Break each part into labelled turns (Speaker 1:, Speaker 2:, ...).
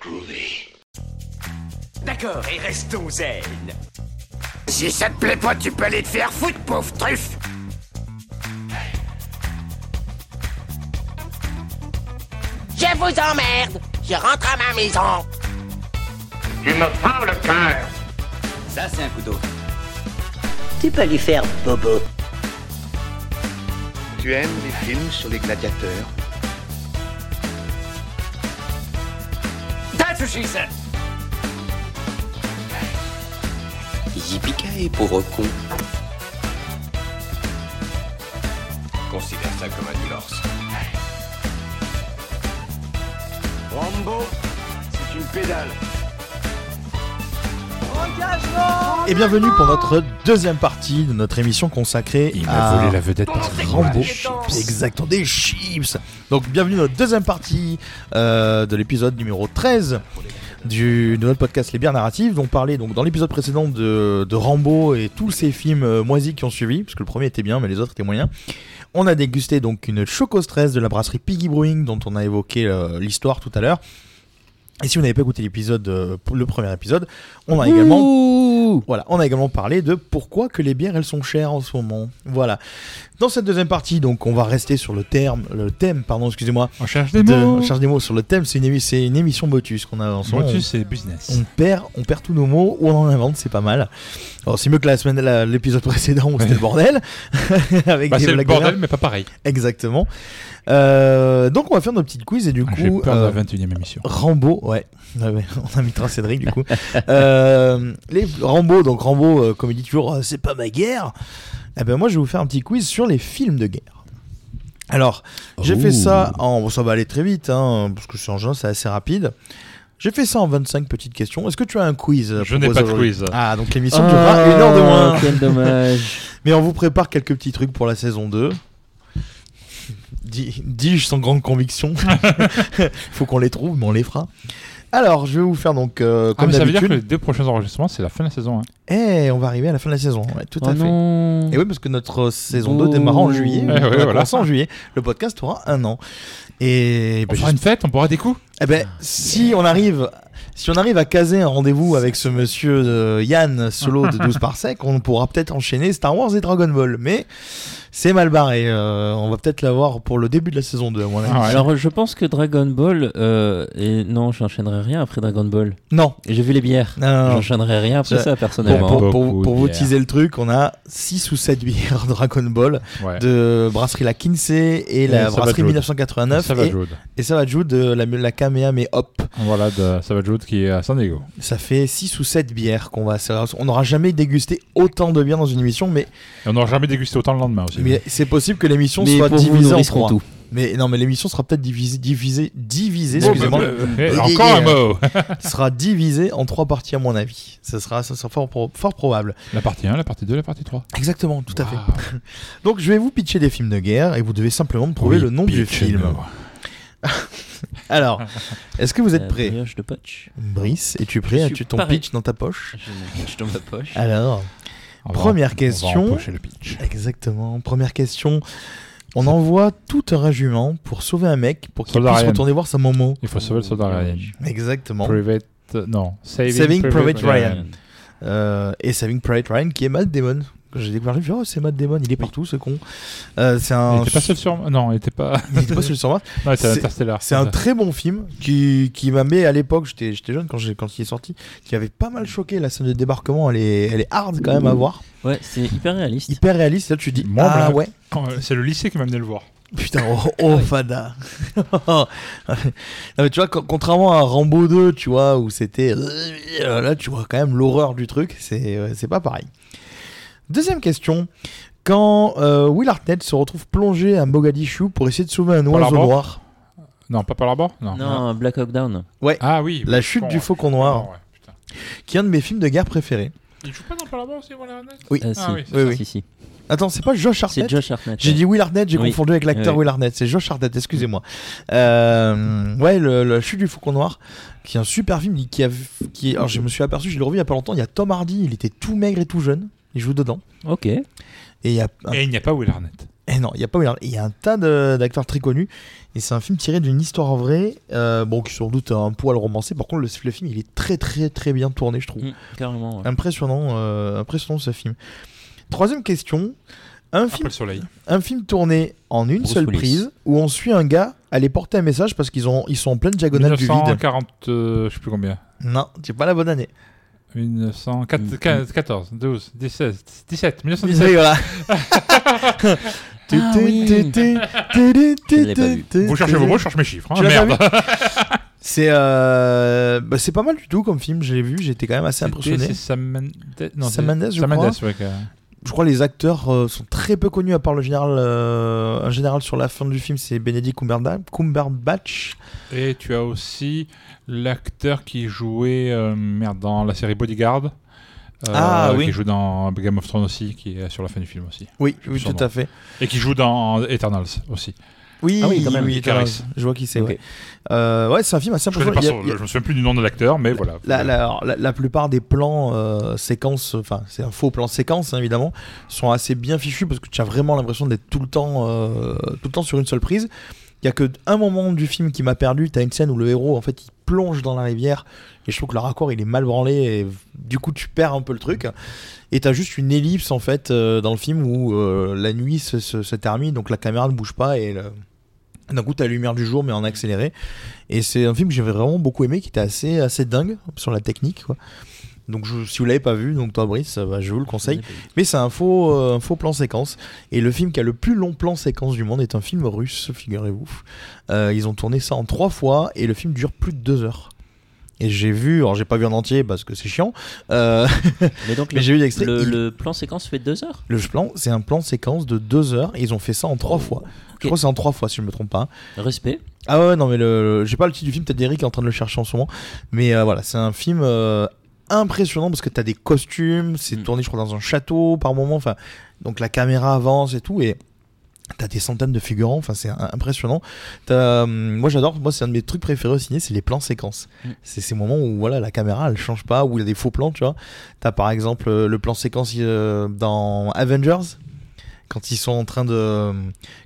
Speaker 1: groovy.
Speaker 2: D'accord, et restons zen.
Speaker 3: Si ça te plaît pas, tu peux aller te faire foutre, pauvre truffe
Speaker 4: Je vous emmerde Je rentre à ma maison
Speaker 5: Tu me prends le cœur
Speaker 6: Ça, c'est un couteau.
Speaker 7: Tu peux lui faire bobo.
Speaker 8: Tu aimes les films sur les gladiateurs
Speaker 2: That's what she said
Speaker 6: Yippee pauvre con.
Speaker 9: Considère ça comme un divorce.
Speaker 10: Rambo, c'est une pédale.
Speaker 11: Engagement Et bienvenue pour notre deuxième partie de notre émission consacrée
Speaker 12: Il
Speaker 11: à
Speaker 12: m'a volé la vedette par
Speaker 11: Rambo.
Speaker 12: Rambo.
Speaker 11: Exactement, des chips. Donc bienvenue dans notre deuxième partie euh, de l'épisode numéro 13 du, de notre podcast Les Bières Narratives. On parlait donc dans l'épisode précédent de, de Rambo et tous ces films euh, moisis qui ont suivi, parce que le premier était bien mais les autres étaient moyens. On a dégusté donc une choco stress de la brasserie Piggy Brewing dont on a évoqué euh, l'histoire tout à l'heure. Et si vous n'avez pas écouté l'épisode, euh, le premier épisode, on a également, voilà, on a également parlé de pourquoi que les bières elles sont chères en ce moment. Voilà. Dans cette deuxième partie, donc, on va rester sur le terme, le thème, pardon, excusez-moi.
Speaker 12: On cherche des
Speaker 11: de-
Speaker 12: mots.
Speaker 11: On cherche des mots sur le thème. C'est une, émi- c'est une émission Motus qu'on a en ce moment.
Speaker 12: Motus,
Speaker 11: On-
Speaker 12: c'est business.
Speaker 11: On perd, on perd tous nos mots ou on en invente, c'est pas mal. Alors c'est mieux que la semaine, la- l'épisode précédent où c'était le bordel avec
Speaker 12: Bah,
Speaker 11: des
Speaker 12: c'est le
Speaker 11: blagues
Speaker 12: bordel,
Speaker 11: de merde.
Speaker 12: mais pas pareil.
Speaker 11: Exactement. Euh, donc on va faire nos petites quiz et du coup.
Speaker 12: Ah, J'ai peur de la
Speaker 11: euh,
Speaker 12: 21 e émission.
Speaker 11: Rambo, ouais. Ouais, ouais, on invitera Cédric du coup. Euh, les Rambo, donc Rambo, euh, comme il dit toujours, euh, c'est pas ma guerre. Eh ben moi, je vais vous faire un petit quiz sur les films de guerre. Alors, j'ai
Speaker 12: Ouh.
Speaker 11: fait ça
Speaker 13: Oh.
Speaker 11: en. bon, ça va aller très vite, hein, parce que c'est en général, c'est assez rapide. J'ai fait ça en 25 petites questions. Est-ce que tu as un quiz à
Speaker 12: Je n'ai
Speaker 11: proposer
Speaker 12: pas de
Speaker 11: aujourd'hui
Speaker 12: quiz.
Speaker 11: Ah, donc l'émission durera
Speaker 13: Oh,
Speaker 11: une heure de moins.
Speaker 13: quel dommage.
Speaker 11: Mais on vous prépare quelques petits trucs pour la saison 2. Dis- Dis-je sans grande conviction. Faut qu'on les trouve, mais on les fera. Alors, je vais vous faire donc, euh,
Speaker 12: Ah,
Speaker 11: comme
Speaker 12: mais ça veut dire que les
Speaker 11: d'habitude.
Speaker 12: deux prochains enregistrements, c'est la fin de la saison. hein.
Speaker 11: Eh, on va arriver à la fin de la saison. Ouais, tout
Speaker 13: Oh
Speaker 11: à fait.
Speaker 13: non.
Speaker 11: Et oui, parce que notre euh, saison 2 démarre en juillet.
Speaker 12: Eh ouais,
Speaker 11: on a
Speaker 12: voilà.
Speaker 11: commencé en juillet. Le podcast aura un an. Et
Speaker 12: On
Speaker 11: bah,
Speaker 12: fera une fête, on boira des coups.
Speaker 11: eh ben, si on arrive, si on arrive à caser un rendez-vous avec ce monsieur euh, Yann Solo de 12 parsec, on pourra peut-être enchaîner Star Wars et Dragon Ball. Mais c'est mal barré. euh, on va peut-être l'avoir pour le début de la saison 2, à mon avis.
Speaker 12: Ah ouais.
Speaker 13: Alors, je pense que Dragon Ball. euh, et non, j'enchaînerai rien après Dragon Ball.
Speaker 11: Non. euh,
Speaker 13: J'ai vu les bières.
Speaker 11: Non, non, non.
Speaker 13: J'enchaînerai rien après
Speaker 11: Ah. Ça-
Speaker 13: ça,
Speaker 11: Pour, pour- pour-
Speaker 13: personnellement.
Speaker 12: Beaucoup
Speaker 11: pour vous
Speaker 12: de bières.
Speaker 11: teaser le truc, on a 6 ou 7 bières Dragon Ball
Speaker 12: Ouais.
Speaker 11: de brasserie La Kinsey et, la
Speaker 12: ça va
Speaker 11: brasserie
Speaker 12: Jude.
Speaker 11: 1989.
Speaker 12: Ça va,
Speaker 11: et,
Speaker 12: Jude.
Speaker 11: et ça va Jude, euh, la, la Kamehame et Hop.
Speaker 12: Voilà, de- ça va, Jude, qui est à San Diego.
Speaker 11: Ça fait 6 ou 7 bières qu'on va. On n'aura jamais dégusté autant de bières dans une émission, mais
Speaker 12: Et on n'aura jamais dégusté autant le lendemain aussi.
Speaker 11: Mais c'est possible que l'émission
Speaker 13: Mais
Speaker 11: soit
Speaker 13: pour vous, nous
Speaker 11: divisée en
Speaker 13: risquons
Speaker 11: trois.
Speaker 13: tout.
Speaker 11: Mais non, mais l'émission sera peut-être divisée, divisée, divisée,
Speaker 12: Oh,
Speaker 11: excusez-moi,
Speaker 12: bah, bah, eh,
Speaker 11: Et-
Speaker 12: encore
Speaker 11: et,
Speaker 12: un mot.
Speaker 11: sera divisée en trois parties à mon avis. Ça sera, ça sera fort, pro- fort probable.
Speaker 12: La partie 1, la partie 2, la partie Ah, 3.
Speaker 11: Exactement, tout à fait.
Speaker 12: Waouh.
Speaker 11: Donc je vais vous pitcher des films de guerre et vous devez simplement me trouver
Speaker 12: Oui,
Speaker 11: le nom du
Speaker 12: pitch,
Speaker 11: film.
Speaker 12: nous.
Speaker 11: Alors, est-ce que vous
Speaker 13: La
Speaker 11: êtes
Speaker 12: Euh,
Speaker 11: prêts
Speaker 13: brioche de poche.
Speaker 11: Brice, es-tu
Speaker 13: Je
Speaker 11: prêt
Speaker 13: suis
Speaker 11: As-tu ton
Speaker 13: paré.
Speaker 11: pitch dans ta poche
Speaker 13: Je me cache dans ma poche.
Speaker 11: Alors,
Speaker 12: On va-
Speaker 11: Première
Speaker 12: on va
Speaker 11: question.
Speaker 12: empocher le pitch.
Speaker 11: exactement. Première question. On envoie tout un régiment pour sauver un mec pour qu'il
Speaker 12: Soldat
Speaker 11: puisse
Speaker 12: Ryan.
Speaker 11: retourner voir sa maman.
Speaker 12: Il faut sauver le soldat Ryan.
Speaker 11: Exactement.
Speaker 12: Private. euh, Non. Saving,
Speaker 11: Saving Private Ryan.
Speaker 13: Euh,
Speaker 11: Euh, et Saving Private Ryan qui est Matt Damon. Quand j'ai découvert, je me suis dit, oh, c'est Matt Damon, il est partout ce con. Euh, c'est
Speaker 12: Il
Speaker 11: un.
Speaker 12: était pas seul sur. Non, il était pas.
Speaker 11: il était pas seul sur moi.
Speaker 12: Non, c'était
Speaker 11: C'est-
Speaker 12: Interstellar.
Speaker 11: C'est un très bon film qui, qui m'a mis à l'époque, j'étais j'étais jeune quand, j'ai- quand il est sorti, qui avait pas mal choqué. La scène de débarquement, elle est, elle est hard quand même à voir.
Speaker 13: Ouais, c'est hyper réaliste.
Speaker 11: Hyper réaliste. Là, tu dis,
Speaker 12: Moi,
Speaker 11: ah
Speaker 12: voilà.
Speaker 11: ouais,
Speaker 12: Quand, euh, C'est le lycée qui m'a amené le voir.
Speaker 11: putain, oh, oh, fada. non, mais tu vois, con- contrairement à Rambo 2, tu vois, où c'était. euh, Là, tu vois quand même l'horreur du truc, c'est euh, c'est pas pareil. Deuxième question. Quand euh, Will Arnett se retrouve plongé à Mogadishu pour essayer de sauver un
Speaker 12: Par
Speaker 11: oiseau
Speaker 12: l'arbre
Speaker 11: noir,
Speaker 12: Non, pas par là-bas Non.
Speaker 13: Non, Black Hawk Down.
Speaker 12: Ah oui.
Speaker 11: La
Speaker 12: oui,
Speaker 11: chute
Speaker 12: con,
Speaker 11: du
Speaker 12: ouais.
Speaker 11: faucon noir,
Speaker 12: Ah, ouais, putain.
Speaker 11: qui est un de mes films de guerre préférés.
Speaker 12: Il joue pas dans Par là-bas aussi, Warner Bros.
Speaker 11: Oui.
Speaker 13: Ah,
Speaker 12: Ah
Speaker 13: si.
Speaker 12: oui, c'est
Speaker 11: Oui,
Speaker 12: ça.
Speaker 11: oui.
Speaker 13: Si, si.
Speaker 11: Attends, c'est pas Josh
Speaker 13: C'est
Speaker 11: Arnett
Speaker 13: Josh Hartnett.
Speaker 11: J'ai dit Will Arnett, j'ai
Speaker 13: Oui.
Speaker 11: confondu avec l'acteur
Speaker 13: Oui.
Speaker 11: Will Arnett. C'est Josh Arnett, excusez-moi. Euh, ouais, le, le Chute du Faucon Noir, qui est un super film, qui a, qui, alors je me suis aperçu, je l'ai revu il y a pas longtemps, il y a Tom Hardy, il était tout maigre et tout jeune, il joue dedans.
Speaker 13: Ok.
Speaker 11: Et il y a, un-
Speaker 12: Et il n'y a pas Will Arnett.
Speaker 11: Eh non, il y a pas Willard. Il y a un tas de- d'acteurs très connus. Et c'est un film tiré d'une histoire vraie, euh, bon, qui est sans doute un poil romancé. Par contre, le, le film, il est très, très, très bien tourné, je trouve.
Speaker 13: Mm, carrément. ouais.
Speaker 11: Ah, Impressionnant, euh, impressionnant ce film. Troisième question. Un
Speaker 12: Après
Speaker 11: film,
Speaker 12: le soleil.
Speaker 11: un film tourné en une
Speaker 13: Bruce
Speaker 11: seule
Speaker 13: Willis.
Speaker 11: prise où on suit un gars aller porter un message parce qu'ils ont, ils sont en pleine diagonale du vide.
Speaker 12: 1940, euh, je sais plus combien.
Speaker 11: Non, c'est pas la bonne année.
Speaker 12: 1914, 12, 16, 17,
Speaker 11: Oui,
Speaker 12: 1917.
Speaker 11: voilà.
Speaker 13: Ah oui. Je l'ai pas vu.
Speaker 12: Vous cherchez vos mots, je cherche mes chiffres. hein,
Speaker 11: Tu l'as
Speaker 12: merde.
Speaker 11: pas vu C'est euh, bah, c'est pas mal du tout comme film. Je l'ai vu, j'étais quand même assez impressionné.
Speaker 12: C'est Sam Mendes. Non,
Speaker 11: Sam
Speaker 12: c'est-
Speaker 11: Mendes, je
Speaker 12: Sam
Speaker 11: crois.
Speaker 12: Mendes, ouais, que-
Speaker 11: Je crois que les acteurs euh, sont très peu connus à part le général. euh, un général sur la fin du film, c'est Benedict Cumberda- Cumberbatch.
Speaker 12: Et tu as aussi l'acteur qui jouait euh, merde, dans la série Bodyguard. euh,
Speaker 11: Ah, oui.
Speaker 12: Qui joue dans Game of Thrones aussi, qui est sur la fin du film aussi.
Speaker 11: Oui,
Speaker 12: Je
Speaker 11: oui,
Speaker 12: sais
Speaker 11: tout
Speaker 12: pas.
Speaker 11: à fait.
Speaker 12: Et qui joue dans Eternals aussi.
Speaker 11: Oui,
Speaker 13: Ah oui, quand même,
Speaker 11: oui,
Speaker 12: Nick
Speaker 11: t'as
Speaker 12: Harris.
Speaker 11: raison. je vois qui c'est.
Speaker 13: Ok.
Speaker 11: Ouais, Euh, ouais c'est un film assez
Speaker 12: Je, connais
Speaker 11: impressionnant.
Speaker 12: pas
Speaker 11: Il y a- il y
Speaker 12: son-
Speaker 11: a-
Speaker 12: je me souviens plus du nom de l'acteur, mais voilà.
Speaker 11: La, la- alors, la- la plupart des plans euh, séquences, enfin c'est un faux plan séquence hein, évidemment, sont assez bien fichus parce que tu as vraiment l'impression d'être tout le temps, euh, tout le temps sur une seule prise. Il y a que un moment du film qui m'a perdu. T'as une scène où le héros en fait il plonge dans la rivière et je trouve que le raccord il est mal branlé et du coup tu perds un peu le truc. Et t'as juste une ellipse en fait euh, dans le film où euh, la nuit se, se- se termine donc la caméra ne bouge pas et le- d'un coup t'as la lumière du jour mais en accéléré. Et c'est un film que j'avais vraiment beaucoup aimé, qui était assez, assez dingue sur la technique. Quoi. Donc je- si vous l'avez pas vu, donc toi Brice, euh, bah, je vous le conseille. Mais c'est un faux, euh, un faux plan séquence. Et le film qui a le plus long plan séquence du monde est un film russe, figurez-vous. Euh, ils ont tourné ça en trois fois et le film dure plus de deux heures. Et j'ai vu, alors j'ai pas vu en entier parce que c'est chiant, euh,
Speaker 13: Mais donc,
Speaker 11: mais
Speaker 13: le,
Speaker 11: j'ai vu l'extrait.
Speaker 13: le-
Speaker 11: il-
Speaker 13: le plan séquence fait deux heures.
Speaker 11: le plan, c'est un plan séquence de deux heures et ils ont fait ça en trois fois. Je crois que c'est en trois fois si je me trompe pas.
Speaker 13: Respect.
Speaker 11: Ah ouais, non, mais le, le- j'ai pas le titre du film, peut-être Eric est en train de le chercher en ce moment. Mais euh, voilà, c'est un film euh, impressionnant parce que t'as des costumes, c'est
Speaker 13: Mm.
Speaker 11: tourné, je crois, dans un château par moment. Enfin, donc la caméra avance et tout, et t'as des centaines de figurants. Enfin, c'est un- impressionnant. T'as, hum, moi, j'adore, moi, c'est un de mes trucs préférés au ciné, c'est les plans séquences.
Speaker 13: Mm.
Speaker 11: C'est ces moments où, voilà, la caméra, elle change pas, où il y a des faux plans, tu vois. T'as par exemple euh, le plan séquence euh, dans Avengers. Quand ils sont en train de.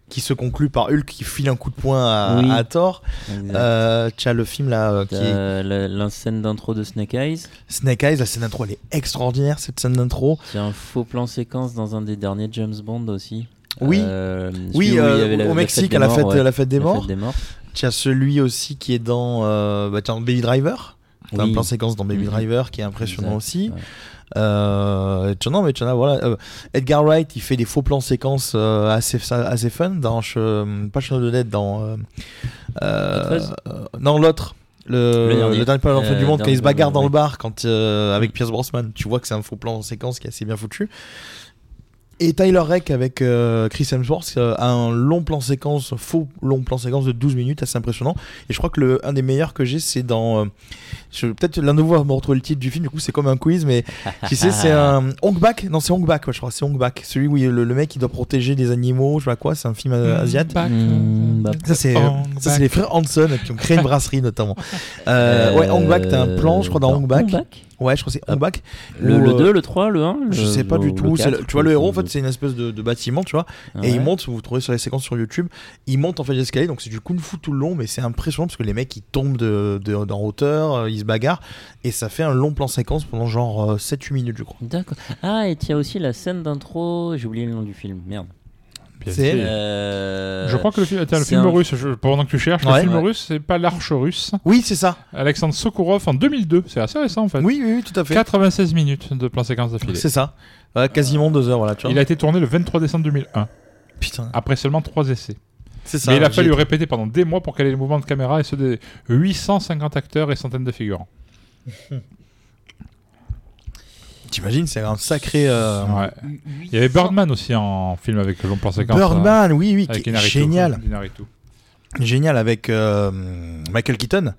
Speaker 11: qui se conclut par Hulk qui file un coup de poing à,
Speaker 13: Oui.
Speaker 11: à Thor.
Speaker 13: Exact.
Speaker 11: Euh, T'as le film là euh, qui est
Speaker 13: T'as la, la scène d'intro de Snake Eyes,
Speaker 11: Snake Eyes, la scène d'intro elle est extraordinaire cette scène d'intro.
Speaker 13: c'est un faux plan séquence dans un des derniers James Bond aussi.
Speaker 11: Oui.
Speaker 13: Euh, celui où
Speaker 11: Oui,
Speaker 13: il y
Speaker 11: euh,
Speaker 13: avait la-
Speaker 11: au
Speaker 13: la
Speaker 11: Mexique
Speaker 13: fête
Speaker 11: à la
Speaker 13: des
Speaker 11: fête,
Speaker 13: morts, ouais.
Speaker 11: la fête des
Speaker 13: La
Speaker 11: morts.
Speaker 13: fête des morts.
Speaker 11: T'as celui aussi qui est dans, euh, bah, tiens, Baby Driver. T'as un
Speaker 13: Oui.
Speaker 11: plan séquence dans Baby
Speaker 13: Mhm.
Speaker 11: Driver qui est impressionnant
Speaker 13: Exact,
Speaker 11: aussi.
Speaker 13: ouais.
Speaker 11: Euh, t'en as- non mais t'en as, voilà. euh, Edgar Wright il fait des faux plans séquences euh, assez assez fun dans euh, pas Shaun of the Dead dans euh, euh,
Speaker 13: Godface
Speaker 11: euh, non l'autre. Le,
Speaker 13: Le dernier.
Speaker 11: le dernier plan d'enfant
Speaker 13: Euh,
Speaker 11: du monde quand
Speaker 13: dernier
Speaker 11: il se bagarre
Speaker 13: plan,
Speaker 11: dans le
Speaker 13: oui.
Speaker 11: bar quand euh, avec Pierce Brosnan tu vois que c'est un faux plan en séquence qui est assez bien foutu et Tyler Reck avec euh, Chris Hemsworth euh, a un long plan séquence faux long plan séquence de 12 minutes assez impressionnant et je crois que le un des meilleurs que j'ai c'est dans euh, je- peut-être l'un de vous va me retrouver le titre du film du coup c'est comme un quiz mais tu sais, c'est un Hong Bak Non, c'est Hong Bak, ouais, je crois. C'est Hong Bak, celui où il- le, le mec il doit protéger des animaux, je sais pas quoi. C'est un film
Speaker 13: Hmm,
Speaker 11: euh, Hmm, asiatique.
Speaker 12: Back.
Speaker 13: Mm, bah,
Speaker 11: Ça c'est euh,
Speaker 12: Hong
Speaker 11: ça
Speaker 12: Bak.
Speaker 11: c'est les frères Hanson qui ont créé une brasserie notamment. Euh, ouais, Hong Bak, t'as un plan, je crois, dans Hong Bak. Ouais, je crois que c'est Hong Bak.
Speaker 13: Euh, Le,
Speaker 11: Ou,
Speaker 13: le
Speaker 11: euh,
Speaker 13: 2, le 3, le 1
Speaker 11: Je sais pas du tout. c'est le- tu vois, le héros, en fait, c'est une espèce de, de bâtiment, tu vois. et il monte, vous trouvez sur les séquences sur YouTube, il monte en fait l'escalier, donc c'est du kung fu tout le long, mais c'est impressionnant parce que les mecs ils tombent de, de- d'en hauteur, euh, ils se bagarrent, et ça fait un long plan séquence pendant genre euh, 7-8 minutes, je crois.
Speaker 13: D'accord. Ah, et il y a aussi la scène d'intro. J'ai oublié le nom du film. Merde.
Speaker 12: Bien
Speaker 11: C'est-
Speaker 12: sûr.
Speaker 13: Euh,
Speaker 12: Je crois que le, fi- tiens, le
Speaker 13: c'est
Speaker 12: film
Speaker 13: un-
Speaker 12: russe, je- pendant que tu cherches,
Speaker 11: Ouais.
Speaker 12: le film
Speaker 13: Ouais.
Speaker 12: russe, c'est pas l'Arche russe.
Speaker 11: Oui, c'est ça.
Speaker 12: Alexandre Sokourov en 2002, c'est assez récent en fait.
Speaker 11: Oui, oui, oui, tout à fait.
Speaker 12: 96 minutes de plan séquence d'affilée.
Speaker 11: C'est ça. Ouais, quasiment deux heures, voilà, tu vois.
Speaker 12: Euh, Il a été tourné le 23 décembre 2001,
Speaker 11: Putain,
Speaker 12: après seulement 3 essais.
Speaker 11: c'est ça.
Speaker 12: Mais il a
Speaker 11: j'ai-
Speaker 12: fallu répéter pendant des mois pour caler les mouvements de caméra et ceux des 850 acteurs et centaines de figurants.
Speaker 11: T'imagines, c'est un sacré. euh,
Speaker 12: Ouais. Il y avait Birdman aussi en film avec le long plan séquence. hein,
Speaker 11: Birdman, oui, oui,
Speaker 12: avec
Speaker 11: qui est
Speaker 12: Inaritu.
Speaker 11: génial.
Speaker 12: Inaritu.
Speaker 11: Génial avec euh, Michael Keaton,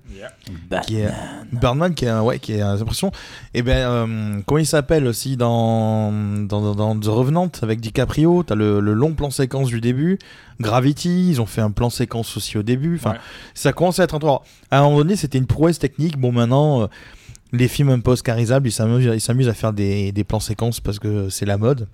Speaker 13: Bah,
Speaker 11: qui est. Birdman, qui est, un- ouais, qui est euh, un- j'ai l'impression. Et ben, euh, comment il s'appelle aussi dans, dans, dans, dans The Revenant avec DiCaprio T'as le, le long plan séquence du début. Gravity, ils ont fait un plan séquence aussi au début. Enfin,
Speaker 12: Ouais.
Speaker 11: ça commence à être un truc. Alors, À un moment donné, c'était une prouesse technique. Bon, maintenant. euh, les films un peu oscarisables, ils s'amusent ils s'amusent à faire des, des plans séquences parce que c'est la mode.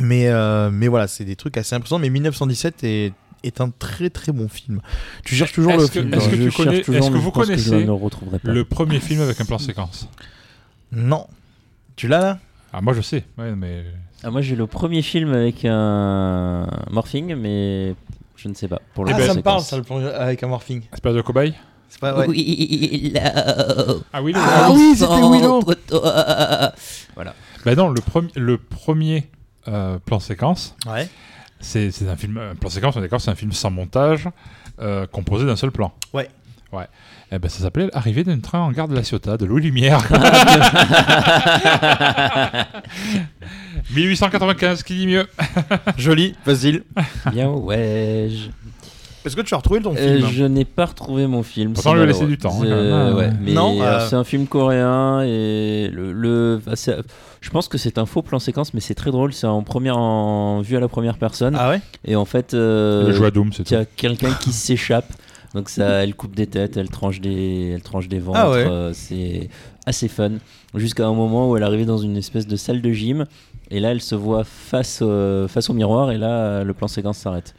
Speaker 11: Mais, euh, mais voilà, c'est des trucs assez impressionnants. Mais 1917 est, est un très très bon film. Tu cherches toujours
Speaker 12: Est-ce
Speaker 11: le
Speaker 12: que-
Speaker 11: film.
Speaker 12: Est-ce
Speaker 11: hein.
Speaker 12: que,
Speaker 13: Je
Speaker 12: tu
Speaker 13: cherche
Speaker 12: connais- est-ce
Speaker 13: toujours,
Speaker 12: que
Speaker 13: mais
Speaker 12: vous
Speaker 13: je pense que je
Speaker 12: connaissez
Speaker 13: ne retrouverai pas.
Speaker 12: le premier film avec un plan séquence
Speaker 11: Non. Tu l'as là
Speaker 12: Ah, moi je sais, ouais, mais.
Speaker 13: Ah, moi j'ai le premier film avec un morphing, mais je ne sais pas. Pour le
Speaker 11: Ah,
Speaker 12: ben,
Speaker 11: ça me
Speaker 13: séquence.
Speaker 11: parle, ça, le plan- avec un morphing.
Speaker 12: Espèce de cobaye
Speaker 11: C'est pas, ouais.
Speaker 13: Oui, là.
Speaker 12: Ah oui, le-
Speaker 11: Ah oui, c'était Willow.
Speaker 13: Entre toi.
Speaker 12: Bah non, le, premi- le premier euh, plan séquence,
Speaker 11: Ouais.
Speaker 12: c'est c'est un film. Un plan séquence, on est d'accord, c'est un film sans montage, euh, composé d'un seul plan.
Speaker 11: Ouais.
Speaker 12: Ouais. Eh ben, ça s'appelait Arrivée d'un train en gare de la Ciotat de Louis Lumière. 1895, qui dit mieux
Speaker 11: Joli, facile.
Speaker 13: Bien, ouais. Je,
Speaker 11: Est-ce que tu as retrouvé ton
Speaker 13: Euh,
Speaker 11: film
Speaker 13: je n'ai pas retrouvé mon film.
Speaker 12: Pourtant,
Speaker 13: c'est
Speaker 12: lui a laissé
Speaker 13: malheureux.
Speaker 12: du temps, hein,
Speaker 13: C'est-
Speaker 12: quand même.
Speaker 13: euh, ouais,
Speaker 12: Ah.
Speaker 13: mais,
Speaker 11: Non,
Speaker 13: euh,
Speaker 11: euh,
Speaker 13: c'est un film coréen et le. le- enfin, c'est- je pense que c'est un faux plan séquence, mais c'est très drôle. C'est en première, en vue à la première personne.
Speaker 11: Ah ouais
Speaker 13: Et en fait, euh,
Speaker 12: Le jeu à Doom, c'est
Speaker 13: il y
Speaker 12: tout.
Speaker 13: a quelqu'un qui s'échappe. Donc ça, elle coupe des têtes, elle tranche des, elle tranche des ventres.
Speaker 11: Ah ouais.
Speaker 13: euh, c'est assez fun. Jusqu'à un moment où elle arrivait dans une espèce de salle de gym. Et là, elle se voit face, euh, face au miroir. Et là, euh, le plan séquence s'arrête.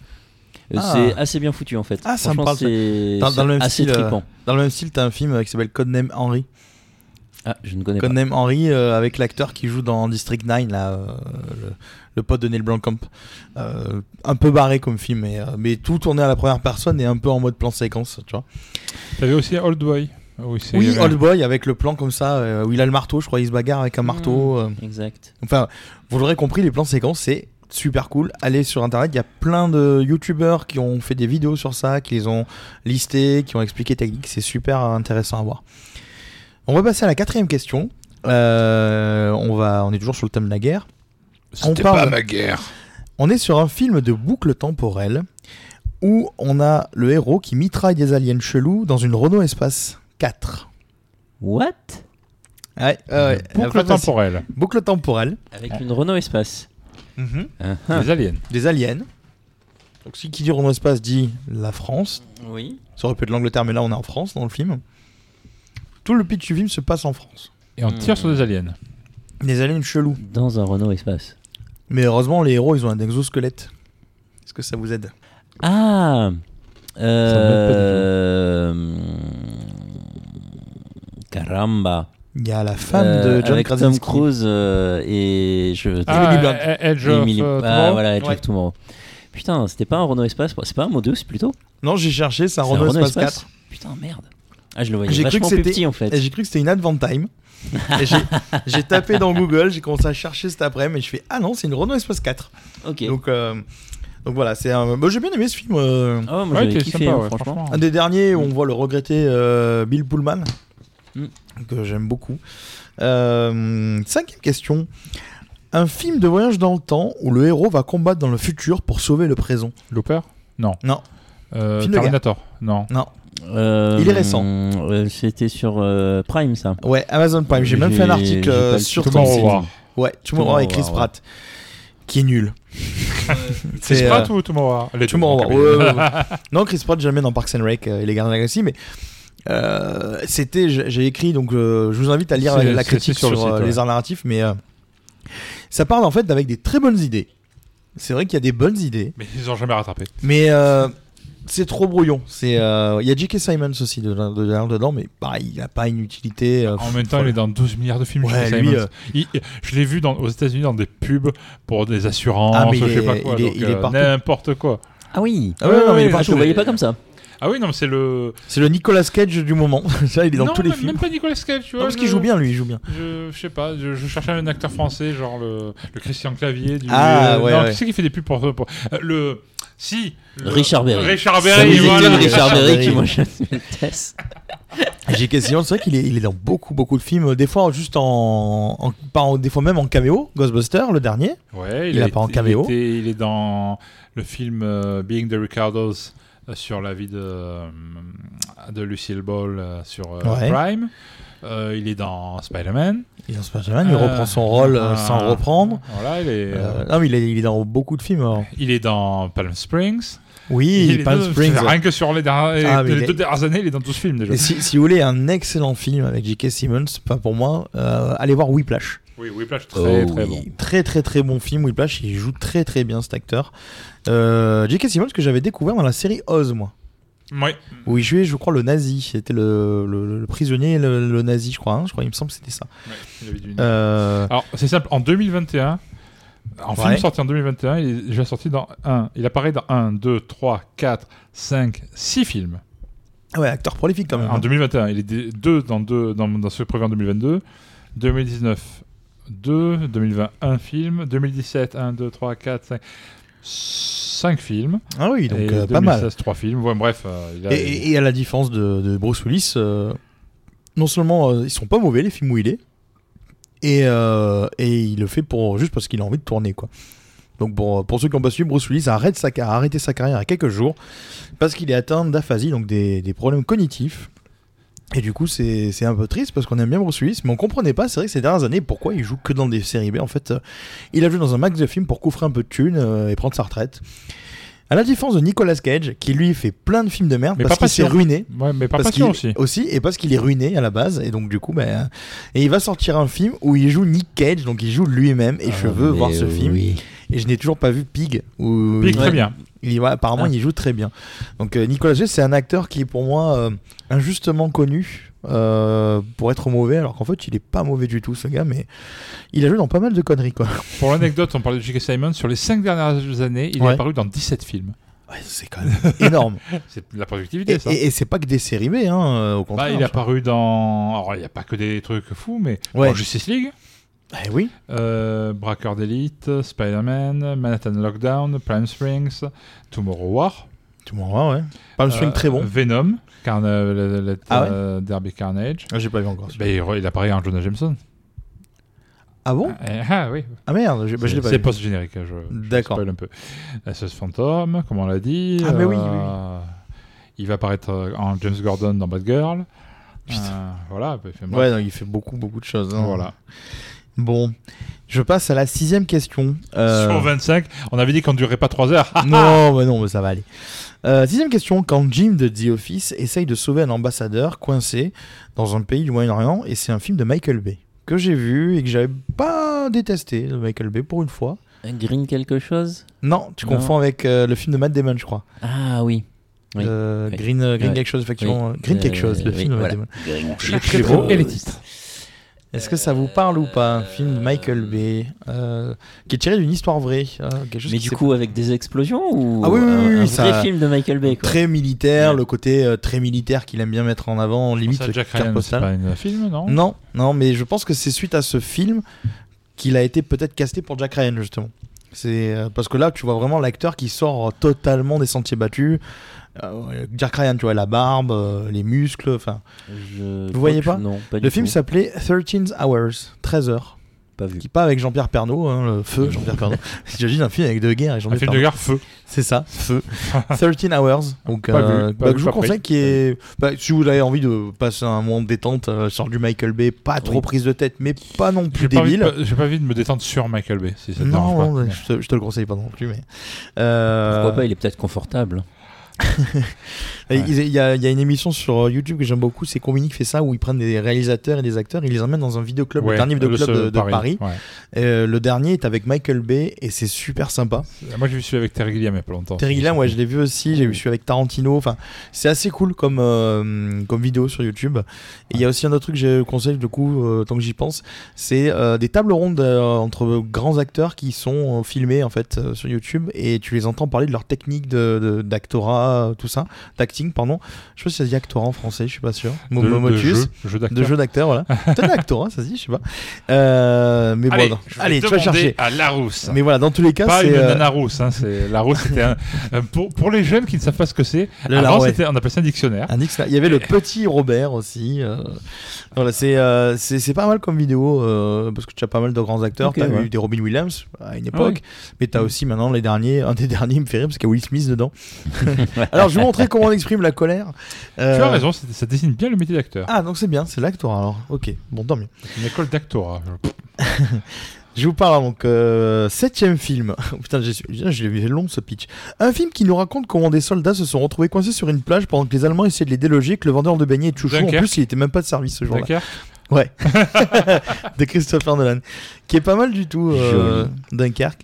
Speaker 13: Euh,
Speaker 11: Ah.
Speaker 13: C'est assez bien foutu en fait.
Speaker 11: Ah, ça me
Speaker 13: Franchement,
Speaker 11: parle.
Speaker 13: C'est
Speaker 11: Dans- dans le
Speaker 13: c'est
Speaker 11: même
Speaker 13: assez
Speaker 11: style, euh,
Speaker 13: trippant.
Speaker 11: Dans le même style, t'as un film euh, qui s'appelle Codename Henry.
Speaker 13: Ah, je ne connais pas.
Speaker 11: Codename Henry euh, avec l'acteur qui joue dans District 9, là, euh, le, le pote de Neil Blomkamp. Euh, un peu barré comme film, mais, euh, mais tout tourné à la première personne et un peu en mode plan séquence, tu vois.
Speaker 12: T'avais aussi Old Boy. Ah Oui, c'est-
Speaker 11: Oui, Old Boy avec le plan comme ça, euh, où il a le marteau, je crois, il se bagarre avec un marteau. euh.
Speaker 13: Exact.
Speaker 11: Enfin, vous l'aurez compris, les plans séquences, c'est super cool. Allez sur internet, il y a plein de youtubeurs qui ont fait des vidéos sur ça, qui les ont listés, qui ont expliqué technique. C'est super intéressant à voir. On va passer à la quatrième question. Euh, on, va, on est toujours sur le thème de la guerre. On
Speaker 3: C'était
Speaker 11: parle.
Speaker 3: pas ma guerre.
Speaker 11: On est sur un film de boucle temporelle où on a le héros qui mitraille des aliens chelous dans une Renault Espace 4.
Speaker 13: What
Speaker 11: Ouais, ouais, ouais. Pas
Speaker 12: Boucle
Speaker 11: facile.
Speaker 12: temporelle.
Speaker 11: Boucle temporelle.
Speaker 13: Avec une Renault Espace.
Speaker 11: Mhm.
Speaker 13: Ah, ah.
Speaker 12: Les aliens.
Speaker 11: Des aliens. Donc, si qui dit Renault Espace dit la France.
Speaker 13: Oui.
Speaker 11: Ça aurait pu être l'Angleterre, mais là on est en France dans le film. Tout le pitch du film se passe en France.
Speaker 12: Et on tire sur des aliens.
Speaker 11: Des aliens chelous.
Speaker 13: Dans un Renault Espace.
Speaker 11: Mais heureusement, les héros, ils ont un exosquelette. Est-ce que ça vous aide
Speaker 13: Ah euh... Caramba.
Speaker 11: Il y a la femme
Speaker 13: Euh,
Speaker 11: de John
Speaker 13: avec
Speaker 11: Krasinski.
Speaker 13: Tom Cruise euh, et je.
Speaker 12: Ah,
Speaker 11: Emily Blunt.
Speaker 12: euh, Edge of
Speaker 13: Emily-
Speaker 12: euh,
Speaker 13: ah
Speaker 12: Tomorrow.
Speaker 13: voilà, Edge
Speaker 11: Ouais.
Speaker 13: of Tomorrow. Putain, c'était pas un Renault Espace, c'est pas un Modus plutôt
Speaker 11: Non, j'ai cherché, c'est un
Speaker 13: C'est
Speaker 11: Renault Espace 4.
Speaker 13: Putain, merde. Ah, je le voyais
Speaker 11: J'ai cru
Speaker 13: vachement
Speaker 11: que
Speaker 13: plus
Speaker 11: c'était-
Speaker 13: petit en fait.
Speaker 11: Et j'ai cru que c'était une Advantime. Et j'ai- j'ai tapé dans Google, j'ai commencé à chercher cet après-midi, et je fais Ah non, c'est une Renault Espace 4.
Speaker 13: Ok.
Speaker 11: Donc, euh, donc voilà, c'est un. bah, j'ai bien aimé ce film. euh,
Speaker 13: Ah ouais, moi
Speaker 12: Ouais,
Speaker 13: j'avais
Speaker 12: t'es
Speaker 13: kiffé,
Speaker 12: sympa,
Speaker 13: hein,
Speaker 12: ouais,
Speaker 13: franchement.
Speaker 11: Un des derniers où on voit le regretté euh, Bill Pullman,
Speaker 13: Mm.
Speaker 11: que j'aime beaucoup. Euh, cinquième question. Un film de voyage dans le temps où le héros va combattre dans le futur pour sauver le présent.
Speaker 12: Looper Non.
Speaker 11: Non.
Speaker 12: Euh,
Speaker 11: Film de guerre.
Speaker 12: Terminator Non.
Speaker 13: Euh,
Speaker 11: Il est récent.
Speaker 13: euh, c'était sur euh, Prime ça.
Speaker 11: Ouais, Amazon Prime. J'ai
Speaker 13: J'ai-
Speaker 11: même fait un article
Speaker 13: j'ai pas
Speaker 11: euh,
Speaker 13: le
Speaker 11: sur
Speaker 13: titre, mais
Speaker 11: ton
Speaker 13: c'est-
Speaker 11: film.
Speaker 12: Tomorrow
Speaker 11: Ouais, Tomorrow
Speaker 13: Tomorrow
Speaker 11: avec Chris
Speaker 13: War, ouais.
Speaker 11: Pratt, qui est nul.
Speaker 12: C'est
Speaker 11: euh,
Speaker 12: Sprat ou Tomorrow Les deux,
Speaker 11: Tomorrow
Speaker 12: donc,
Speaker 11: War.
Speaker 12: euh,
Speaker 11: Ouais, ouais, ouais. non, Chris Pratt jamais dans Parks and Rec euh, et les Gardiens de la Galaxie, mais euh, c'était, j'ai j'ai écrit, donc euh, je vous invite à lire
Speaker 12: C'est-
Speaker 11: la, la
Speaker 12: c'est-
Speaker 11: critique
Speaker 12: c'est sur
Speaker 11: sur,
Speaker 12: le site,
Speaker 11: euh,
Speaker 12: ouais.
Speaker 11: les arts narratifs, mais euh, ça parle en fait avec des très bonnes idées. C'est vrai qu'il y a des bonnes idées,
Speaker 12: Mais ils ont jamais rattrapé.
Speaker 11: mais euh, c'est trop brouillon. C'est, euh, il y a J.K. Simons aussi de, de- de- dedans, mais pareil, il n'a pas une utilité. euh,
Speaker 12: En même temps, il est dans 12 milliards de films.
Speaker 11: Ouais,
Speaker 12: J.K.
Speaker 11: lui,
Speaker 12: Simmons.
Speaker 11: euh,
Speaker 12: Il- je l'ai vu dans- aux États-Unis dans des pubs pour des assurances,
Speaker 11: Ah, mais
Speaker 12: je
Speaker 11: il
Speaker 12: sais
Speaker 11: est-
Speaker 12: pas quoi.
Speaker 11: il est-
Speaker 12: donc,
Speaker 11: il est
Speaker 12: euh,
Speaker 11: partout.
Speaker 12: N'importe quoi.
Speaker 13: Ah oui.
Speaker 11: Ah ouais, non, mais il est
Speaker 12: Ah,
Speaker 13: Ah,
Speaker 11: partout.
Speaker 13: je le voyais pas comme ça.
Speaker 12: Ah oui, non, mais c'est le.
Speaker 11: C'est le Nicolas Cage du moment. ça, il est dans
Speaker 12: non,
Speaker 11: tous les
Speaker 12: même,
Speaker 11: films.
Speaker 12: même pas Nicolas Cage, tu vois.
Speaker 11: Non, parce
Speaker 12: je-
Speaker 11: qu'il joue bien, lui, il joue bien.
Speaker 12: Je, je sais pas, je, je cherchais un acteur français, genre le, le Christian Clavier. Du, euh,
Speaker 11: Ah, ouais,
Speaker 12: non,
Speaker 11: ouais.
Speaker 12: qui c'est qui fait des pubs pour. pour- euh, le. Si le-
Speaker 13: Richard Berry.
Speaker 12: Richard
Speaker 13: Ça
Speaker 12: Berry,
Speaker 13: vous
Speaker 12: voilà.
Speaker 13: étiez Richard Berry
Speaker 11: Berry.
Speaker 13: qui moi je le teste.
Speaker 11: J.K. Simmons, c'est vrai qu'il est, il est dans beaucoup, beaucoup de films. euh, Des fois, juste en, en- pas en- des fois même en caméo. Ghostbuster, le dernier.
Speaker 12: Ouais,
Speaker 11: Il apparaît en
Speaker 12: été-
Speaker 11: caméo.
Speaker 12: Il, était- il est dans le film euh, Being the Ricardos euh, sur la vie de, euh, de Lucille Ball euh, sur euh,
Speaker 11: Ouais.
Speaker 12: Prime. Euh, il est dans Spider-Man.
Speaker 11: Il est dans Spider-Man, Ah, il
Speaker 12: Euh,
Speaker 11: reprend son rôle euh,
Speaker 12: euh,
Speaker 11: sans le reprendre.
Speaker 12: Voilà, il est,
Speaker 11: Euh, non, mais il est, il est dans beaucoup de films. alors.
Speaker 12: il est dans Palm Springs.
Speaker 11: Oui,
Speaker 12: Il est
Speaker 11: Palm
Speaker 12: dans-
Speaker 11: Springs.
Speaker 12: Rien que sur les, dernières-
Speaker 11: Ah, mais
Speaker 12: les
Speaker 11: il est-
Speaker 12: deux dernières années, il est dans 12 films déjà.
Speaker 11: Et si, si vous voulez un excellent film avec J.K. Simmons, pas pour moi, euh, allez voir Whiplash.
Speaker 12: Oui, Whiplash, très
Speaker 11: Oh
Speaker 12: très bon.
Speaker 11: oui. Très très très bon film, Whiplash, il joue très très bien cet acteur. Euh, J.K. Simmons que j'avais découvert dans la série Oz, moi.
Speaker 12: Oui.
Speaker 11: Où il jouait, je crois, le nazi. C'était le, le- le prisonnier, et le, le nazi, je crois. hein. Je crois, il me semble que c'était ça.
Speaker 12: Ouais, il avait du-
Speaker 11: Euh,
Speaker 12: Alors, c'est simple, en 2021, en
Speaker 11: Ouais.
Speaker 12: film sorti en 2021, il est déjà sorti dans un. Il apparaît dans 1, 2, 3, 4, 5, 6 films.
Speaker 11: ah ouais, acteur prolifique quand même.
Speaker 12: En
Speaker 11: hein.
Speaker 12: 2021, il est des- deux dans, deux, dans, dans ce prévu en 2022. 2019, 2. 2020, 1 film. 2017, 1, 2, 3, 4, 5. 5 films.
Speaker 11: Ah oui, donc
Speaker 12: Et
Speaker 11: euh, pas mal.
Speaker 12: 2016, 3 films. Ouais, bref, euh, il a.
Speaker 11: Et, et- et à la différence de, de Bruce Willis, euh, non seulement euh, ils sont pas mauvais les films où il est, et, euh, et il le fait pour juste parce qu'il a envie de tourner quoi. Donc pour, pour ceux qui n'ont pas suivi, Bruce Willis arrête sa, ca- a arrêté sa carrière à quelques jours parce qu'il est atteint d'aphasie, donc des, des problèmes cognitifs. Et du coup, c'est c'est un peu triste parce qu'on aime bien Bruce Willis, mais on comprenait pas, c'est vrai, que ces dernières années, pourquoi il joue que dans des séries B. En fait, euh, il a joué dans un max de films pour coffrer un peu de thunes euh, et prendre sa retraite. À la différence de Nicolas Cage, qui lui fait plein de films de merde
Speaker 12: Mais
Speaker 11: parce
Speaker 12: par
Speaker 11: qu'il s'est
Speaker 12: passion.
Speaker 11: ruiné.
Speaker 12: Ouais, mais par
Speaker 11: Parce
Speaker 12: passion
Speaker 11: qu'il-
Speaker 12: aussi.
Speaker 11: et parce qu'il est ruiné à la base. Et donc, du coup, ben, et il va sortir un film où il joue Nick Cage, donc il joue lui-même. Et je veux voir ce film. Et je n'ai toujours pas vu Pig. Où
Speaker 12: Pique
Speaker 11: il-
Speaker 12: très bien.
Speaker 11: il- ouais, apparemment,
Speaker 13: Ah.
Speaker 11: il joue très bien. Donc, euh, Nicolas Cage, c'est un acteur qui est pour moi euh, injustement connu euh, pour être mauvais, alors qu'en fait, il est pas mauvais du tout, ce gars. Mais il a joué dans pas mal de conneries, quoi.
Speaker 12: Pour l'anecdote, on parlait de J.K. Simon. Sur les 5 dernières années, il
Speaker 11: Ouais.
Speaker 12: est apparu dans 17 films.
Speaker 11: Ouais, c'est quand même énorme.
Speaker 12: C'est de la
Speaker 11: et
Speaker 12: productivité, ça.
Speaker 11: et- et c'est pas que des séries B, hein, euh, au
Speaker 12: Bah,
Speaker 11: contraire.
Speaker 12: il est apparu dans. Alors, il n'y a pas que des trucs fous, mais.
Speaker 11: Ouais.
Speaker 12: dans Justice League,
Speaker 11: Eh oui.
Speaker 12: euh, Braqueur d'élite, Spider-Man, Manhattan Lockdown, Prime Springs, Tomorrow War.
Speaker 11: Tout le monde voit, ouais. Palm Spring,
Speaker 12: euh,
Speaker 11: très bon.
Speaker 12: Venom, Carna- la- la- la-
Speaker 11: Ah ouais
Speaker 12: euh, Derby Carnage.
Speaker 11: Ah, J'ai pas vu encore.
Speaker 12: Bah, il, re- il apparaît en Jonah Jameson.
Speaker 11: Ah bon
Speaker 12: Eh, ah oui,
Speaker 11: Ah merde, j'ai- bah, je l'ai
Speaker 12: c'est
Speaker 11: pas
Speaker 12: c'est
Speaker 11: vu.
Speaker 12: post-générique. hein, Je, je
Speaker 11: D'accord.
Speaker 12: spoil un peu. La sauce fantôme, comme on l'a dit. euh,
Speaker 11: Ah, mais oui,
Speaker 12: Il va apparaître euh, en James Gordon dans Bad Girl.
Speaker 11: Putain.
Speaker 12: Euh, voilà. bah, il fait-
Speaker 11: Ouais, non, il fait beaucoup, beaucoup de choses. hein.
Speaker 12: Voilà.
Speaker 11: Bon, je passe à la sixième question. Euh, Ah,
Speaker 12: Sur 25, on avait dit qu'on ne durerait pas 3 heures.
Speaker 11: non, mais non, mais ça va aller. Euh, sixième question. Quand Jim de The Office essaye de sauver un ambassadeur coincé dans un pays du Moyen-Orient, et c'est un film de Michael Bay que j'ai vu et que j'avais pas détesté de Michael Bay pour une fois.
Speaker 13: Un Green quelque chose
Speaker 11: Non, tu
Speaker 13: Non.
Speaker 11: confonds avec euh, le film de Matt Damon, je crois.
Speaker 13: Ah oui. Oui.
Speaker 11: Euh,
Speaker 13: Oui.
Speaker 11: Green, euh, Green
Speaker 13: Ouais.
Speaker 11: quelque chose, effectivement.
Speaker 13: Oui.
Speaker 11: Green quelque
Speaker 13: Euh,
Speaker 11: chose, le
Speaker 13: oui,
Speaker 11: film de Matt
Speaker 13: voilà.
Speaker 11: Damon.
Speaker 12: Les mots et les titres.
Speaker 11: Est-ce que ça vous parle ou pas Un film de Michael Bay, euh, qui est tiré d'une histoire vraie. euh, quelque chose
Speaker 13: Mais
Speaker 11: qui
Speaker 13: du
Speaker 11: s'est
Speaker 13: coup, avec des explosions ou
Speaker 11: Ah oui, oui,
Speaker 13: un,
Speaker 11: oui,
Speaker 13: un
Speaker 11: ça-
Speaker 13: vrai film de Michael Bay quoi.
Speaker 11: très militaire,
Speaker 13: Ouais.
Speaker 11: le côté euh, très militaire qu'il aime bien mettre en avant, limite
Speaker 12: Ça,
Speaker 11: le
Speaker 12: Jack
Speaker 11: carte
Speaker 12: Ryan, c'est
Speaker 11: postale.
Speaker 12: pas un film, non
Speaker 11: Non, non, mais je pense que c'est suite à ce film qu'il a été peut-être casté pour Jack Ryan justement. C'est euh, parce que là, tu vois vraiment l'acteur qui sort totalement des sentiers battus. Euh, Jack Ryan, tu vois la barbe, euh, les muscles, enfin.
Speaker 13: Je-
Speaker 11: Vous voyez
Speaker 13: crois
Speaker 11: pas
Speaker 13: que- Non, pas du
Speaker 11: Le film
Speaker 13: tout.
Speaker 11: s'appelait 13 Hours, 13 heures,
Speaker 13: pas vu.
Speaker 11: qui part avec Jean-Pierre Pernaut, hein, le
Speaker 13: Mmh.
Speaker 11: feu Jean-Pierre Pernaut. J'imagine un film avec De Guerre et
Speaker 12: Un
Speaker 11: Jean-Pierre
Speaker 12: film
Speaker 11: Pernaut.
Speaker 12: de guerre feu.
Speaker 11: C'est ça, feu. 13 hours. Donc,
Speaker 12: Pas
Speaker 11: euh,
Speaker 12: vu, pas
Speaker 11: bah,
Speaker 12: vu,
Speaker 11: je vous
Speaker 12: pas pris.
Speaker 11: conseille qui est. bah, si vous avez envie de passer un moment de détente euh, sur du Michael Bay, pas trop
Speaker 13: Oui.
Speaker 11: prise de tête, mais pas non plus
Speaker 12: J'ai pas, envie
Speaker 11: débile.
Speaker 12: de- j'ai pas envie de me détendre sur Michael Bay, si ça te dérange
Speaker 11: Non,
Speaker 12: pas.
Speaker 11: non, je, te, je te le conseille pas non plus. Mais euh,
Speaker 13: Pourquoi pas Il est peut-être confortable.
Speaker 11: et ils- Il y, a il y a une émission sur euh, YouTube que j'aime beaucoup, c'est Combini qui fait ça, où ils prennent des réalisateurs et des acteurs, ils les emmènent dans un vidéoclub,
Speaker 12: Ouais,
Speaker 11: le dernier vidéoclub
Speaker 12: seul,
Speaker 11: de, de Paris.
Speaker 12: ouais.
Speaker 11: Euh, le dernier est avec Michael Bay et c'est super sympa.
Speaker 12: Moi, j'ai vu celui avec Terry Gilliam il y a pas longtemps.
Speaker 11: Terry Gilliam, ouais, je l'ai vu aussi. J'ai vu celui avec Tarantino. Enfin, c'est assez cool comme, euh, comme vidéo sur YouTube. Et il y a aussi un autre truc que je conseille, du coup, euh, tant que j'y pense, c'est euh, des tables rondes euh, entre grands acteurs qui sont euh, filmés en fait euh, sur YouTube et tu les entends parler de leur technique de, de- d'actorat, euh, tout ça, d'acting, pardon. Je sais pas si ça se dit actorat en français, je suis pas sûr. Mo-
Speaker 12: de, de
Speaker 11: Momotus.
Speaker 12: jeu, jeu d'acteur.
Speaker 11: De jeu d'acteur, voilà. Peut-être acteur, hein, ça se dit, je sais pas. Euh, mais bon,
Speaker 12: Allez,
Speaker 11: non.
Speaker 12: je vais
Speaker 11: allez tu vas
Speaker 12: demander
Speaker 11: chercher.
Speaker 12: À Larousse.
Speaker 11: Mais voilà, dans tous les cas,
Speaker 12: pas
Speaker 11: c'est.
Speaker 12: une
Speaker 11: euh,
Speaker 12: nana rousse. Hein, c'est- la rousse, c'était un. euh, Pour, pour les jeunes qui ne savent pas ce que c'est,
Speaker 11: Le
Speaker 12: avant,
Speaker 11: Larouet.
Speaker 12: c'était- on appelait ça un dictionnaire.
Speaker 11: Un X, là. Il y avait le petit Robert aussi. euh. Voilà, c'est euh, c'est c'est pas mal comme vidéo euh, parce que tu as pas mal de grands acteurs.
Speaker 13: Ok,
Speaker 11: tu as
Speaker 13: ouais.
Speaker 11: eu des Robin Williams à
Speaker 12: Ah
Speaker 11: une époque, mais
Speaker 12: Mm.
Speaker 11: tu as aussi maintenant les derniers. Un des derniers me fait rire parce qu'il y a Will Smith dedans. Alors je vais vous montrer comment on exprime la colère. Euh,
Speaker 12: Tu as raison, c'est- ça désigne bien le métier d'acteur.
Speaker 11: Ah donc c'est bien, c'est l'acteur alors. Ok, bon tant mieux.
Speaker 12: Une école d'actorat.
Speaker 11: Je vous parle donc euh, septième film. Putain, j'ai su- putain, je l'ai vu long ce pitch. Un film qui nous raconte comment des soldats se sont retrouvés coincés sur une plage pendant que les Allemands essayaient de les déloger, que le vendeur de beignets est chouchou. En
Speaker 12: Dunkerque.
Speaker 11: plus, il était même pas de service ce jour-là.
Speaker 12: D'accord
Speaker 11: Ouais, de Christopher Nolan, qui est pas mal du tout, euh, Dunkerque.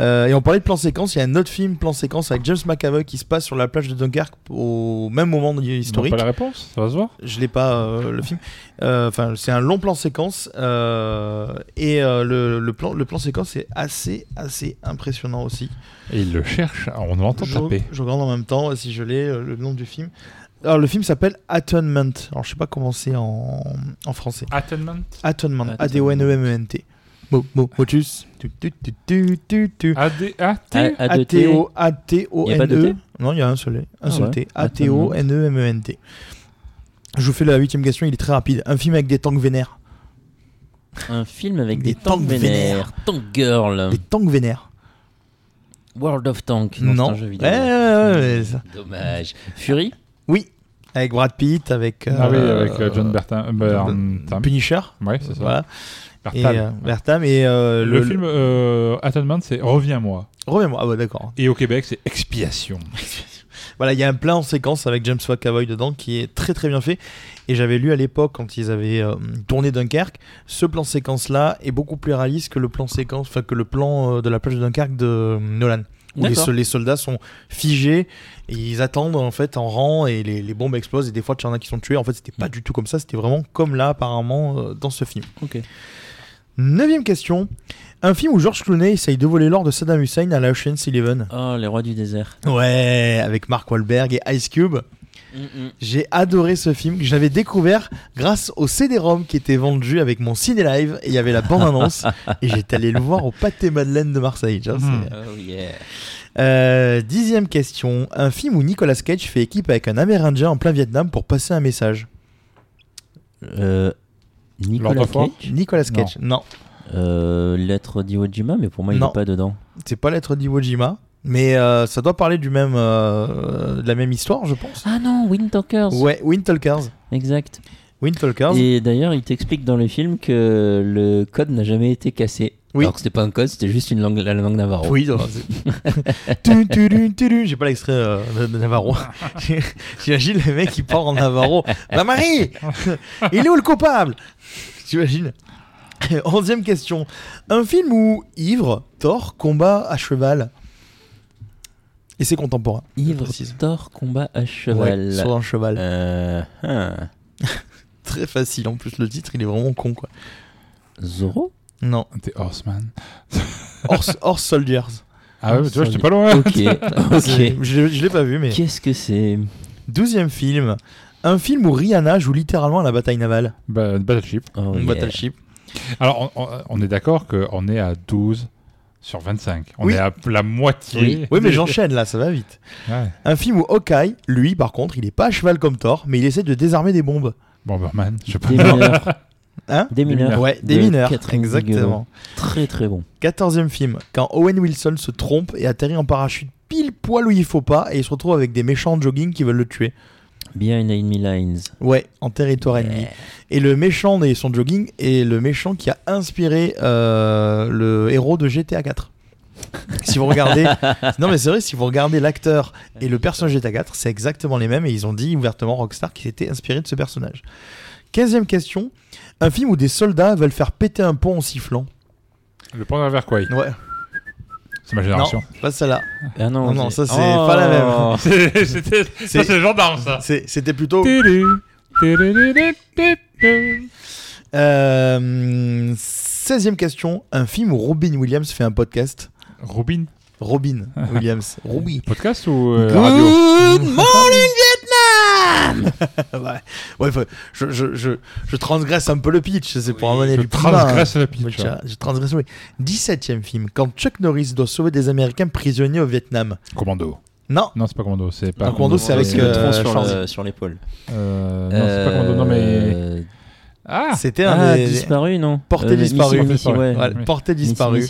Speaker 11: Euh, et on parlait de plan séquence, il y a un autre film, plan séquence, avec James McAvoy qui se passe sur la plage de Dunkerque au même moment de historique.
Speaker 12: pas la réponse, ça va se voir.
Speaker 11: Je l'ai pas, euh, le film. Enfin, c'est un long plan séquence, euh, et le, le, plan, le plan séquence est assez, assez impressionnant aussi.
Speaker 12: Et il le cherche, on l'entend
Speaker 11: je,
Speaker 12: taper.
Speaker 11: Je regarde en même temps, si je l'ai, euh, le nom du film. Alors, le film s'appelle Atonement. Alors, je sais pas comment c'est en... en, français.
Speaker 12: Atonement
Speaker 11: Atonement. E A-D-O-N-E-M-E-N-T. Mo, mo, motus.
Speaker 12: Ah, euh, A-D-A-T-O.
Speaker 11: A-T-O-N-E. E Non, il y a un seul, un seul T. Ah E A-T-O-N-E-M-E-N-T. Je vous fais la huitième question, il est très rapide. Un film avec des tanks vénères.
Speaker 13: Un film avec des, tanks, vénères. Tank Girl.
Speaker 11: Des tanks vénères.
Speaker 13: World of Tank.
Speaker 11: Non. Eh,
Speaker 13: Hmm, Dommage. Fury
Speaker 11: oui, avec Brad Pitt, avec,
Speaker 12: euh, ah oui, avec euh, John Bertin, euh, Bertin.
Speaker 11: Punisher.
Speaker 12: Oui, c'est ça. Voilà. euh,
Speaker 11: Bertam. Et, Bertam et euh, le,
Speaker 12: le, film Atonement, c'est Reviens-moi.
Speaker 11: Reviens-moi, ah ouais, d'accord.
Speaker 12: Et au Québec, c'est Expiation.
Speaker 11: voilà, il y a un plan en séquence avec James McAvoy dedans qui est très très bien fait. Et j'avais lu à l'époque, quand ils avaient euh, tourné Dunkerque, ce plan séquence-là est beaucoup plus réaliste que le plan séquence, enfin que le plan euh, de la plage de Dunkerque de Nolan où les, les, soldats sont figés et ils attendent en fait en rang et les, les bombes explosent et des fois il y en a qui sont tués. En fait, c'était pas du tout comme ça, c'était vraiment comme là apparemment euh, dans ce film.
Speaker 13: Ok.
Speaker 11: Neuvième question. Un film où George Clooney essaye de voler l'or de Saddam Hussein à la Ocean's Eleven.
Speaker 13: Oh, les rois du désert.
Speaker 11: Ouais, avec Mark Wahlberg et Ice Cube.
Speaker 13: Hmm,
Speaker 11: Mm -mm. J'ai adoré ce film que j'avais découvert grâce au CD-ROM qui était vendu avec mon ciné live et il y avait la bande-annonce et j'étais allé le voir au pâté Madeleine de Marseille. Genre,
Speaker 13: oh, yeah.
Speaker 11: euh, dixième question, un film où Nicolas Cage fait équipe avec un Amérindien en plein Vietnam pour passer un message.
Speaker 13: Euh, Nicolas Cage.
Speaker 11: Nicolas Cage. Non. non.
Speaker 13: Euh, lettre d'Iwo Jima, mais pour moi il n'est pas dedans.
Speaker 11: C'est pas lettre d'Iwo Jima. Mais euh, ça doit parler du même, euh, de la même histoire, je pense.
Speaker 13: Ah non, Wind Talkers.
Speaker 11: Ouais, Wind Talkers.
Speaker 13: Exact.
Speaker 11: Wind Talkers.
Speaker 13: Et d'ailleurs, il t'explique dans le film que le code n'a jamais été cassé.
Speaker 11: Oui.
Speaker 13: Alors que c'était pas un code, c'était juste une langue, la langue navarro.
Speaker 11: Oui, j'ai pas l'extrait euh, de, de, Navarro. J'imagine le mec qui part en Navarro. La Marie Il est où le coupable J'imagine. Onzième question. Un film où ivre, Thor combat à cheval. Et c'est contemporain.
Speaker 13: Ivre Thor combat à cheval.
Speaker 11: Ouais, sur un cheval.
Speaker 13: Euh, hein.
Speaker 11: Très facile. En plus, le titre, il est vraiment con, quoi.
Speaker 13: Zoro
Speaker 11: Non.
Speaker 12: T'es Horseman.
Speaker 11: Horse, Horse Soldiers.
Speaker 12: Ah ouais, Horse tu vois, j'étais pas loin.
Speaker 13: Ok. okay.
Speaker 11: Je, je l'ai pas vu, mais.
Speaker 13: Qu'est-ce que c'est
Speaker 11: Douzième film. Un film où Rihanna joue littéralement à la bataille navale.
Speaker 12: Bah, battleship.
Speaker 13: Oh, yeah.
Speaker 11: Battleship.
Speaker 12: Alors, on, on est d'accord qu'on est à 12 sur 25. On oui. est à la moitié.
Speaker 11: Oui, oui mais j'enchaîne là, ça va vite.
Speaker 12: Ouais.
Speaker 11: Un film où Hawkeye, lui, par contre, il est pas à cheval comme Thor, mais il essaie de désarmer des bombes.
Speaker 12: Bomberman, bah, je
Speaker 13: Des mineurs.
Speaker 11: Hein
Speaker 13: des mineurs.
Speaker 11: Ouais, des, des mineurs. Exactement.
Speaker 13: Très très bon.
Speaker 11: Quatorzième film, quand Owen Wilson se trompe et atterrit en parachute pile poil où il faut pas et il se retrouve avec des méchants de jogging qui veulent le tuer.
Speaker 13: Behind Enemy Lines.
Speaker 11: Ouais, en territoire ennemi. Yeah. Et le méchant de son jogging est le méchant qui a inspiré euh, le héros de GTA 4. si vous regardez, non mais c'est vrai, si vous regardez l'acteur et le personnage GTA 4, c'est exactement les mêmes et ils ont dit ouvertement Rockstar qui s'était inspiré de ce personnage. 15 question, un film où des soldats veulent faire péter un pont en sifflant.
Speaker 12: Le pont vers quoi
Speaker 11: Ouais.
Speaker 12: C'est ma génération.
Speaker 11: Non, pas celle-là.
Speaker 13: Ah non,
Speaker 11: non, non ça c'est oh pas la même.
Speaker 12: C'était c'est gendarme ça.
Speaker 11: C'était plutôt. Euh, 16 e question, un film où Robin Williams fait un podcast.
Speaker 12: Robin
Speaker 11: Robin Williams. Ruby.
Speaker 12: Podcast ou euh,
Speaker 11: Good
Speaker 12: radio
Speaker 11: Morning Vietnam Ouais, ouais je, je, je, je, transgresse un peu le pitch, c'est pour
Speaker 12: oui,
Speaker 11: amener
Speaker 12: je
Speaker 11: du
Speaker 12: transgresse
Speaker 11: climat,
Speaker 12: le pitch.
Speaker 11: Hein. Je, transgresse, oui. 17ème film, quand Chuck Norris doit sauver des Américains prisonniers au Vietnam.
Speaker 12: Commando.
Speaker 11: Non.
Speaker 12: Non, c'est pas Commando, c'est pas.
Speaker 11: Non, commando, c'est avec
Speaker 13: le tronc euh, sur l'épaule. Euh,
Speaker 12: Euh, non, c'est pas Commando, non
Speaker 11: Euh,
Speaker 12: mais.
Speaker 11: Ah, c'était
Speaker 13: un
Speaker 11: ah, des...
Speaker 13: disparu non
Speaker 11: Porté euh, disparu,
Speaker 13: Missy, ouais.
Speaker 11: Ouais, oui. porté disparu.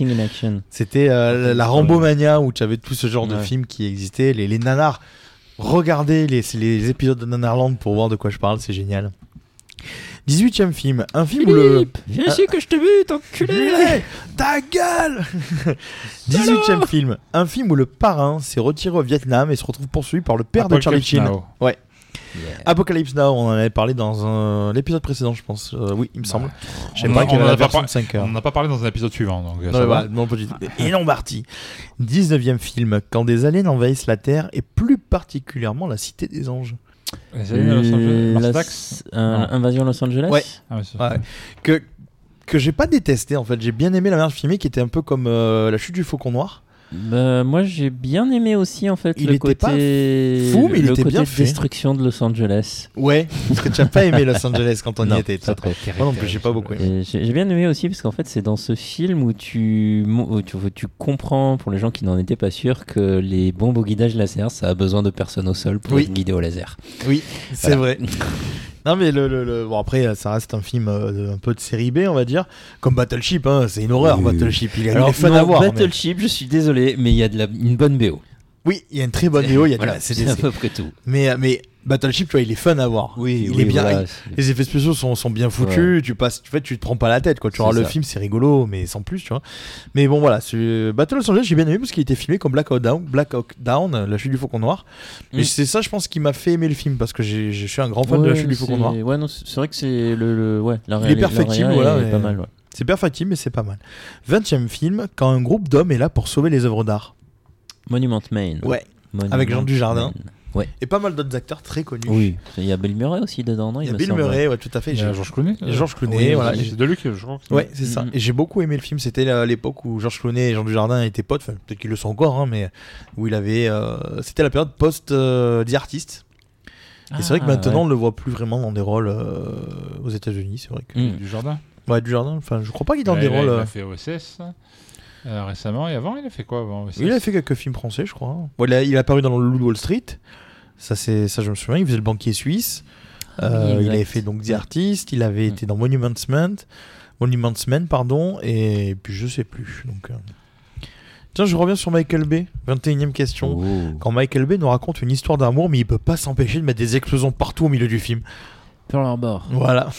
Speaker 11: C'était euh, la, la Rambo Mania où tu avais tout ce genre ouais. de films qui existaient, les, les nanars. Regardez les, les, épisodes de Nanarland pour voir de quoi je parle, c'est génial. 18ème film, un film
Speaker 13: Philippe, où le viens ici que je te bute, enculé.
Speaker 11: Ta gueule. 18ème film, un film où le parrain s'est retiré au Vietnam et se retrouve poursuivi par le père Apple de Charlie Chin.
Speaker 12: Now.
Speaker 11: Ouais. Apocalypse Now, on en avait parlé dans un- l'épisode précédent, je pense. Euh, oui, il me semble. Je sais
Speaker 12: On
Speaker 11: pas
Speaker 12: a-
Speaker 11: quelle
Speaker 12: on
Speaker 11: est
Speaker 12: en
Speaker 11: la
Speaker 12: a pas
Speaker 11: version
Speaker 12: par-
Speaker 11: de 5 heures.
Speaker 12: On n'a pas parlé dans un épisode suivant, donc euh,
Speaker 11: Non,
Speaker 12: ça
Speaker 11: mais
Speaker 12: va.
Speaker 11: voilà, mon petit- Et Lombardi. 19e film, quand des aliens envahissent la Terre et plus particulièrement la Cité des Anges.
Speaker 12: Les aliens à Los Angeles- Mars Attacks
Speaker 13: Las- euh,
Speaker 12: Non.
Speaker 13: Invasion Los Angeles
Speaker 11: Ouais.
Speaker 12: Ah, oui, c'est-
Speaker 11: Ouais. Que, que j'ai pas détesté en fait. J'ai bien aimé la manière de filmer qui était un peu comme euh, La Chute du Faucon Noir.
Speaker 13: Bah, moi j'ai bien aimé aussi en fait
Speaker 11: Il
Speaker 13: le
Speaker 11: était pas
Speaker 13: côté
Speaker 11: fou, mais il
Speaker 13: le
Speaker 11: était
Speaker 13: côté
Speaker 11: bien fait.
Speaker 13: destruction de Los Angeles.
Speaker 11: Ouais, parce que tu as pas aimé Los Angeles quand on
Speaker 13: Non,
Speaker 11: y était.
Speaker 13: pas
Speaker 11: toi.
Speaker 13: trop.
Speaker 11: Moi non plus, j'ai pas beaucoup aimé.
Speaker 13: Et J'ai j'ai bien aimé aussi parce qu'en fait c'est dans ce film où tu, mo- où tu, où tu comprends pour les gens qui n'en étaient pas sûrs que les bombes au guidage laser ça a besoin de personnes au sol pour
Speaker 11: Oui.
Speaker 13: être guidé au laser.
Speaker 11: Oui, c'est vrai. Non mais le, le- le- bon après ça reste un film euh, de- un peu de série B on va dire comme Battleship hein, c'est une horreur
Speaker 13: Oui, oui, oui.
Speaker 11: Battleship il, est- il
Speaker 13: Alors,
Speaker 11: est fun
Speaker 13: non,
Speaker 11: à voir mais-
Speaker 13: Battleship, je suis désolé, mais il y a de la, une bonne BO.
Speaker 11: oui il y a une très bonne vidéo il y a
Speaker 13: Voilà,
Speaker 11: du
Speaker 13: c'est à
Speaker 11: ACDC
Speaker 13: peu près tout.
Speaker 11: mais euh, mais Battleship tu vois il est fun à voir il est bien
Speaker 13: voilà,
Speaker 11: il-
Speaker 13: c'est-
Speaker 11: les effets spéciaux sont, sont bien foutus tu passes tu, en fait, tu te prends pas la tête quoi tu
Speaker 13: C'est
Speaker 11: regardes le
Speaker 13: ça.
Speaker 11: film c'est rigolo mais sans plus tu vois mais bon voilà ce Battle of Los Angeles j'ai bien aimé parce qu'il était filmé comme Black Hawk Down Black Hawk Down la chute du faucon noir mais
Speaker 13: Mm.
Speaker 11: c'est ça je pense qui m'a fait aimer le film parce que j'ai- je suis un grand fan de la
Speaker 13: Ouais,
Speaker 11: chute du
Speaker 13: c'est-
Speaker 11: faucon noir
Speaker 13: Ouais, non, c'est c'est vrai que c'est le, le- ouais, la
Speaker 11: Il est
Speaker 13: réali- la
Speaker 11: perfectible,
Speaker 13: réa
Speaker 11: voilà,
Speaker 13: est
Speaker 11: mais-
Speaker 13: pas mal. ouais.
Speaker 11: C'est perfectible, mais c'est pas mal. 20 e film, quand un groupe d'hommes est là pour sauver les œuvres d'art.
Speaker 13: Monument Main.
Speaker 11: Ouais.
Speaker 13: Monument
Speaker 11: Avec Jean Dujardin.
Speaker 13: Man.
Speaker 11: Et pas mal d'autres acteurs très connus.
Speaker 13: Oui. Il y a Bill Murray aussi dedans, non
Speaker 11: Il y a
Speaker 13: me
Speaker 11: Bill
Speaker 13: semble.
Speaker 11: Murray, ouais, tout à fait.
Speaker 12: Il y a
Speaker 11: J'ai-
Speaker 12: Georges Clooney.
Speaker 11: Et Georges Clooney,
Speaker 12: Euh, Oui,
Speaker 11: voilà.
Speaker 12: C'est de lui que je crois. que c'est-
Speaker 11: Euh, Ouais, c'est ça.
Speaker 13: Mhm.
Speaker 11: Et j'ai beaucoup aimé le film. C'était à l'époque où Georges Clooney et Jean Dujardin étaient potes. Enfin, peut-être qu'ils le sont encore, hein, mais où il avait. euh, C'était la période post euh, The Artist. Et c'est vrai que
Speaker 13: Ah,
Speaker 11: maintenant,
Speaker 13: ouais.
Speaker 11: on le voit plus vraiment dans des rôles euh, aux États-Unis. C'est vrai que.
Speaker 13: Mm.
Speaker 12: Du jardin.
Speaker 11: Ouais, Dujardin, enfin, je crois pas qu'il est dans
Speaker 12: Ouais,
Speaker 11: des
Speaker 12: il a-
Speaker 11: rôles.
Speaker 12: Il
Speaker 11: euh,
Speaker 12: a fait OSS euh, récemment et avant, il a fait quoi avant OSS
Speaker 11: Il a fait quelques films français, je crois. Bon, il, a, il a apparu dans Le Loup de Wall Street. Ça, c'est, ça, je me souviens. Il faisait le banquier suisse. Euh,
Speaker 13: oui,
Speaker 11: il
Speaker 13: exact.
Speaker 11: avait fait donc The
Speaker 13: Ouais.
Speaker 11: Artist. Il avait
Speaker 13: Mm.
Speaker 11: été dans Monuments Men. Monuments Men, pardon. Et puis, je sais plus. Donc, euh. Tiens, je reviens sur Michael Bay. 21 e question.
Speaker 13: Oh.
Speaker 11: Quand Michael Bay nous raconte une histoire d'amour, mais il peut pas s'empêcher de mettre des explosions partout au milieu du film.
Speaker 13: Pearl Harbor.
Speaker 11: Voilà.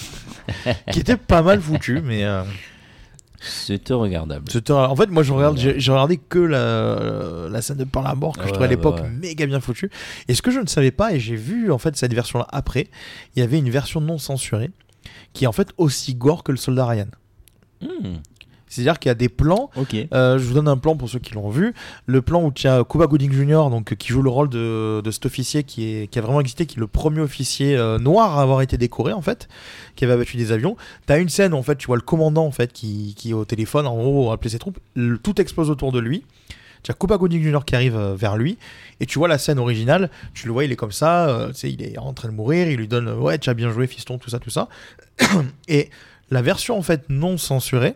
Speaker 11: Qui était pas mal foutu, mais. euh,
Speaker 13: C'était regardable.
Speaker 11: C'était un- En fait, moi, je regarde, j'ai j'ai regardé que la, la scène de Pearl Harbor que je
Speaker 13: Ouais,
Speaker 11: trouvais à
Speaker 13: bah
Speaker 11: l'époque
Speaker 13: ouais.
Speaker 11: méga bien foutue. Et ce que je ne savais pas, et j'ai vu en fait cette version-là après, il y avait une version non censurée qui est en fait aussi gore que le soldat Ryan.
Speaker 13: Hmm,
Speaker 11: C'est-à-dire qu'il y a des plans.
Speaker 13: Ok.
Speaker 11: euh, je vous donne un plan pour ceux qui l'ont vu. Le plan où tu as Cuba Gooding Jr. donc qui joue le rôle de, de cet officier qui, est, qui a vraiment existé, qui est le premier officier euh, noir à avoir été décoré en fait, qui avait abattu des avions. T'as une scène où, en fait, tu vois le commandant en fait qui, qui est au téléphone en gros appeler ses troupes, Le- tout explose autour de lui. Tu as Cuba Gooding Jr. qui arrive euh, vers lui et tu vois la scène originale. Tu le vois, il est comme ça, euh, tu sais, il est en train de mourir. Il lui donne euh, ouais, tu as bien joué, fiston, tout ça, tout ça. et la version en fait non censurée.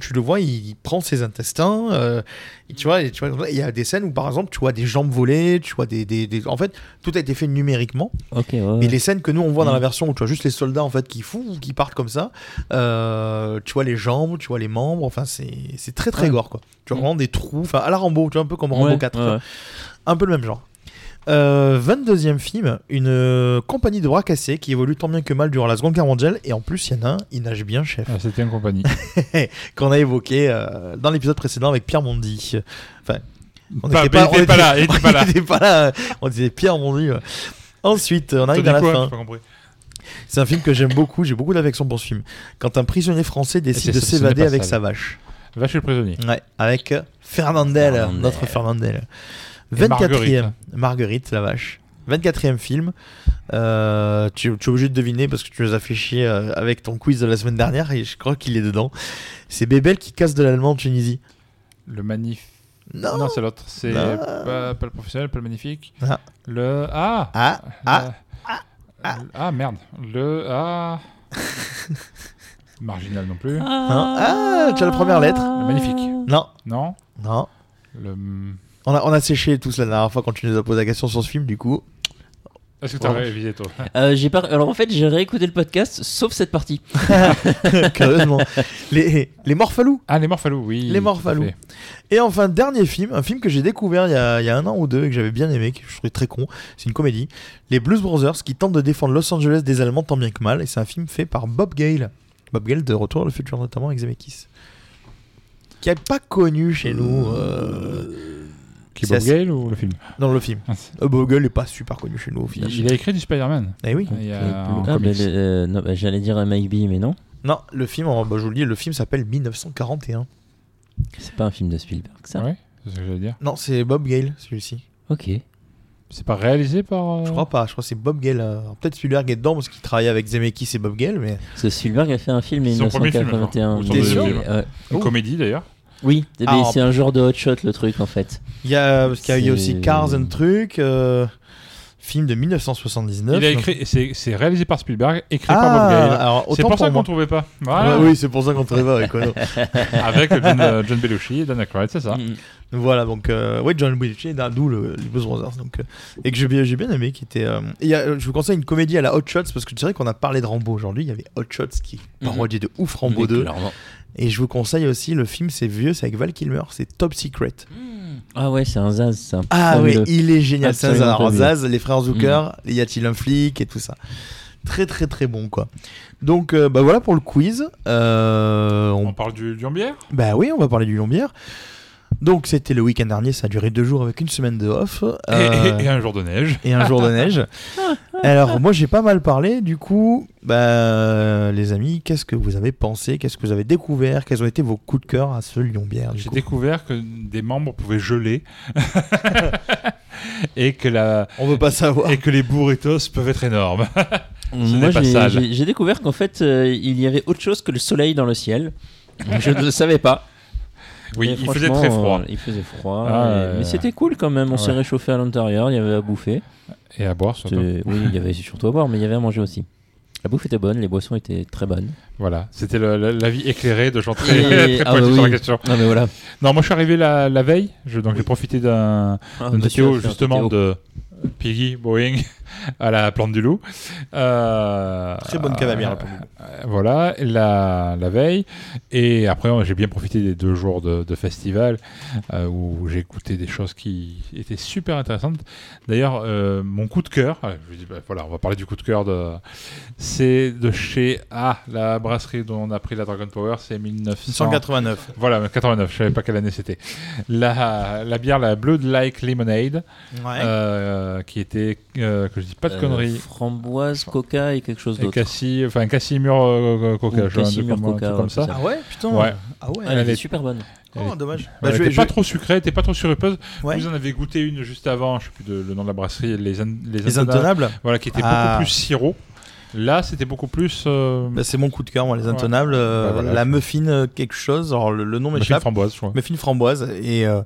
Speaker 11: Tu le vois, il il prend ses intestins, euh, et tu vois, et tu vois, il y a des scènes où par exemple, tu vois des jambes volées, tu vois des, des, des- en fait, tout a été fait numériquement.
Speaker 13: Ok, ouais, ouais.
Speaker 11: Mais les scènes que nous on voit dans la
Speaker 13: Mm.
Speaker 11: version où tu vois juste les soldats en fait qui fou, qui partent comme ça, euh, tu vois les jambes, tu vois les membres, enfin c'est c'est très très
Speaker 13: Ouais.
Speaker 11: gore quoi. Tu vois
Speaker 13: Mm.
Speaker 11: vraiment des trous, enfin à la Rambo, tu vois un peu comme Rambo
Speaker 13: Ouais,
Speaker 11: 4,
Speaker 13: ouais,
Speaker 11: quoi.
Speaker 13: ouais.
Speaker 11: un peu le même genre. Euh, 22e film, une euh, compagnie de bras cassés qui évolue tant bien que mal durant la Seconde Guerre mondiale et en plus il y en a un, il nage bien chef,
Speaker 12: Ah, C'était une compagnie.
Speaker 11: qu'on a évoqué euh, dans l'épisode précédent avec Pierre Mondi. Enfin, on
Speaker 12: Pas-
Speaker 11: n'était
Speaker 12: mais il était
Speaker 11: on
Speaker 12: pas là, il était pas là.
Speaker 11: était pas là. On disait Pierre Mondi. ouais. Ensuite, on arrive
Speaker 12: T'as
Speaker 11: à
Speaker 12: dit
Speaker 11: la
Speaker 12: quoi
Speaker 11: fin.
Speaker 12: J'ai pas compris.
Speaker 11: C'est un film que j'aime beaucoup, j'ai beaucoup d'affection pour ce film. Quand un prisonnier français décide de
Speaker 12: c'est- ce- ce n'est
Speaker 11: s'évader
Speaker 12: pas
Speaker 11: avec
Speaker 12: ça,
Speaker 11: sa vache.
Speaker 12: Va chez le prisonnier.
Speaker 11: Ouais, avec Fernandel,
Speaker 13: Fernandel.
Speaker 11: notre Fernandel.
Speaker 12: Et
Speaker 11: 24e, Marguerite, la vache. 24e film. Euh, tu, tu es obligé de deviner parce que tu nous as fait chier euh, avec ton quiz de la semaine dernière et je crois qu'il est dedans. C'est Bébel qui casse de l'allemand en Tunisie.
Speaker 12: Le manif.
Speaker 11: Non.
Speaker 12: Non, c'est l'autre. C'est
Speaker 11: Non.
Speaker 12: pas, pas le professionnel, pas le magnifique.
Speaker 11: Ah.
Speaker 12: Le. Ah
Speaker 11: Ah, ah,
Speaker 12: Le- ah merde. Le. Ah Marginal non plus.
Speaker 11: Ah, tu as la première lettre.
Speaker 12: Le magnifique.
Speaker 11: Non,
Speaker 12: Non.
Speaker 11: non.
Speaker 12: Le.
Speaker 11: On a, on a séché tous la dernière fois quand tu nous as posé la question sur ce film, du coup.
Speaker 12: Est-ce que t'as
Speaker 11: Ouais.
Speaker 12: révisé toi
Speaker 13: Euh, j'ai pas... Alors en fait, j'ai réécouté le podcast, sauf cette partie.
Speaker 11: Curieusement. Les, les Morphalous.
Speaker 12: Ah, les Morphalous, oui.
Speaker 11: Les
Speaker 12: tout à
Speaker 11: Morphalous.
Speaker 12: fait.
Speaker 11: Et enfin, dernier film, un film que j'ai découvert il y, a, il y a un an ou deux et que j'avais bien aimé, que je trouvais très con. C'est une comédie. Les Blues Brothers qui tentent de défendre Los Angeles des Allemands tant bien que mal. Et c'est un film fait par Bob Gale. Bob Gale de Retour à le futur, notamment avec Zemeckis. Qui n'est pas connu chez nous. euh,
Speaker 12: Qui est Bob
Speaker 11: assez-
Speaker 12: Gale ou le film
Speaker 11: Dans le film.
Speaker 12: Ah, c'est-
Speaker 11: Euh, Bob Gale n'est pas super connu chez nous au
Speaker 12: il,
Speaker 11: final.
Speaker 12: il a écrit du Spider-Man.
Speaker 11: Eh oui.
Speaker 12: Il y a
Speaker 13: Ah,
Speaker 12: un
Speaker 13: bah,
Speaker 12: comics.
Speaker 13: le- euh, non, bah, j'allais dire MIB, mais non.
Speaker 11: Non, le film, en- bah, je vous le dis, le film s'appelle 1941.
Speaker 13: C'est pas un film de Spielberg, ça.
Speaker 12: Ouais, c'est ce que j'allais dire.
Speaker 11: Non, c'est Bob Gale celui-ci.
Speaker 13: Ok.
Speaker 12: C'est pas réalisé par. euh,
Speaker 11: Je crois pas, je crois que c'est Bob Gale. euh, alors, Peut-être Spielberg est dedans parce qu'il travaillait avec Zemeckis et Bob Gale, mais.
Speaker 13: Parce que Spielberg a fait un film en
Speaker 12: Son premier film,
Speaker 13: 1981.
Speaker 12: enfin,
Speaker 11: ou son deuxième
Speaker 13: Et-
Speaker 12: film.
Speaker 13: ouais.
Speaker 12: Une
Speaker 11: Oh.
Speaker 12: comédie d'ailleurs.
Speaker 13: Oui, mais
Speaker 11: Ah,
Speaker 13: c'est un genre de hot shot le truc en fait.
Speaker 11: Il y a, euh, parce qu'il y a eu
Speaker 13: C'est-
Speaker 11: aussi Cars and Truc, euh, film de 1979.
Speaker 12: Il a écrit, c'est c'est réalisé par Spielberg, écrit
Speaker 11: Ah,
Speaker 12: par Bob Gale.
Speaker 11: alors
Speaker 12: C'est
Speaker 11: autant
Speaker 12: pour,
Speaker 11: pour,
Speaker 12: ça qu'on
Speaker 11: moi.
Speaker 12: trouvait pas.
Speaker 11: Ah
Speaker 12: Voilà.
Speaker 11: oui, c'est pour ça qu'on trouvait pas avec Ono.
Speaker 12: Avec John, euh, John Belushi et Dan Aykroyd, c'est ça.
Speaker 11: Mm. Voilà, donc, euh, ouais, John Williams, d'où le, les Blues Brothers. Donc, euh, et que j'ai bien, j'ai bien aimé, qui était. euh, et il y a- je vous conseille une comédie à la Hot Shots, parce que tu dirais qu'on a parlé de Rambo aujourd'hui. Il y avait Hot Shots qui
Speaker 12: Mhm.
Speaker 11: parodiait de ouf Rambo
Speaker 13: Mais
Speaker 11: 2.
Speaker 13: clairement.
Speaker 11: Et je vous conseille aussi le film, c'est vieux, c'est avec Val Kilmer, c'est Top Secret.
Speaker 12: Hmm.
Speaker 13: Ah ouais, c'est un Zaz, c'est un
Speaker 11: Ah oui,
Speaker 13: fabuleux.
Speaker 11: il est génial. C'est un
Speaker 13: Absolument
Speaker 11: Zaz,
Speaker 13: fabuleux.
Speaker 11: Zaz, les frères Zucker, y a-t-il un flic et tout ça. Très très très bon quoi. Donc euh, bah voilà pour le quiz. Euh, on-
Speaker 12: On parle du Lyon-Bière
Speaker 11: Bah oui, on va parler du Lombière. Donc c'était le week-end dernier, ça a duré deux jours avec une semaine de off
Speaker 12: et,
Speaker 11: euh,
Speaker 12: et- et un jour de neige.
Speaker 11: et un jour de neige. Alors moi j'ai pas mal parlé, du coup, bah, les amis, qu'est-ce que vous avez pensé, qu'est-ce que vous avez découvert, quels ont été vos coups de cœur à ce Lyon-Bière du
Speaker 12: J'ai
Speaker 11: coup
Speaker 12: découvert que des membres pouvaient geler et que la
Speaker 11: On veut pas savoir.
Speaker 12: et que les burritos peuvent être énormes. Ce
Speaker 13: Moi,
Speaker 12: n'est pas
Speaker 13: j'ai-
Speaker 12: sale.
Speaker 13: j'ai j'ai découvert qu'en fait, euh, il y avait autre chose que le soleil dans le ciel. Je ne le savais pas.
Speaker 12: Oui,
Speaker 13: Mais
Speaker 12: il faisait
Speaker 13: franchement,
Speaker 12: très froid.
Speaker 13: euh, il faisait froid.
Speaker 12: Ah,
Speaker 13: et-
Speaker 12: ouais.
Speaker 13: Mais c'était cool quand même. On s'est
Speaker 12: Ouais.
Speaker 13: réchauffé à l'intérieur. Il y avait à bouffer.
Speaker 12: Et à boire surtout.
Speaker 13: euh, C'était- Oui, il y avait surtout à boire, mais il y avait à manger aussi. La bouffe était bonne, les boissons étaient très bonnes.
Speaker 12: Voilà, c'était le- le- l'avis éclairé de gens très,
Speaker 13: Et-
Speaker 12: très
Speaker 13: ah
Speaker 12: pointus
Speaker 13: bah
Speaker 12: sur la
Speaker 13: oui.
Speaker 12: question.
Speaker 13: Non mais voilà.
Speaker 12: Non, moi je suis arrivé la, la veille, je, donc j'ai profité d'un
Speaker 13: Ah,
Speaker 12: d'un
Speaker 13: bah, tu
Speaker 12: TTO
Speaker 13: vas faire un
Speaker 12: justement
Speaker 13: TTO.
Speaker 12: de Piggy Boeing à la plante du loup. Euh,
Speaker 11: Très bonne
Speaker 12: euh,
Speaker 11: cavalière pour nous.
Speaker 12: voilà, la, la veille. Et après, on- j'ai bien profité des deux jours de, de festival euh, où j'ai écouté des choses qui étaient super intéressantes. D'ailleurs, euh, mon coup de cœur, euh, je dis, bah, voilà, on va parler du coup de cœur, de, c'est de chez ah, la brasserie dont on a pris la Dragon Power, c'est 1900.
Speaker 11: 189.
Speaker 12: Voilà, 89, je savais pas quelle année c'était. La, la bière, la Blood Like Lemonade, euh, qui était, euh, que je dis pas de
Speaker 13: Euh,
Speaker 12: conneries,
Speaker 13: Framboise, coca et quelque chose
Speaker 12: et
Speaker 13: d'autre.
Speaker 12: Cassie, enfin Cassimur euh, Coca, je vois, un
Speaker 13: Ou
Speaker 12: truc
Speaker 13: Cassimir
Speaker 12: comme- un
Speaker 13: Coca,
Speaker 12: truc comme
Speaker 13: ouais,
Speaker 12: ça.
Speaker 13: c'est
Speaker 11: Ah ouais, putain.
Speaker 12: Ouais.
Speaker 11: Ah ouais.
Speaker 13: Ah, elle
Speaker 12: Elle
Speaker 13: était
Speaker 12: est-
Speaker 13: super bonne.
Speaker 11: Oh, dommage.
Speaker 12: Elle
Speaker 11: Bah, je
Speaker 12: était
Speaker 11: vais,
Speaker 12: pas
Speaker 11: je-
Speaker 12: trop sucrée, t'es pas trop surépeuse.
Speaker 11: Ouais.
Speaker 12: Vous en avez goûté une juste avant, je sais plus de- le nom de la brasserie, les, in- les,
Speaker 11: Les
Speaker 12: Intonables,
Speaker 11: intonables.
Speaker 12: Voilà, qui était
Speaker 11: Ah.
Speaker 12: beaucoup plus sirop. Là, c'était beaucoup plus euh,
Speaker 11: Bah, c'est mon coup de cœur, moi, les
Speaker 12: Ouais.
Speaker 11: intonables. euh,
Speaker 12: Bah, voilà.
Speaker 11: la muffin euh, quelque chose, alors le, le nom
Speaker 12: muffin
Speaker 11: m'échappe.
Speaker 12: framboise, je crois.
Speaker 11: Muffin framboise. Et euh,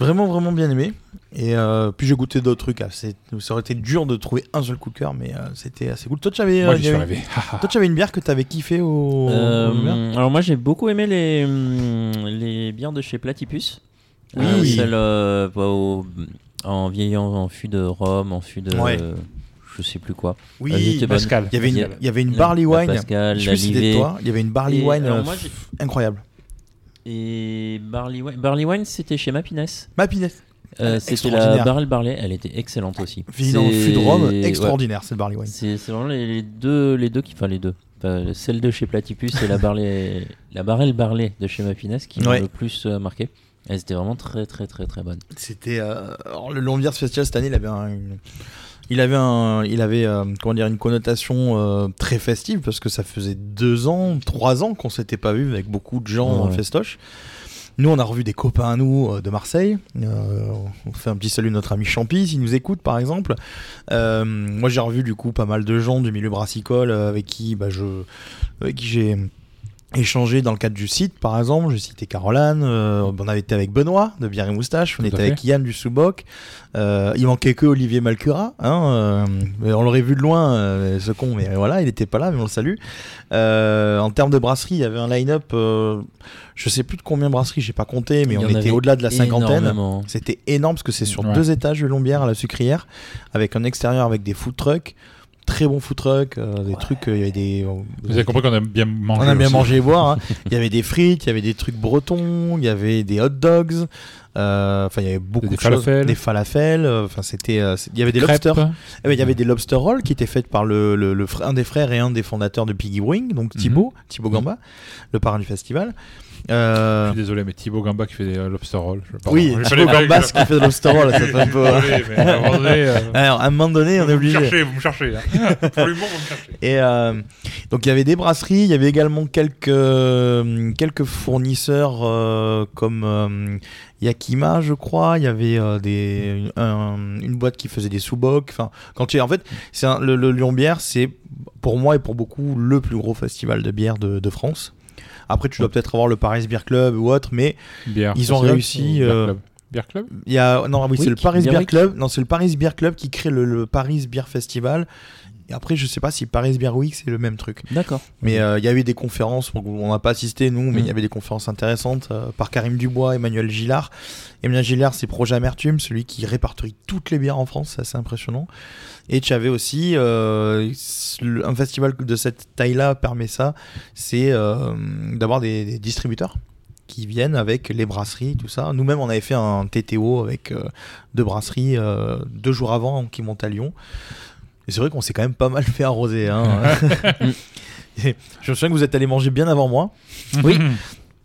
Speaker 11: vraiment, vraiment bien aimé. Et euh, puis j'ai goûté d'autres trucs. ah, c'est- ça aurait été dur de trouver un seul coup de cœur, mais euh, c'était assez cool. Toi, tu avais,
Speaker 12: Moi,
Speaker 11: euh,
Speaker 12: j'y
Speaker 11: il y
Speaker 12: suis
Speaker 11: avait-
Speaker 12: arrivé.
Speaker 11: toi, tu avais une bière que tu avais kiffé au.
Speaker 13: Euh,
Speaker 11: au verre
Speaker 13: alors moi j'ai beaucoup aimé les, hum, les bières de chez Platypus.
Speaker 11: Oui.
Speaker 13: celle euh, bah, au- en vieillant en fût de rhum, en fût de
Speaker 11: Ouais.
Speaker 13: je sais plus quoi.
Speaker 11: Oui,
Speaker 13: elles étaient bonnes.
Speaker 12: Pascal.
Speaker 11: il y avait
Speaker 13: il y Bah,
Speaker 11: une,
Speaker 13: a-
Speaker 11: il y avait une
Speaker 13: La-
Speaker 11: barley
Speaker 13: la
Speaker 11: wine.
Speaker 13: Pascal,
Speaker 11: je
Speaker 13: la
Speaker 11: me suis
Speaker 13: Livet.
Speaker 11: toi. Il y avait une barley
Speaker 13: Et,
Speaker 11: wine
Speaker 13: alors,
Speaker 11: euh,
Speaker 13: moi, j'ai-
Speaker 11: pff, incroyable.
Speaker 13: Et Barley Wine, Barley Wine c'était chez Mapiness.
Speaker 11: Ma pinette. Elle
Speaker 13: Euh,
Speaker 11: est
Speaker 13: c'était la
Speaker 11: extraordinaire.
Speaker 13: Barrel Barley, elle était excellente aussi.
Speaker 11: Finie dans le
Speaker 13: C'est-
Speaker 11: fût de Rome,
Speaker 13: ouais.
Speaker 11: extraordinaire cette barley wine.
Speaker 13: C'est c'est vraiment les, les deux, les deux qui, enfin les deux. Enfin, celle de chez Platypus et la barley, la barrel barley de chez Mapiness qui
Speaker 11: Ouais.
Speaker 13: m'ont le plus euh, marqué. Elles étaient vraiment très très très très bonnes.
Speaker 11: C'était euh, alors, le Lombiers Festival cette année, il avait un- une- il avait un, il avait euh, comment dire une connotation euh, très festive parce que ça faisait deux ans, trois ans qu'on s'était pas vu avec beaucoup de gens dans le
Speaker 13: Ouais.
Speaker 11: festoche. Nous, on a revu des copains à nous euh, de Marseille. Euh, on fait un petit salut à notre ami Champy, s'il nous écoute, par exemple. Euh, moi, j'ai revu du coup pas mal de gens du milieu brassicole euh, avec qui, bah, je, avec qui j'ai échangé dans le cadre du site, par exemple. J'ai cité Caroline. euh, on avait été avec Benoît de Bière et Moustache. On
Speaker 12: Tout à
Speaker 11: était
Speaker 12: fait.
Speaker 11: avec Yann du Souboc. Euh, il manquait que Olivier Malcura. Hein, euh, mais on l'aurait vu de loin, euh, ce con. Mais voilà, il n'était pas là, mais on le salue. Euh, en termes de brasserie, il y avait un line-up. euh, je sais plus de combien de brasseries, j'ai pas compté, mais
Speaker 13: Il y
Speaker 11: on
Speaker 13: en
Speaker 11: était
Speaker 13: avait
Speaker 11: au-delà de la cinquantaine.
Speaker 13: Énormément.
Speaker 11: C'était énorme parce que c'est sur
Speaker 12: Ouais.
Speaker 11: deux étages de Lombière à la sucrière, avec un extérieur avec des food trucks, très bons food trucks, euh, des trucs, euh, il y avait des.
Speaker 12: Vous avez compris qu'on a bien mangé.
Speaker 11: on a bien
Speaker 12: aussi.
Speaker 11: mangé et boire. hein. Il y avait des frites, il y avait des trucs bretons, il y avait des hot dogs, Euh, Enfin, il y avait beaucoup
Speaker 12: Des
Speaker 11: de choses.
Speaker 12: falafels.
Speaker 11: Des falafels. euh, Enfin, c'était. euh, c'est- Il y avait des
Speaker 12: Crêpes.
Speaker 11: lobsters. Eh ben, Il y avait des lobster rolls qui étaient faites par le, le- le fr- un des frères et un des fondateurs de Piggy Wing,
Speaker 12: Mhm.
Speaker 11: donc Thibaut, Thibaut Gamba, le parrain du festival.
Speaker 12: Je
Speaker 11: Euh,
Speaker 12: suis désolé, mais Thibaut Gamba qui fait des euh, lobster rolls. je- pardon,
Speaker 11: oui,
Speaker 12: je
Speaker 11: Thibaut
Speaker 12: connais-
Speaker 11: Gamba qui fait de lobster roll, ça fait un peu. hein.
Speaker 12: Désolé, Ah mais à un moment donné, euh,
Speaker 11: Alors, à un moment donné, on est
Speaker 12: Vous me
Speaker 11: obligé.
Speaker 12: cherchez, vous me cherchez. hein. Pour l'humour, vous me cherchez.
Speaker 11: Et euh, donc il y avait des brasseries, il y avait également quelques, euh, quelques fournisseurs euh, comme euh, Yakima, je crois. Il y avait euh, des, un- une boîte qui faisait des sous-bocs. Enfin, quand tu es en fait, c'est un- le, le Lyon Bière, c'est pour moi et pour beaucoup le plus gros festival de bière de, de France. Après, tu dois peut-être avoir le Paris Beer Club ou autre, mais
Speaker 12: Bière
Speaker 11: Ils ont
Speaker 12: festival
Speaker 11: réussi,
Speaker 12: ou Beer
Speaker 11: euh,
Speaker 12: Club Beer Club
Speaker 11: il y a non ah oui,
Speaker 13: Oui,
Speaker 11: c'est le
Speaker 13: qui-
Speaker 11: Paris
Speaker 13: Beer
Speaker 11: Beer
Speaker 13: Week.
Speaker 11: Club non c'est le Paris Beer Club qui crée le, le Paris Beer Festival et après je sais pas si Paris Beer Week c'est le même truc
Speaker 13: D'accord.
Speaker 11: mais euh, il y a eu des conférences bon, on n'a pas assisté nous mais il y
Speaker 13: Mm.
Speaker 11: avait des conférences intéressantes euh, par Karim Dubois Emmanuel Gillard Emmanuel Gillard c'est Projet Amertume celui qui répertorie toutes les bières en France c'est assez impressionnant et tu avais aussi euh, le- un festival de cette taille là permet ça c'est euh, d'avoir des- des distributeurs qui viennent avec les brasseries, tout ça. Nous-mêmes, on avait fait un TTO avec euh, deux brasseries euh, deux jours avant qui montent à Lyon. Et c'est vrai qu'on s'est quand même pas mal fait arroser. hein. Et je me souviens que vous êtes allé manger bien avant moi.
Speaker 13: Oui.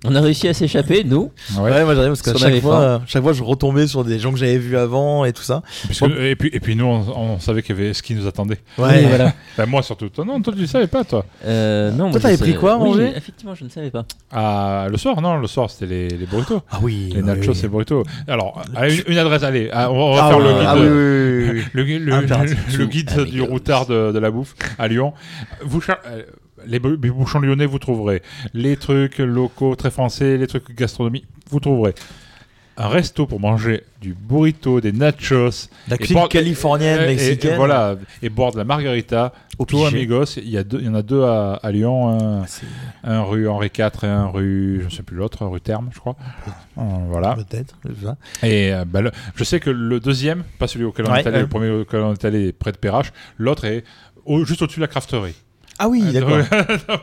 Speaker 13: On a réussi à s'échapper, nous.
Speaker 12: Ouais.
Speaker 11: Ouais, moi j'arrive parce que
Speaker 13: Parce qu'on
Speaker 11: chaque
Speaker 13: avait
Speaker 11: fois,
Speaker 13: faim.
Speaker 11: euh, chaque fois, je retombais sur des gens que j'avais vus avant et tout ça.
Speaker 12: Parce que- et, puis, et puis nous, on, on savait qu'il y avait ce qui nous attendait.
Speaker 11: Ouais,
Speaker 13: Oui, voilà.
Speaker 12: Bah, moi surtout. Toi, non, toi, tu le savais pas, toi.
Speaker 13: Euh, non,
Speaker 11: Toi,
Speaker 13: moi, je
Speaker 11: t'avais pris
Speaker 13: sais-
Speaker 11: quoi à
Speaker 13: Oui,
Speaker 11: manger
Speaker 13: je- Effectivement, je ne savais pas.
Speaker 12: Ah, le soir, non, le soir, c'était les, les burritos.
Speaker 11: Ah oui.
Speaker 12: Les
Speaker 11: oui,
Speaker 12: nachos
Speaker 11: oui.
Speaker 12: et burritos. Alors, allez, une, une adresse, allez, ah, on va, on va
Speaker 11: Ah,
Speaker 12: faire
Speaker 11: oui,
Speaker 12: le
Speaker 11: ah
Speaker 12: guide,
Speaker 11: oui, oui, oui, oui.
Speaker 12: le, gui- le-
Speaker 11: Impératif. Ah, euh,
Speaker 12: le- le guide
Speaker 13: Sous-
Speaker 12: du
Speaker 13: amigos.
Speaker 12: routard de, de la bouffe à Lyon. Vous cher- euh, les bou- les bouchons lyonnais, vous trouverez. Les trucs locaux, très français, les trucs gastronomie, vous trouverez. Un resto pour manger du burrito, des nachos,
Speaker 11: La
Speaker 12: Et
Speaker 11: cuisine
Speaker 12: pour-
Speaker 11: californienne,
Speaker 12: et- et- et
Speaker 11: mexicaine.
Speaker 12: voilà, et boire de la margarita.
Speaker 11: Au Ah,
Speaker 12: Tout
Speaker 11: pigé.
Speaker 12: amigos, il y, a deux- il y en a deux à, à Lyon, un,
Speaker 11: C'est-
Speaker 12: un rue Henri IV et un rue, je ne sais plus l'autre, rue Terme, je crois. Euh, Voilà.
Speaker 11: Peut-être. je sais pas.
Speaker 12: Et euh, bah, le- je sais que le deuxième, pas celui auquel on
Speaker 11: Ouais, euh.
Speaker 12: est allé,
Speaker 11: ouais.
Speaker 12: le premier auquel on est allé est près de Perrache, l'autre est au- juste au-dessus de la crafterie.
Speaker 11: Ah oui, d'accord.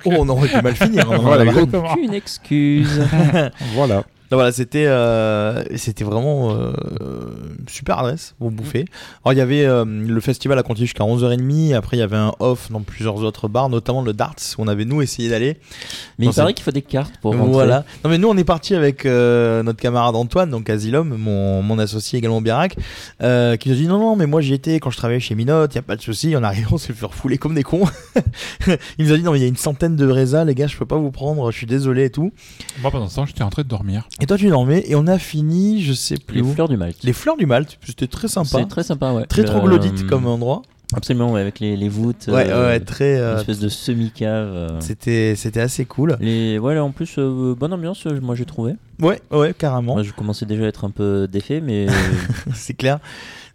Speaker 11: Oh, on aurait pu mal finir. hein,
Speaker 12: voilà,
Speaker 11: là-bas.
Speaker 12: exactement.
Speaker 13: Une excuse.
Speaker 12: voilà.
Speaker 11: Donc voilà, c'était euh, c'était vraiment euh, une super adresse pour bouffer. Alors il y avait euh, le festival a continué jusqu'à 11h30, après il y avait un off dans plusieurs autres bars, notamment le Darts où on avait nous essayé d'aller.
Speaker 13: Mais
Speaker 11: Non,
Speaker 13: il
Speaker 11: c'est-
Speaker 13: paraît qu'il faut des cartes pour rentrer.
Speaker 11: Voilà. Non mais nous on est parti avec euh, notre camarade Antoine donc Asylum, mon, mon associé également Biarac, euh, qui nous a dit non non mais moi j'y étais quand je travaillais chez Minote, y a pas de souci, en arrivant on s'est fait refouler comme des cons. il nous a dit non mais il y a une centaine de brésas les gars, je peux pas vous prendre, je suis désolé et tout.
Speaker 12: Moi, pendant ce temps, j'étais en train de dormir.
Speaker 11: Et toi tu dormais et on a fini, je sais plus
Speaker 13: Les
Speaker 11: où.
Speaker 13: fleurs du mal.
Speaker 11: Les fleurs du Malte, c'était très sympa.
Speaker 13: C'est très sympa, ouais.
Speaker 11: Très
Speaker 13: Le- euh,
Speaker 11: troglodyte comme endroit.
Speaker 13: Absolument, ouais, avec les, les voûtes.
Speaker 11: ouais,
Speaker 13: euh,
Speaker 11: ouais, très.
Speaker 13: Une
Speaker 11: euh,
Speaker 13: espèce de semi-cave. euh.
Speaker 11: c'était, c'était assez cool.
Speaker 13: Les... Ouais, là, en plus, euh, bonne ambiance, euh, moi j'ai trouvé.
Speaker 11: Ouais, ouais, carrément,
Speaker 13: Moi je commençais déjà à être un peu défait, mais.
Speaker 11: c'est clair.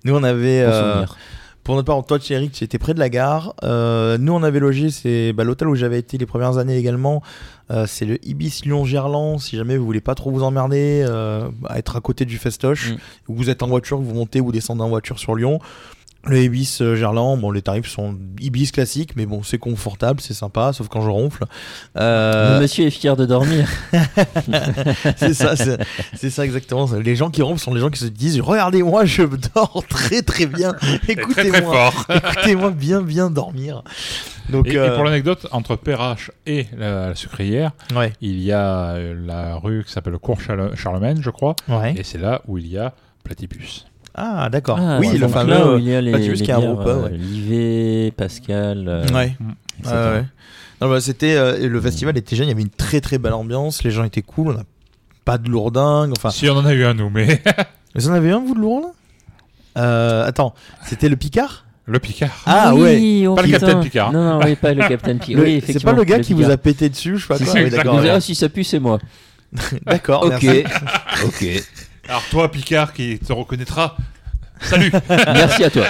Speaker 11: Nous, on avait.
Speaker 13: bon
Speaker 11: euh,
Speaker 13: souvenir.
Speaker 11: pour notre part, toi, Thierry, tu étais près de la gare. Euh, nous, on avait logé, c'est bah, l'hôtel où j'avais été les premières années également. Euh, c'est le Ibis Lyon Gerland. Si jamais vous voulez pas trop vous emmerder, euh, à être à côté du festoche,
Speaker 13: Mm.
Speaker 11: où vous êtes en voiture, vous montez ou descendez en voiture sur Lyon. Le Ibis euh, Gerland, bon, les tarifs sont Ibis classique, mais bon, c'est confortable, c'est sympa, sauf quand je ronfle. Euh,
Speaker 13: Le monsieur est fier de dormir.
Speaker 11: c'est ça, c'est c'est ça exactement. ça. Les gens qui rompent sont les gens qui se disent Regardez-moi, je dors très très bien.
Speaker 12: Très, très
Speaker 11: Écoutez-moi,
Speaker 12: fort.
Speaker 11: écoutez-moi bien bien dormir. Donc,
Speaker 12: Et, et
Speaker 11: euh,
Speaker 12: pour l'anecdote, entre Perrache et la, la sucrière,
Speaker 11: ouais,
Speaker 12: il y a euh, la rue qui s'appelle le Cours Charle- Charlemagne, je crois.
Speaker 11: ouais.
Speaker 12: Et c'est là où il y a Platypus.
Speaker 11: Ah, d'accord.
Speaker 13: Ah,
Speaker 11: oui,
Speaker 13: ouais,
Speaker 11: le
Speaker 13: donc là où
Speaker 11: fameux. euh,
Speaker 13: il y a les,
Speaker 11: Platypus
Speaker 13: les
Speaker 11: qui a un
Speaker 13: bières,
Speaker 11: repas,
Speaker 13: euh,
Speaker 11: ouais.
Speaker 13: Livet, Pascal. euh,
Speaker 11: Ouais.
Speaker 13: etc.
Speaker 11: Ah ouais. Non, bah, c'était euh, le festival était génial. Il y avait une très très belle ambiance. Les gens étaient cool. On n'a pas de lourdingue. Enfin,
Speaker 12: Si on en a eu un, nous, mais
Speaker 11: vous en avez un vous de lourd là Euh, Attends, c'était le Picard
Speaker 12: le Picard.
Speaker 11: Ah
Speaker 13: oui,
Speaker 11: ouais.
Speaker 13: oh
Speaker 12: Pas le
Speaker 13: putain.
Speaker 12: Capitaine Picard.
Speaker 13: Non, non, oui, pas le Captain Picard.
Speaker 11: Le-
Speaker 13: Oui,
Speaker 11: c'est pas
Speaker 13: effectivement,
Speaker 11: le gars qui vous a pété dessus, je sais pas
Speaker 13: Si,
Speaker 11: quoi.
Speaker 13: si,
Speaker 11: Oui, d'accord.
Speaker 13: Il dit, Ah, si ça pue, c'est moi.
Speaker 11: D'accord.
Speaker 13: Ok.
Speaker 11: merci.
Speaker 13: ok.
Speaker 12: Alors toi, Picard, qui te reconnaîtra, salut
Speaker 13: Merci à toi.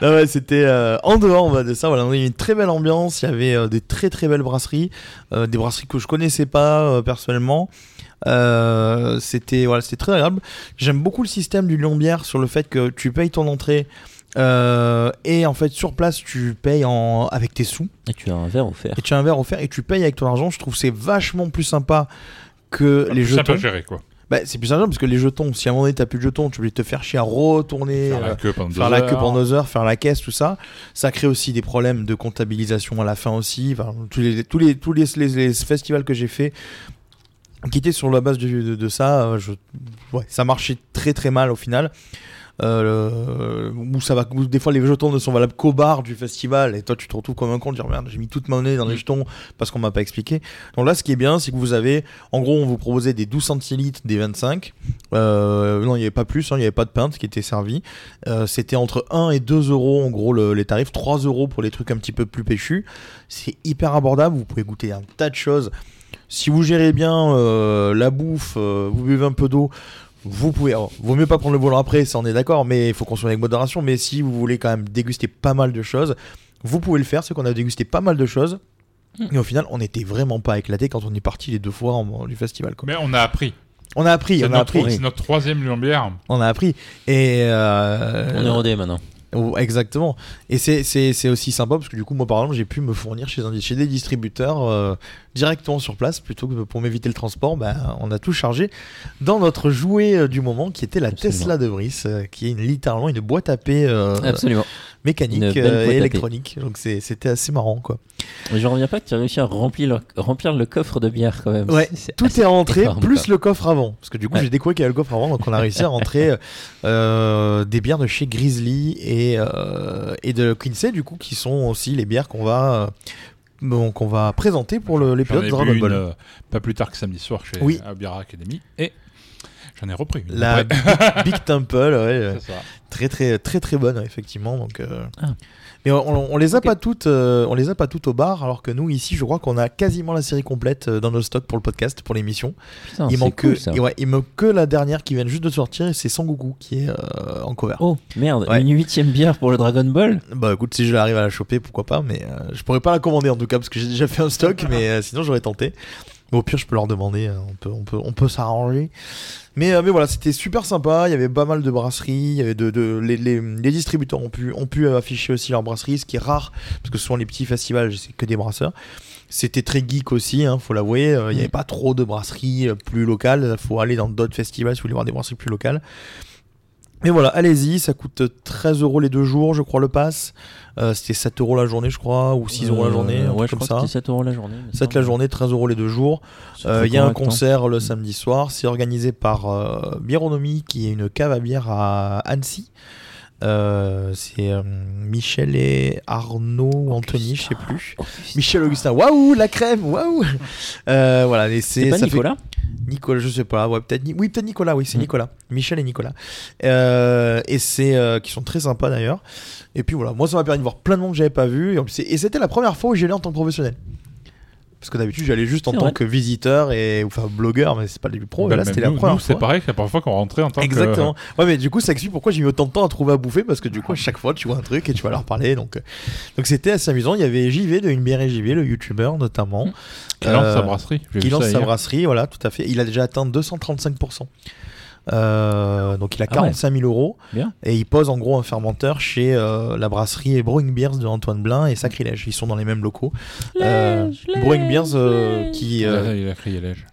Speaker 11: Ah ouais, c'était euh, en dehors on va, de ça. Voilà, on a eu une très belle ambiance. Il y avait euh, des très très belles brasseries, euh, des brasseries que je connaissais pas euh, personnellement. Euh, c'était voilà, c'était très agréable. J'aime beaucoup le système du Lyon Bière sur le fait que tu payes ton entrée euh, et en fait sur place tu payes en avec tes sous
Speaker 13: Et tu as un verre offert.
Speaker 11: et tu as un verre offert et tu payes avec ton argent. Je trouve que c'est vachement plus sympa que les
Speaker 12: C'est un peu
Speaker 11: jetons.
Speaker 12: géré, quoi.
Speaker 11: Bah, c'est plus simple parce que les jetons, si à un moment donné t'as plus de jetons, tu peux te faire chier à retourner, euh,
Speaker 12: Faire la queue pendant deux
Speaker 11: faire la
Speaker 12: heures.
Speaker 11: queue pendant deux heures, faire la caisse, tout ça. Ça crée aussi des problèmes de comptabilisation à la fin aussi. Enfin, tous les, tous les, tous les, les- les festivals que j'ai fait, qui étaient sur la base de, de, de ça, euh, je- ouais, ça marchait très très mal au final. Euh, le- où ça va, où des fois les jetons ne sont valables qu'au bar du festival et toi tu te retrouves comme un con, dire merde j'ai mis toute ma monnaie dans les jetons parce qu'on m'a pas expliqué. Donc là ce qui est bien c'est que vous avez, en gros on vous proposait des 12 centilitres, des 25, Euh, non il n'y avait pas plus, hein, il n'y avait pas de pinte qui était servie, Euh, c'était entre 1 et 2 euros en gros le- les tarifs, 3 euros pour les trucs un petit peu plus péchus, c'est hyper abordable, vous pouvez goûter un tas de choses. Si vous gérez bien euh, la bouffe, euh, vous buvez un peu d'eau, vous pouvez. alors, vaut mieux pas prendre le volant après, ça on est d'accord, mais il faut consommer avec modération. Mais si vous voulez quand même déguster pas mal de choses, vous pouvez le faire. C'est qu'on a dégusté pas mal de choses. Et au final, on n'était vraiment pas éclaté quand on est parti les deux fois en- du festival. quoi.
Speaker 12: Mais on a appris.
Speaker 11: On a appris,
Speaker 12: C'est
Speaker 11: on a
Speaker 12: notre,
Speaker 11: appris,
Speaker 12: c'est notre troisième lumière.
Speaker 11: on a appris. Et euh,
Speaker 13: On est rodé maintenant.
Speaker 11: Oh, Exactement. Et c'est- c'est c'est aussi sympa parce que du coup, moi par exemple, j'ai pu me fournir chez, un- chez des distributeurs euh, directement sur place plutôt que pour m'éviter le transport. Ben, on a tout chargé dans notre jouet euh, du moment qui était la
Speaker 13: Absolument.
Speaker 11: Tesla de Vries, euh, qui est une- littéralement une boîte à paix euh,
Speaker 13: Absolument.
Speaker 11: mécanique
Speaker 13: Une belle
Speaker 11: euh,
Speaker 13: boîte à
Speaker 11: et
Speaker 13: paix.
Speaker 11: électronique. Donc c'est- c'était assez marrant quoi.
Speaker 13: Mais je reviens pas que tu as réussi à remplir le, remplir le coffre de bière quand même.
Speaker 11: Ouais,
Speaker 13: C'est- c'est
Speaker 11: tout
Speaker 13: assez
Speaker 11: est rentré,
Speaker 13: énorme,
Speaker 11: plus
Speaker 13: quoi.
Speaker 11: le coffre avant. Parce que du coup,
Speaker 13: Ouais.
Speaker 11: j'ai découvert qu'il y avait le coffre avant, donc on a réussi à rentrer euh, des bières de chez Grizzly et, euh, et de Quincy, du coup, qui sont aussi les bières qu'on va, euh, bon, qu'on va présenter pour le-
Speaker 12: J'en
Speaker 11: l'épisode
Speaker 12: ai
Speaker 11: de
Speaker 12: bu
Speaker 11: Dragon
Speaker 12: une,
Speaker 11: Ball.
Speaker 12: euh, pas plus tard que samedi soir chez
Speaker 11: Oui.
Speaker 12: à Biara Academy. Et j'en ai repris une.
Speaker 11: La
Speaker 12: après.
Speaker 11: Big, Big Temple, ouais, euh,
Speaker 12: C'est ça.
Speaker 11: très très très très bonne ouais, effectivement. Donc, euh,
Speaker 13: Ah.
Speaker 11: mais on, on les a pas toutes, euh, on les a pas toutes au bar, alors que nous ici, je crois qu'on a quasiment la série complète euh, dans nos stocks pour le podcast, pour l'émission.
Speaker 13: Putain,
Speaker 11: il
Speaker 13: Ah, c'est
Speaker 11: manque,
Speaker 13: cool,
Speaker 11: que,
Speaker 13: ça.
Speaker 11: et ouais, il manque que la dernière qui vient juste de sortir et c'est Sangoku qui est euh, en cover.
Speaker 13: Oh merde,
Speaker 11: Ouais.
Speaker 13: une huitième bière pour le Dragon Ball
Speaker 11: Bah écoute, si je l'arrive à la choper, pourquoi pas, mais euh, je pourrais pas la commander en tout cas parce que j'ai déjà fait un stock, mais euh, sinon j'aurais tenté. Mais au pire, je peux leur demander, euh, on peut, on peut, on peut s'arranger. Mais, euh, mais voilà, c'était super sympa. Il y avait pas mal de brasseries. Il y avait de, de- les, les- les distributeurs ont pu, ont pu afficher aussi leurs brasseries, ce qui est rare parce que souvent les petits festivals, c'est que des brasseurs. C'était très geek aussi, hein, faut l'avouer. Euh, Il n'y
Speaker 13: Mm.
Speaker 11: avait pas trop de brasseries euh, plus locales. Faut aller dans d'autres festivals si vous voulez voir des brasseries plus locales. Mais voilà, allez-y, ça coûte 13 euros les deux jours, je crois, le pass. Euh, c'était 7 euros la journée, je crois, ou 6 euros la
Speaker 13: Euh,
Speaker 11: journée, un
Speaker 13: ouais,
Speaker 11: truc
Speaker 13: je
Speaker 11: comme
Speaker 13: crois
Speaker 11: ça.
Speaker 13: que c'était 7 euros la journée. il me
Speaker 11: 7 la
Speaker 13: semble.
Speaker 11: journée, 13 euros les deux jours.
Speaker 13: C'est
Speaker 11: Euh,
Speaker 13: très
Speaker 11: Il y a un
Speaker 13: correct, hein.
Speaker 11: concert le samedi soir. C'est organisé par euh, Bironomie, qui est une cave à bière à Annecy. Euh, c'est euh, Michel et Arnaud ou Anthony, je sais plus. Michel Augustin, waouh, la crème, waouh. Euh, voilà, et
Speaker 13: C'est
Speaker 11: c'est
Speaker 13: pas
Speaker 11: ça fait-
Speaker 13: Nicolas
Speaker 11: Nicolas, je sais pas, ouais, peut-être Ni- oui, peut-être Nicolas, oui, c'est
Speaker 13: Mm.
Speaker 11: Nicolas, Michel et Nicolas, Euh, et c'est euh, qui sont très sympas d'ailleurs. Et puis voilà, moi ça m'a permis de voir plein de monde que j'avais pas vu, et, en plus, c'est- et c'était la première fois où j'y allais en tant que professionnel. Parce que d'habitude j'allais juste en
Speaker 13: C'est
Speaker 11: tant
Speaker 13: vrai.
Speaker 11: que visiteur et enfin blogueur, mais c'est pas le début pro. et
Speaker 12: Bah,
Speaker 11: là
Speaker 12: même
Speaker 11: c'était la
Speaker 12: nous-
Speaker 11: première
Speaker 12: nous,
Speaker 11: fois.
Speaker 12: C'est pareil, c'est la première fois qu'on rentrait en tant
Speaker 11: Exactement. Ouais, mais du coup, ça explique pourquoi j'ai mis autant de temps à trouver à bouffer parce que du coup, à chaque fois, tu vois un truc et tu vas leur parler. Donc, euh, donc c'était assez amusant. Il y avait JV de Une bière et JV, le youtubeur notamment,
Speaker 12: que. Qui lance
Speaker 11: Euh,
Speaker 12: sa brasserie. J'ai
Speaker 11: qui
Speaker 12: vu ça
Speaker 11: lance sa
Speaker 12: hier.
Speaker 11: brasserie. Voilà, tout à fait. Il a déjà atteint 235%. Euh, donc il a
Speaker 13: Ah
Speaker 11: 45 000 euros
Speaker 13: Bien.
Speaker 11: et il pose en gros un fermenteur chez euh, la brasserie Brewing Beers de Antoine Blin et Sacrilège. Ils sont dans les mêmes locaux. Euh, Brewing Beers euh, qui
Speaker 12: Il
Speaker 11: euh,
Speaker 12: a- il a crié lège.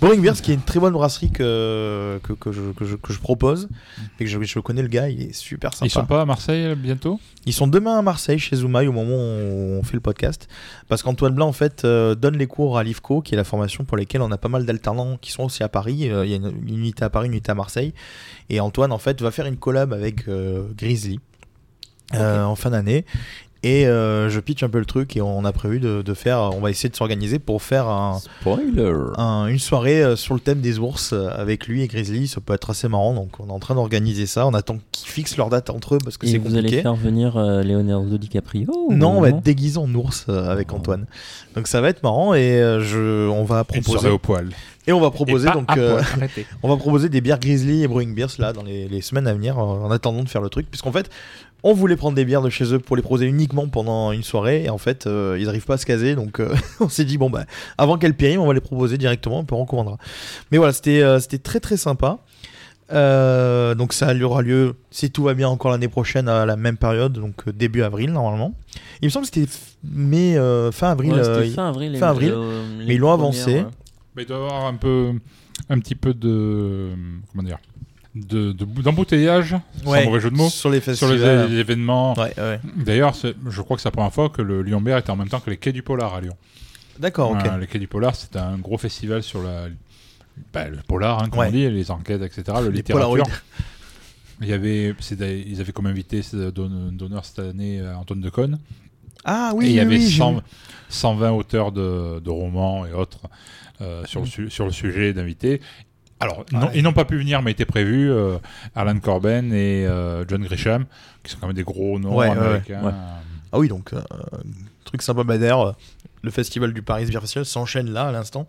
Speaker 11: Boring Beers, qui est une très bonne brasserie que, que, que, je, que, je, que je propose, et que je, je connais le gars, il est super sympa.
Speaker 12: Ils sont pas à Marseille euh, bientôt
Speaker 11: Ils sont demain à Marseille chez Zoumaï au moment où on fait le podcast. Parce qu'Antoine Blanc, en fait, euh, donne les cours à l'IFCO, qui est la formation pour laquelle on a pas mal d'alternants qui sont aussi à Paris. Euh, Il y a une, une unité à Paris, une unité à Marseille. Et Antoine, en fait, va faire une collab avec euh, Grizzly euh, en fin d'année. Et euh, je pitch un peu le truc et on a prévu de, de faire, on va essayer de s'organiser pour faire un,
Speaker 13: Spoiler
Speaker 11: un- une soirée euh, sur le thème des ours euh, avec lui et Grizzly. Ça peut être assez marrant. Donc, on est en train d'organiser ça. On attend qu'ils fixent leur date entre eux parce que
Speaker 13: Et
Speaker 11: c'est
Speaker 13: vous allez
Speaker 11: compliqué.
Speaker 13: faire venir euh, Leonardo DiCaprio ou
Speaker 11: Non, on va être déguisé en ours euh, avec
Speaker 13: Oh.
Speaker 11: Antoine. Donc, ça va être marrant et euh, je, on va
Speaker 12: Une soirée
Speaker 11: proposer
Speaker 12: au poil.
Speaker 11: et on va proposer
Speaker 12: Et pas
Speaker 11: donc
Speaker 12: à
Speaker 11: euh,
Speaker 12: poil, arrêtez.
Speaker 11: on va proposer des bières Grizzly et Brewing Beers là dans les, les semaines à venir euh, en attendant de faire le truc puisqu'en fait on voulait prendre des bières de chez eux pour les proposer uniquement pendant une soirée et en fait euh, ils arrivent pas à se caser donc euh, on s'est dit bon bah avant qu'elles périment on va les proposer directement on peut en commandera mais voilà c'était euh, c'était très très sympa Euh, donc ça aura lieu si tout va bien encore l'année prochaine à la même période donc euh, début avril normalement il me semble que c'était f- mai euh, fin avril
Speaker 13: Ouais,
Speaker 11: euh,
Speaker 13: c'était
Speaker 11: il-
Speaker 13: fin avril. les-
Speaker 11: fin avril.
Speaker 13: euh, les
Speaker 11: mais ils l'ont
Speaker 13: premières,
Speaker 11: avancé.
Speaker 13: ouais.
Speaker 12: Mais il doit y avoir un peu un petit peu de. Comment dire de- de- d'embouteillage,
Speaker 11: Ouais,
Speaker 12: sans mauvais jeu de mots,
Speaker 11: sur les
Speaker 12: sur les,
Speaker 11: festivals.
Speaker 12: les événements.
Speaker 11: Ouais, ouais.
Speaker 12: D'ailleurs, c'est- je crois que c'est la première fois que le Lyon Beer était en même temps que les Quais du Polar à Lyon.
Speaker 11: D'accord, Ah, ok.
Speaker 12: Euh, les Quais du Polar, c'est un gros festival sur la, bah, le polar, hein, comme
Speaker 11: Ouais.
Speaker 12: on dit, les enquêtes, etc., le
Speaker 11: Les
Speaker 12: littérature.
Speaker 11: Polaroids.
Speaker 12: Il y avait, c'est des- ils avaient comme invité c'est un don- un donneur cette année euh, Antoine Decaune.
Speaker 11: Ah oui,
Speaker 12: Et il y
Speaker 11: oui,
Speaker 12: avait
Speaker 11: oui, j'ai
Speaker 12: 100
Speaker 11: vu.
Speaker 12: 120 auteurs de, de romans et autres euh, sur, le su- sur le sujet d'invités. Alors, non, ils n'ont pas pu venir, mais étaient prévus euh, Alan Corben et euh, John Grisham, qui sont quand même des gros noms
Speaker 11: Ouais, ouais,
Speaker 12: américains.
Speaker 11: ouais. Ah oui, donc, euh, truc sympa. Bah, D'ailleurs, euh, le festival du Paris Beer Festival s'enchaîne là, à l'instant.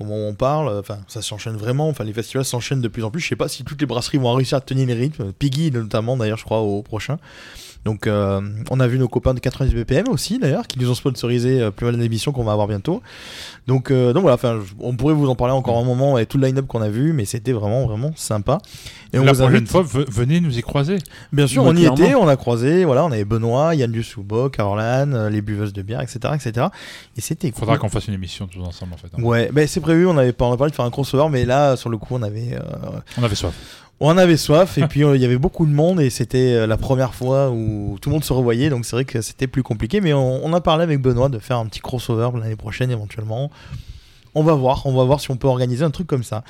Speaker 11: Au moment où on parle, euh, enfin, ça s'enchaîne vraiment. Enfin, les festivals s'enchaînent de plus en plus. Je sais pas si toutes les brasseries vont réussir à tenir les rythmes. Piggy, notamment, d'ailleurs, je crois, au prochain. Donc, euh, on a vu nos copains de 90 BPM aussi, d'ailleurs, qui nous ont sponsorisé euh, plus mal d'émissions qu'on va avoir bientôt. Donc, euh, donc voilà, enfin, je- on pourrait vous en parler
Speaker 12: Mm.
Speaker 11: encore un moment et tout le line-up qu'on a vu, mais c'était vraiment, vraiment sympa. Et on
Speaker 12: La
Speaker 11: vous
Speaker 12: prochaine
Speaker 11: invite-
Speaker 12: fois, ve- venez nous y croiser.
Speaker 11: Bien sûr,
Speaker 12: Moi,
Speaker 11: on y
Speaker 12: clairement.
Speaker 11: était, on a croisé, voilà, on avait Benoît, Yann Dussoubo, Caroline, euh, les buveuses de bière, etc. etc. Et c'était cool.
Speaker 12: Faudra qu'on fasse une émission tous ensemble, en fait. hein.
Speaker 11: Ouais, ben c'est prévu, on avait pas, on a parlé de faire un crossover, mais là, sur le coup, on avait. euh,
Speaker 12: On avait soif.
Speaker 11: On avait soif, et puis euh, il y avait beaucoup de monde, et c'était euh, la première fois où tout le monde se revoyait, donc c'est vrai que c'était plus compliqué, mais on, on a parlé avec Benoît de faire un petit crossover l'année prochaine éventuellement. On va voir, on va voir si on peut organiser un truc comme ça.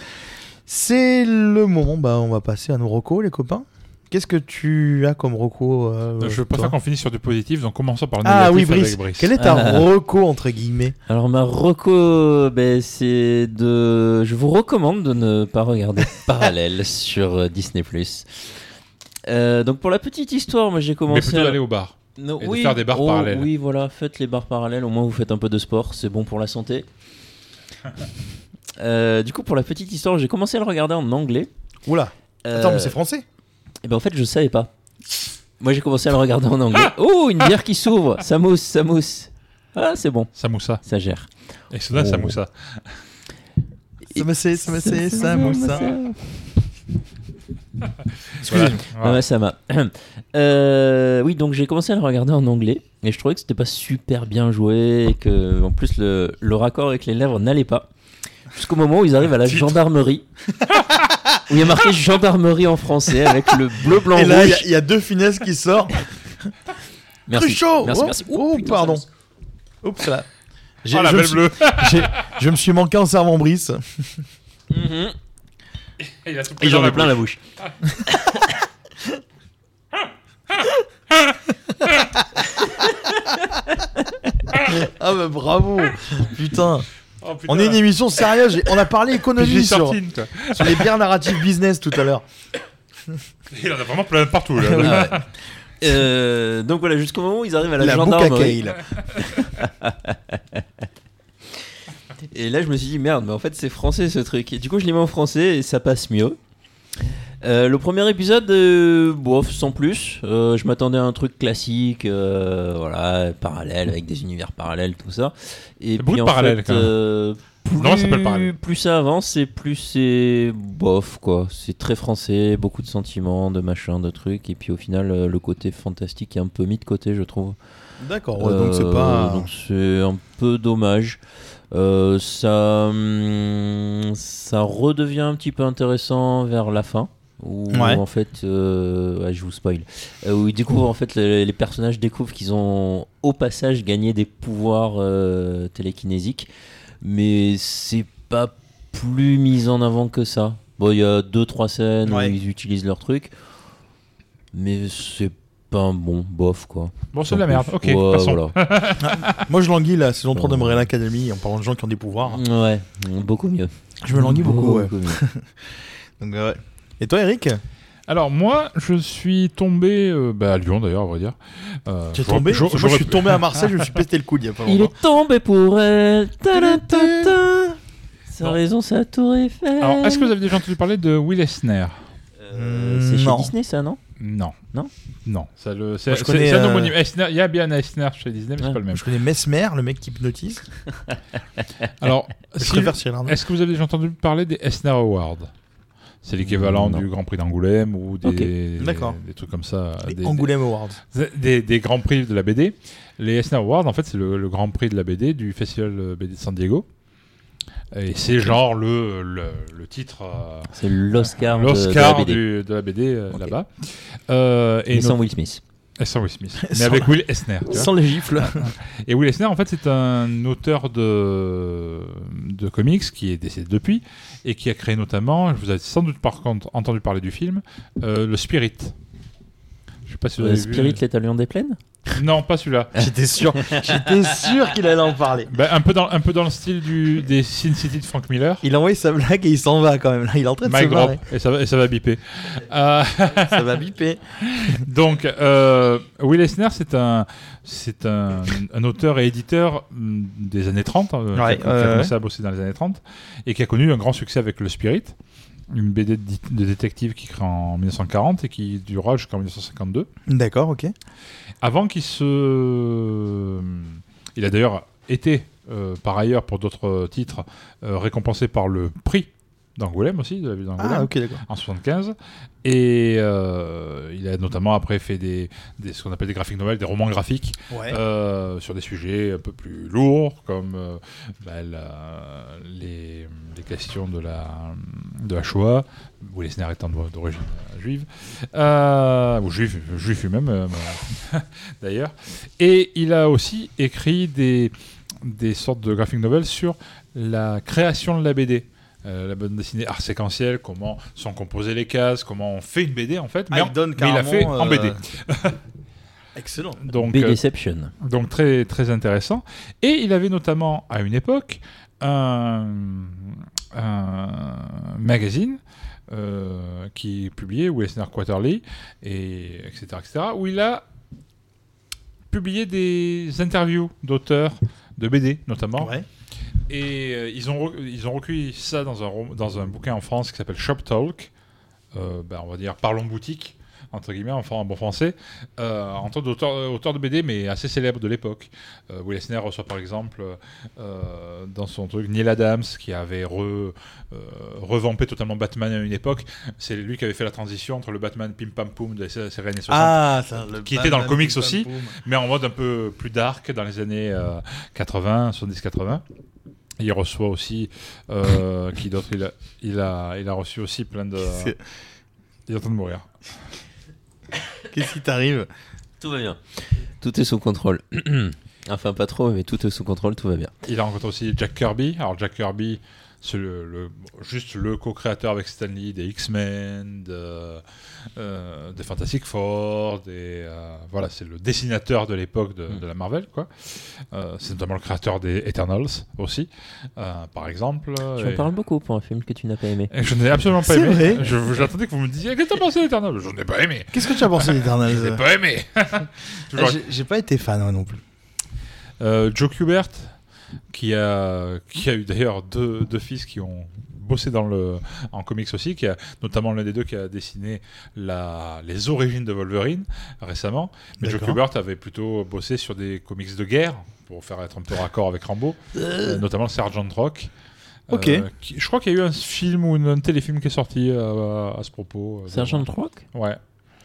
Speaker 11: C'est le moment, bah on va passer à nos recos, les copains. Qu'est-ce que tu as comme reco euh,
Speaker 12: je
Speaker 11: toi
Speaker 12: préfère qu'on finisse sur du positif, donc commençons par le
Speaker 11: Ah oui,
Speaker 12: négatif
Speaker 11: Brice.
Speaker 12: avec Brice.
Speaker 11: Quel est ta
Speaker 13: Ah.
Speaker 11: reco entre guillemets
Speaker 13: Alors ma reco, ben, c'est de, je vous recommande de ne pas regarder Parallèle sur euh, Disney+. Euh, donc pour la petite histoire, moi j'ai
Speaker 12: Mais
Speaker 13: commencé
Speaker 12: plutôt
Speaker 13: à-
Speaker 12: d'aller au bar.
Speaker 13: Non,
Speaker 12: et de
Speaker 13: oui,
Speaker 12: faire des bars
Speaker 13: oh,
Speaker 12: parallèles.
Speaker 13: Oui, voilà, faites les bars parallèles, au moins vous faites un peu de sport, c'est bon pour la santé. Euh, du coup, pour la petite histoire, j'ai commencé à le regarder en anglais.
Speaker 11: Oula,
Speaker 13: Euh,
Speaker 11: attends, mais c'est français
Speaker 13: Et ben en fait, je savais pas. Moi, j'ai commencé à le regarder en
Speaker 12: Ah
Speaker 13: anglais. Oh, une bière qui s'ouvre, ça mousse, ça mousse. Ah, c'est bon,
Speaker 12: Samoussa.
Speaker 13: ça gère.
Speaker 12: Et cela,
Speaker 13: Oh.
Speaker 12: Samoussa.
Speaker 11: Ça me sait, ça me sait, ça me ça.
Speaker 12: Excusez-moi.
Speaker 13: Ah ouais, ça m'a. Euh, oui, donc j'ai commencé à le regarder en anglais et je trouvais que c'était pas super bien joué et que en plus le, le raccord avec les lèvres n'allait pas. Jusqu'au moment où ils arrivent à la gendarmerie. où il y a marqué gendarmerie en français avec le bleu, blanc,
Speaker 11: Et là, il y
Speaker 13: rouge.
Speaker 11: a- il y, a deux finesses qui sortent.
Speaker 13: Merci.
Speaker 11: Cruchot
Speaker 13: Merci,
Speaker 11: Oh,
Speaker 13: merci.
Speaker 11: oh,
Speaker 13: putain,
Speaker 11: pardon.
Speaker 13: ça
Speaker 11: Oups là. J'ai-
Speaker 12: Oh, la
Speaker 11: je, me
Speaker 12: belle
Speaker 11: suis,
Speaker 12: bleue.
Speaker 11: j'ai- je me suis manqué en servant Brice.
Speaker 13: me- Mhm.
Speaker 12: Il a tout pris
Speaker 13: Et
Speaker 12: dans
Speaker 13: j'en ai
Speaker 12: la
Speaker 13: plein la bouche.
Speaker 11: Ah bah bravo Putain
Speaker 12: bouche. Oh, putain.
Speaker 11: On est une émission sérieuse, j'ai- on a parlé
Speaker 12: Puis j'ai
Speaker 11: économie sur,
Speaker 12: sorti une, quoi.
Speaker 11: sur les bières narratives business tout à l'heure.
Speaker 12: Il en a vraiment plein partout, là.
Speaker 13: Euh, donc voilà, jusqu'au moment où ils arrivent à la,
Speaker 11: La boucle à
Speaker 13: gendarmerie.
Speaker 11: Kale.
Speaker 13: Et là, je me suis dit, merde, mais en fait, c'est français ce truc. Et du coup, je l'ai mis en français et ça passe mieux. Euh, le premier épisode, euh, bof, sans plus. Euh, je m'attendais à un truc classique, euh, voilà, parallèle, avec des univers parallèles, tout ça.
Speaker 12: C'est
Speaker 13: Et
Speaker 12: beaucoup
Speaker 13: puis,
Speaker 12: de
Speaker 13: en
Speaker 12: parallèles,
Speaker 13: fait,
Speaker 12: quand même.
Speaker 13: euh, plus,
Speaker 12: Non, ça s'appelle parallèle.
Speaker 13: plus ça avance et plus c'est bof, quoi. C'est très français, beaucoup de sentiments, de machins, de trucs. Et puis au final, euh, le côté fantastique est un peu mis de côté, je trouve.
Speaker 11: D'accord, ouais, donc c'est
Speaker 13: Euh,
Speaker 11: pas.
Speaker 13: donc c'est un peu dommage. Euh, ça, hum, ça redevient un petit peu intéressant vers la fin. Où
Speaker 11: Ouais.
Speaker 13: en fait, euh, ouais, je vous spoil. Euh, où ils découvrent en fait les, les personnages découvrent qu'ils ont au passage gagné des pouvoirs euh, télékinésiques, mais c'est pas plus mis en avant que ça. Bon, il y a deux trois scènes
Speaker 11: Ouais.
Speaker 13: où ils utilisent leur truc, mais c'est pas un bon bof quoi.
Speaker 12: Bon, c'est de la merde. Ok, passons.
Speaker 13: voilà.
Speaker 11: Moi je languis la saison 3 d'Umbrella Academy en parlant de gens qui ont des pouvoirs.
Speaker 13: Ouais, beaucoup mieux.
Speaker 11: Je me languis beaucoup, ouais.
Speaker 13: mieux.
Speaker 11: Donc, euh, ouais. Et toi Eric
Speaker 12: Alors, moi, je suis tombé euh, bah, à Lyon, d'ailleurs, à vrai dire. Euh,
Speaker 11: Tu es
Speaker 12: j'aurais-
Speaker 11: tombé
Speaker 12: j'aurais-
Speaker 11: Moi je suis
Speaker 12: j'aurais-
Speaker 11: tombé à Marseille, je me suis pété le coude il y a pas
Speaker 13: Il
Speaker 11: longtemps.
Speaker 13: est tombé pour elle. Ta -da -ta -ta. Sa
Speaker 12: Non.
Speaker 13: raison, sa tour Eiffel.
Speaker 12: Alors, est-ce que vous avez déjà entendu parler de Will Eisner
Speaker 13: Euh, c'est chez
Speaker 11: Non.
Speaker 13: Disney ça, non
Speaker 12: Non.
Speaker 13: Non
Speaker 12: Non. Ça le- C'est
Speaker 11: Moi, je
Speaker 12: c'est-
Speaker 11: connais,
Speaker 12: c'est un
Speaker 11: euh,
Speaker 12: homonyme. Eisner- Il y a bien Eisner chez Disney, mais
Speaker 13: Ouais.
Speaker 12: c'est pas le même.
Speaker 11: Je connais Mesmer, le mec qui hypnotise.
Speaker 12: Alors,
Speaker 11: Je
Speaker 12: si-
Speaker 11: préfère Cyril Arnaud.
Speaker 12: Est-ce que vous avez déjà entendu parler des Esner Awards C'est l'équivalent
Speaker 13: Non.
Speaker 12: du Grand Prix d'Angoulême ou des,
Speaker 13: Ok,
Speaker 11: d'accord.
Speaker 12: des trucs comme ça.
Speaker 11: Les
Speaker 12: des-
Speaker 11: Angoulême Awards.
Speaker 12: des, des- des Grands Prix de la BD. Les Esner Awards, en fait, c'est le, le Grand Prix de la BD du Festival euh, BD de San Diego. Et c'est genre le, le, le titre. euh,
Speaker 13: C'est l'Oscar de- de la
Speaker 12: l'Oscar
Speaker 13: BD.
Speaker 12: du- de la BD, euh,
Speaker 13: Ok.
Speaker 12: là-bas. Euh,
Speaker 13: Et sans
Speaker 12: notre-
Speaker 13: Will Smith.
Speaker 12: et sans Will Smith. Mais
Speaker 11: Sans-
Speaker 12: avec Will Eisner. tu vois.
Speaker 11: Sans les gifles.
Speaker 12: Et Will Eisner, en fait, c'est un auteur de, de comics qui est décédé depuis et qui a créé notamment, vous avez sans doute par contre entendu parler du film, euh, le Spirit. Je sais pas si vous
Speaker 13: Euh,
Speaker 12: avez
Speaker 13: Spirit,
Speaker 12: vu.
Speaker 13: l'étalion des plaines
Speaker 12: Non, pas celui-là.
Speaker 11: J'étais sûr, j'étais sûr qu'il allait en parler.
Speaker 12: Ben, un, peu dans, un peu dans le style du, des Sin City de Frank Miller.
Speaker 11: Il envoie sa blague et il s'en va quand même. Là, il est en train de
Speaker 12: Mike
Speaker 11: se
Speaker 12: drop
Speaker 11: barrer.
Speaker 12: et ça, va- et ça va biper. Euh,
Speaker 11: Ça va biper.
Speaker 12: Donc, euh, Will Eisner, c'est un, c'est un, un auteur et éditeur mm, des années 30, euh, qui a-
Speaker 11: Ouais,
Speaker 12: qui a,
Speaker 11: ouais,
Speaker 12: commencé à bosser dans les années 30, et qui a connu un grand succès avec Le Spirit, une BD de, dit- de détective qui crée en 1940 et qui durera jusqu'en 1952.
Speaker 11: D'accord, ok.
Speaker 12: Avant qu'il se... Il a d'ailleurs été, euh, par ailleurs, pour d'autres titres, euh, récompensé par le prix d'Angoulême aussi, de la ville d'Angoulême
Speaker 11: Ah, ok, d'accord.
Speaker 12: en 75 et euh, il a notamment après fait des, des- ce qu'on appelle des graphiques novels, des romans graphiques
Speaker 11: Ouais.
Speaker 12: euh, sur des sujets un peu plus lourds comme euh, bah, la- les, les questions de la de la Shoah où les scénaristes étant d'o- d'origine euh, juive euh, ou juif juif lui-même euh, mais- d'ailleurs et il a aussi écrit des des sortes de graphic novels sur la création de la BD euh, la bande dessinée art séquentiel, comment sont composées les cases, comment on fait une BD en fait, mais,
Speaker 11: Ah,
Speaker 12: en-
Speaker 11: il donne
Speaker 12: mais il a fait
Speaker 11: carrément,
Speaker 12: en
Speaker 11: euh,
Speaker 12: BD.
Speaker 11: Excellent.
Speaker 12: Donc, euh,
Speaker 13: BDception.
Speaker 12: donc très, très intéressant. Et il avait notamment, à une époque, un, un magazine euh, qui publiait Westner Quarterly, et, etc., etc., où il a publié des interviews d'auteurs de BD, notamment.
Speaker 11: Ouais.
Speaker 12: Et euh, ils, ont re- ils ont recueilli ça dans un, rom- dans un bouquin en France qui s'appelle Shop Talk, Euh, ben, on va dire Parlons Boutique, entre guillemets, en, fran- en bon français, euh, en tant qu'auteur auteur de BD, mais assez célèbre de l'époque. Euh, Will Eisner reçoit par exemple euh, dans son truc Neil Adams, qui avait re- euh, revampé totalement Batman à une époque. C'est lui qui avait fait la transition entre le Batman Pim Pam Poum de ces ces années 60
Speaker 11: Ah, ça, le
Speaker 12: Qui était dans le
Speaker 11: Batman,
Speaker 12: comics
Speaker 11: pim, pam,
Speaker 12: aussi.
Speaker 11: poum.
Speaker 12: mais en mode un peu plus dark dans les années euh, 80, 70-80. Il reçoit aussi euh, qui d'autre il a, il a il a reçu aussi plein de
Speaker 11: C'est-
Speaker 12: il est en train de mourir.
Speaker 11: Qu'est-ce qui t'arrive
Speaker 13: Tout va bien. Tout est sous contrôle. enfin, pas trop, mais tout est sous contrôle, tout va bien.
Speaker 12: Il a rencontré aussi Jack Kirby. Alors Jack Kirby, c'est le, le- juste le co-créateur avec Stan Lee des X-Men, de, euh, des Fantastic Four, des euh, voilà, c'est le dessinateur de l'époque de,
Speaker 13: Mm.
Speaker 12: de la Marvel quoi. Euh, c'est notamment le créateur des Eternals aussi, euh, par exemple.
Speaker 13: Tu en
Speaker 12: Et-
Speaker 13: parles beaucoup pour un film que tu n'as pas aimé.
Speaker 12: Et Eh, Je n'ai absolument pas
Speaker 11: C'est
Speaker 12: aimé.
Speaker 11: vrai.
Speaker 12: Je- J'attendais que vous me disiez qu'est-ce que t'as pensé d'Eternal Je n'ai pas aimé.
Speaker 11: Qu'est-ce que tu as pensé
Speaker 12: Je n'ai
Speaker 11: d'Eternal
Speaker 12: pas aimé. Toujours.
Speaker 11: J'ai pas été fan moi, non plus.
Speaker 12: Euh, Joe Kubert, qui a, qui a eu d'ailleurs deux, deux fils qui ont bossé dans le, en comics aussi, qui a, notamment l'un des deux qui a dessiné la, les origines de Wolverine récemment. Mais Joe
Speaker 11: D'accord.
Speaker 12: Kubert avait plutôt bossé sur des comics de guerre, pour faire être un peu raccord avec Rambo, euh, notamment Sergeant Rock. Euh,
Speaker 11: Ok.
Speaker 12: qui- je crois qu'il y a eu un film ou un téléfilm qui est sorti euh, à ce propos. euh,
Speaker 13: Sergent Rock
Speaker 12: Ouais.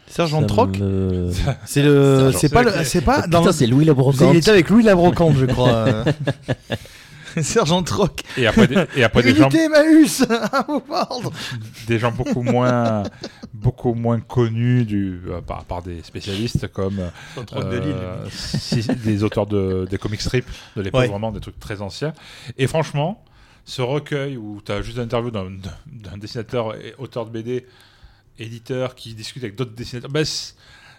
Speaker 11: Sergent
Speaker 13: Ça
Speaker 11: Troc,
Speaker 13: me-
Speaker 11: c'est le,
Speaker 12: Sergent-
Speaker 11: c'est pas, le-
Speaker 12: c'est-
Speaker 11: c'est pas.
Speaker 13: Oh,
Speaker 11: dans-
Speaker 13: Putain, c'est Louis
Speaker 11: Vous avez
Speaker 13: Labrocante.
Speaker 11: été avec Louis Labrocante, je crois. euh. Sergent Troc.
Speaker 12: Et après, des, et après des, gens,
Speaker 11: Unité Emmaüs à vos ordres.
Speaker 12: des gens beaucoup moins, beaucoup moins connus du, euh, par, par des spécialistes comme euh, si- des auteurs de, des comic strips de l'époque,
Speaker 11: Ouais.
Speaker 12: vraiment des trucs très anciens. Et franchement, ce recueil où tu as juste l'interview d'un- d'un dessinateur et auteur de BD, éditeur qui discute avec d'autres dessinateurs, ben, c-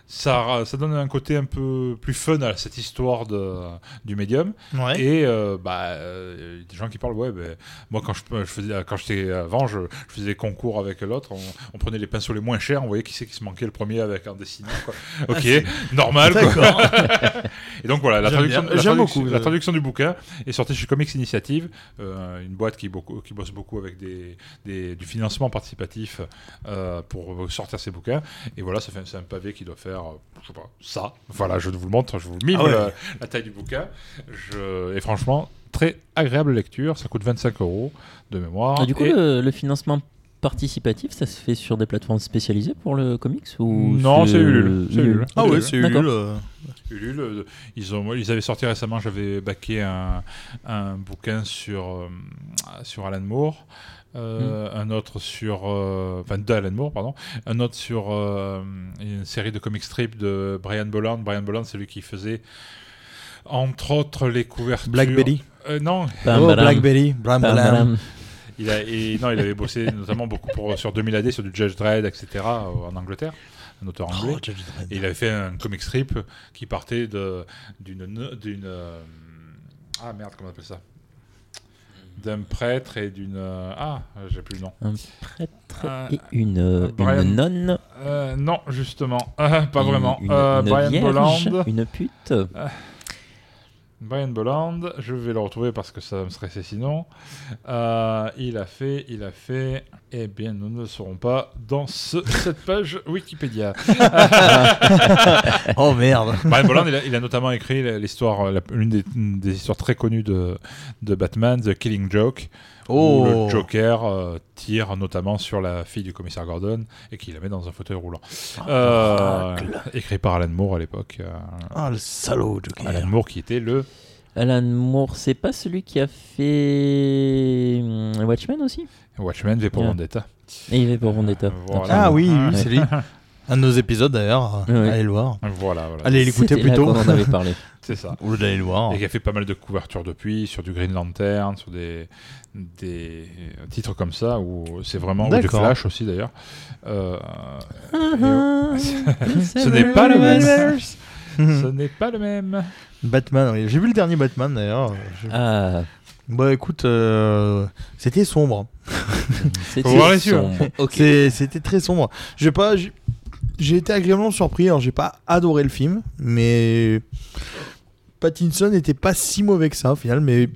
Speaker 12: ça, ça donne un côté un peu plus fun à cette histoire de, du médium.
Speaker 11: Ouais.
Speaker 12: Et euh, bah, euh, des gens qui parlent, ouais, ben, moi quand je, je faisais, quand j'étais avant, je, je faisais des concours avec l'autre, on, on prenait les pinceaux les moins chers, on voyait qui c'est qui se manquait le premier avec un dessinant. quoi. Ok, normal. quoi.
Speaker 11: Ah, D'accord.
Speaker 12: Et donc voilà, la
Speaker 11: J'aime
Speaker 12: traduction,
Speaker 11: bien.
Speaker 12: la,
Speaker 11: J'aime
Speaker 12: traduction-
Speaker 11: beaucoup, euh.
Speaker 12: la
Speaker 11: je-
Speaker 12: traduction du bouquin est sortie chez Comics Initiative, euh, une boîte qui, beaucoup, qui bosse beaucoup avec des, des- du financement participatif euh, pour sortir ses bouquins. Et voilà, ça fait un- c'est un pavé qui doit faire, euh, je sais pas, ça. Voilà, je vous le montre, je vous mime
Speaker 11: Ah ouais.
Speaker 12: la, la taille du bouquin. Je- Et franchement, très agréable lecture, ça coûte 25 euros de mémoire.
Speaker 13: Ah, du coup,
Speaker 12: Et-
Speaker 13: le, le financement participatif, ça se fait sur des plateformes spécialisées pour le comics ou
Speaker 12: Non, c'est Ulule. c'est Ulule.
Speaker 11: Ah ouais, c'est
Speaker 13: D'accord.
Speaker 11: Ulule. euh,
Speaker 12: Ulule, euh, ils, ont, ils avaient sorti récemment, j'avais baqué un, un bouquin sur, euh, sur Alan Moore, euh,
Speaker 13: Hmm.
Speaker 12: un autre sur. euh, Enfin, deux Alan Moore, pardon. Un autre sur euh, une série de comic strip de Brian Bolland. Brian Bolland, c'est lui qui faisait, entre autres, les couvertures.
Speaker 11: Blackberry.
Speaker 12: Euh, non,
Speaker 13: Bam,
Speaker 11: oh,
Speaker 13: badam,
Speaker 11: Blackberry. Blam,
Speaker 13: bam,
Speaker 11: blam.
Speaker 13: badam.
Speaker 12: il, a, et, non, il avait bossé notamment beaucoup pour, sur 2000 AD, sur du Judge Dredd, etc., euh, en Angleterre, un auteur
Speaker 13: Oh,
Speaker 12: anglais. Et il avait fait un comic strip qui partait de- d'une. ne- d'une, euh, ah merde, comment on appelle ça D'un prêtre et d'une. euh, Ah, j'ai plus le nom.
Speaker 13: Un prêtre
Speaker 12: Euh,
Speaker 13: et une, euh,
Speaker 12: Brian-
Speaker 13: une nonne.
Speaker 12: Euh, non, justement. Euh, pas
Speaker 13: une-
Speaker 12: vraiment.
Speaker 13: Une,
Speaker 12: Euh,
Speaker 13: une
Speaker 12: Brian
Speaker 13: vierge,
Speaker 12: Bolland.
Speaker 13: Une pute.
Speaker 12: Brian Bolland, je vais le retrouver parce que ça va me stresser sinon. Euh, il a fait, il a fait. Eh bien, nous ne le saurons pas dans ce- cette page Wikipédia.
Speaker 11: Oh merde.
Speaker 12: Brian Bolland, il a, il a notamment écrit la- l'histoire, la- l'une des, une des histoires très connues de, de Batman, The Killing Joke, où
Speaker 11: Oh.
Speaker 12: le Joker euh, tire notamment sur la fille du commissaire Gordon et qui la met dans un fauteuil roulant. Euh, écrit par Alan Moore à l'époque. euh,
Speaker 11: Ah le salaud Ah Joker.
Speaker 12: Alan Moore qui était le.
Speaker 13: Alan Moore, c'est pas celui qui a fait hum, Watchmen aussi
Speaker 12: Watchmen V pour
Speaker 13: Yeah.
Speaker 12: Vendetta.
Speaker 13: Et il est pour Vendetta.
Speaker 12: Euh, Voilà.
Speaker 11: Ah oui, oui,
Speaker 12: Ouais.
Speaker 11: c'est lui. Un de nos épisodes d'ailleurs.
Speaker 13: Ah, Ouais.
Speaker 11: Allez le voir.
Speaker 12: Voilà, voilà.
Speaker 11: Allez l'écouter
Speaker 13: C'était là
Speaker 11: plutôt.
Speaker 13: qu'on en avait parlé.
Speaker 12: C'est ça.
Speaker 11: Ou d'aller le voir.
Speaker 12: Et qui a fait pas mal de couvertures depuis, sur du Green Lantern, sur des, des titres comme ça, où c'est vraiment. Ou du
Speaker 11: D'accord.
Speaker 12: Flash aussi d'ailleurs. Euh, et- ce n'est pas le même. ce n'est pas le même.
Speaker 11: Ah Batman, oui. j'ai vu le dernier Batman d'ailleurs. Je-
Speaker 13: Ah,
Speaker 11: Bah écoute, euh, c'était sombre.
Speaker 13: c'était
Speaker 12: voir les yeux.
Speaker 13: sombre. Ok.
Speaker 11: C'est- C'était très sombre. J'ai pas, j'ai- j'ai été agréablement surpris. Alors j'ai pas adoré le film, mais Pattinson n'était pas si mauvais que ça au final. Mais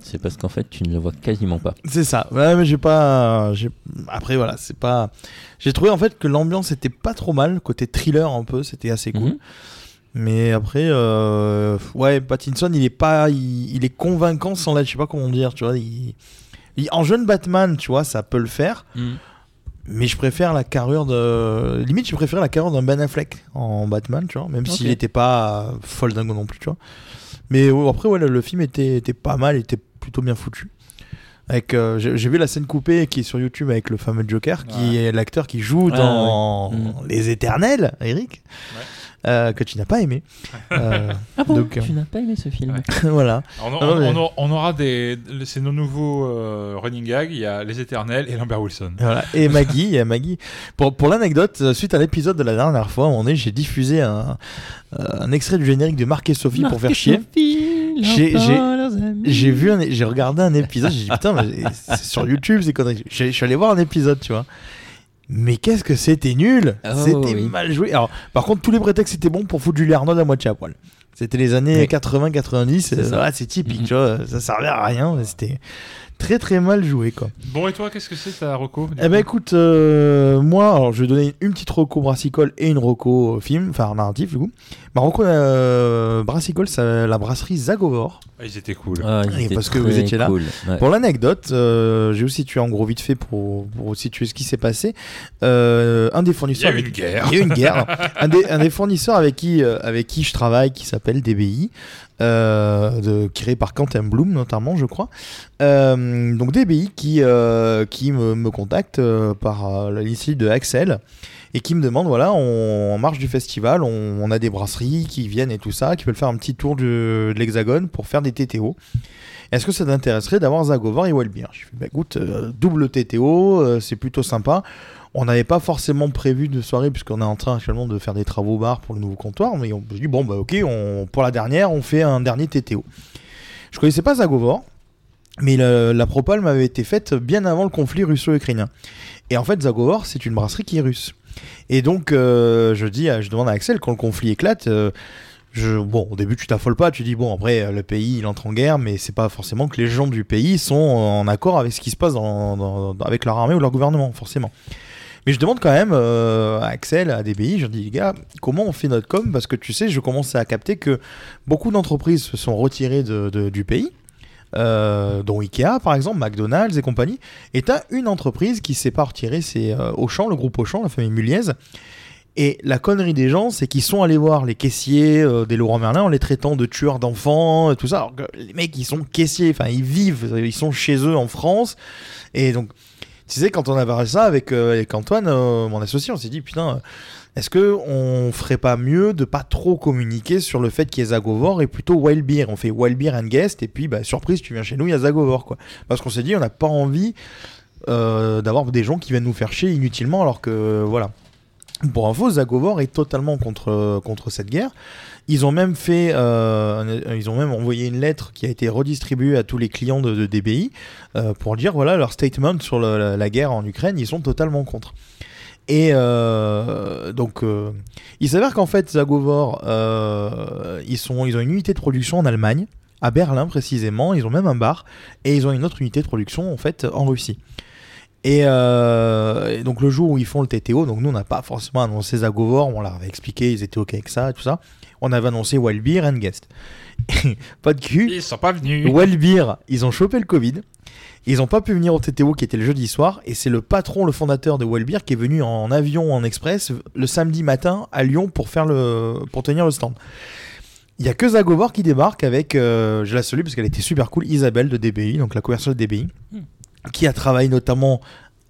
Speaker 13: C'est parce qu'en fait, tu ne le vois quasiment pas.
Speaker 11: c'est ça. Ouais, mais j'ai pas. j'ai- Après voilà, c'est pas. J'ai trouvé en fait que l'ambiance était pas trop mal côté thriller un peu. C'était assez cool.
Speaker 13: Mhm.
Speaker 11: Mais après, euh, ouais, Pattinson, il est pas, il, il est convaincant sans l'être. Je sais pas comment dire, tu vois. il- il- en jeune Batman, tu vois, ça peut le faire.
Speaker 12: Hmm.
Speaker 13: Mm.
Speaker 11: Mais je préfère la carrure de, limite, je préfère la carrure d'un Ben Affleck en Batman, tu vois, même s'il
Speaker 13: Ok.
Speaker 11: n'était pas euh, folle dingue non plus, tu vois. Mais ouais, après, ouais, le, le film était, était pas mal, était plutôt bien foutu. Avec, euh, j'ai j'ai vu la scène coupée qui est sur YouTube avec le fameux Joker, qui est l'acteur qui joue
Speaker 13: Ah,
Speaker 11: dans
Speaker 13: ouais. Mm.
Speaker 11: Les Éternels, Eric, euh, que tu n'as pas aimé. Euh,
Speaker 13: Ah bon
Speaker 11: Donc, euh,
Speaker 13: Tu n'as pas aimé ce film
Speaker 12: Ouais.
Speaker 11: voilà.
Speaker 12: On, on-
Speaker 11: Ah ouais.
Speaker 12: on- on aura des. C'est nos nouveaux euh, running gags. Il y a Les Éternels et Lambert Wilson.
Speaker 11: Et voilà. Et Maggie, et Maggie. Pour, pour l'anecdote, euh, suite à l'épisode de la dernière fois, on est, j'ai diffusé un, euh, un extrait du générique de Marc et Sophie pour faire chier. J'ai- j'ai- J'ai vu, un- j'ai regardé un épisode, j'ai dit putain, mais c'est sur YouTube, c'est conneries. Je je suis allé voir un épisode, tu vois. Mais qu'est-ce que c'était nul
Speaker 13: Oh,
Speaker 11: C'était
Speaker 13: oui.
Speaker 11: mal joué. Alors, par contre, tous les prétextes étaient bons pour foutre Julie Arnaud à moitié à poil. C'était les années
Speaker 13: Oui.
Speaker 11: 80-90,
Speaker 13: C'est
Speaker 11: euh,
Speaker 13: ça.
Speaker 11: ouais, c'est typique,
Speaker 13: Mhm.
Speaker 11: tu vois, ça servait à rien, mais c'était très très mal joué, quoi.
Speaker 12: Bon, et toi, qu'est-ce que c'est ta Rocco du
Speaker 11: Eh ben
Speaker 12: coup
Speaker 11: écoute, euh, moi, alors je vais donner une petite reco brassicole et une reco film, enfin narratif du coup. Ma reco euh, brassicole, c'est la brasserie Zagovor.
Speaker 12: Ah, Ils étaient cool.
Speaker 13: Ah, ils
Speaker 11: Et
Speaker 13: étaient
Speaker 11: parce que vous
Speaker 13: très
Speaker 11: étiez là.
Speaker 13: cool. Ouais.
Speaker 11: Pour l'anecdote, euh, j'ai aussi tué en gros vite fait pour, pour situer ce qui s'est passé. Euh, un des
Speaker 12: Il y a
Speaker 11: fournisseurs
Speaker 12: eu
Speaker 11: avec-
Speaker 12: une guerre.
Speaker 11: il y a eu une guerre. un, des, un des fournisseurs avec qui, euh, avec qui je travaille, qui s'appelle DBI, euh, de, créé par Quentin Bloom notamment, je crois. Euh, donc DBI qui, euh, qui me, me contacte euh, par euh, l'initiative de Axel et qui me demande voilà, on, en marge du festival, on, on a des brasseries qui viennent et tout ça, qui veulent faire un petit tour du- de l'Hexagone pour faire des TTO. Est-ce que ça t'intéresserait d'avoir Zagovar et Wellbeer Je fais, bah écoute, euh, double TTO, euh, c'est plutôt sympa. On n'avait pas forcément prévu de soirée puisqu'on est en train actuellement de faire des travaux bar pour le nouveau comptoir, mais on se dit bon bah ok, on, pour la dernière, on fait un dernier TTO. Je connaissais pas Zagovor, mais le- la propale m'avait été faite bien avant le conflit russo-ukrainien. Et en fait, Zagovor, c'est une brasserie qui est russe. Et donc, euh, je dis, à- je demande à Axel quand le conflit éclate. euh, je, bon, au début, tu t'affoles pas, tu dis bon, après, euh, le pays, il entre en guerre, mais c'est pas forcément que les gens du pays sont en accord avec ce qui se passe dans- dans- dans- avec leur armée ou leur gouvernement, forcément. Mais je demande quand même euh, à Axel, à DBI, je dis les gars, comment on fait notre com Parce que tu sais, je commence à capter que beaucoup d'entreprises se sont retirées de- de- du pays. euh, dont Ikea par exemple, McDonald's et compagnie. Et t'as une entreprise qui sait pas retirer, c'est euh, Auchan, le groupe Auchan, la famille Muliez. Et la connerie des gens, c'est qu'ils sont allés voir les caissiers euh, des Laurent Merlin en les traitant de tueurs d'enfants, et tout ça. Alors que les mecs, ils sont caissiers, enfin, ils vivent, ils sont chez eux en France. Et donc, tu sais, quand on avait ça avec, euh, avec Antoine, euh, mon associé, on s'est dit, putain, euh, est-ce que on ferait pas mieux de pas trop communiquer sur le fait qu'il y ait Zagovor et plutôt Wild Beer On fait Wild Beer and Guest, et puis, bah, surprise, tu viens chez nous, il y a Zagovor, quoi. Parce qu'on s'est dit, on n'a pas envie euh, d'avoir des gens qui viennent nous faire chier inutilement, alors que, voilà. Pour info, Zagovor est totalement contre, euh, contre cette guerre. Ils ont même fait, euh, ils ont même envoyé une lettre qui a été redistribuée à tous les clients de, de DBI euh, pour dire voilà leur statement sur le- la, la guerre en Ukraine, ils sont totalement contre. Et euh, donc, euh, il s'avère qu'en fait, Zagovor, euh, ils, sont, ils ont une unité de production en Allemagne, à Berlin précisément, ils ont même un bar, et ils ont une autre unité de production en fait en Russie. Et, euh, et donc le jour où ils font le TTO, donc nous on n'a pas forcément annoncé Zagovor, on leur avait expliqué, ils étaient ok avec ça et tout ça. On avait annoncé Wild Beer and Guest. pas de cul.
Speaker 12: Ils sont pas venus.
Speaker 11: Wild Beer, ils ont chopé le Covid. Ils n'ont pas pu venir au TTO qui était le jeudi soir. Et c'est le patron, le fondateur de Wild Beer qui est venu en avion, en express, le samedi matin à Lyon pour, faire le, pour tenir le stand. Il y a que Zagovor qui débarque avec, euh, je la salue parce qu'elle était super cool, Isabelle de DBI, donc la commerciale de DBI,
Speaker 4: Hmm.
Speaker 11: qui a travaillé notamment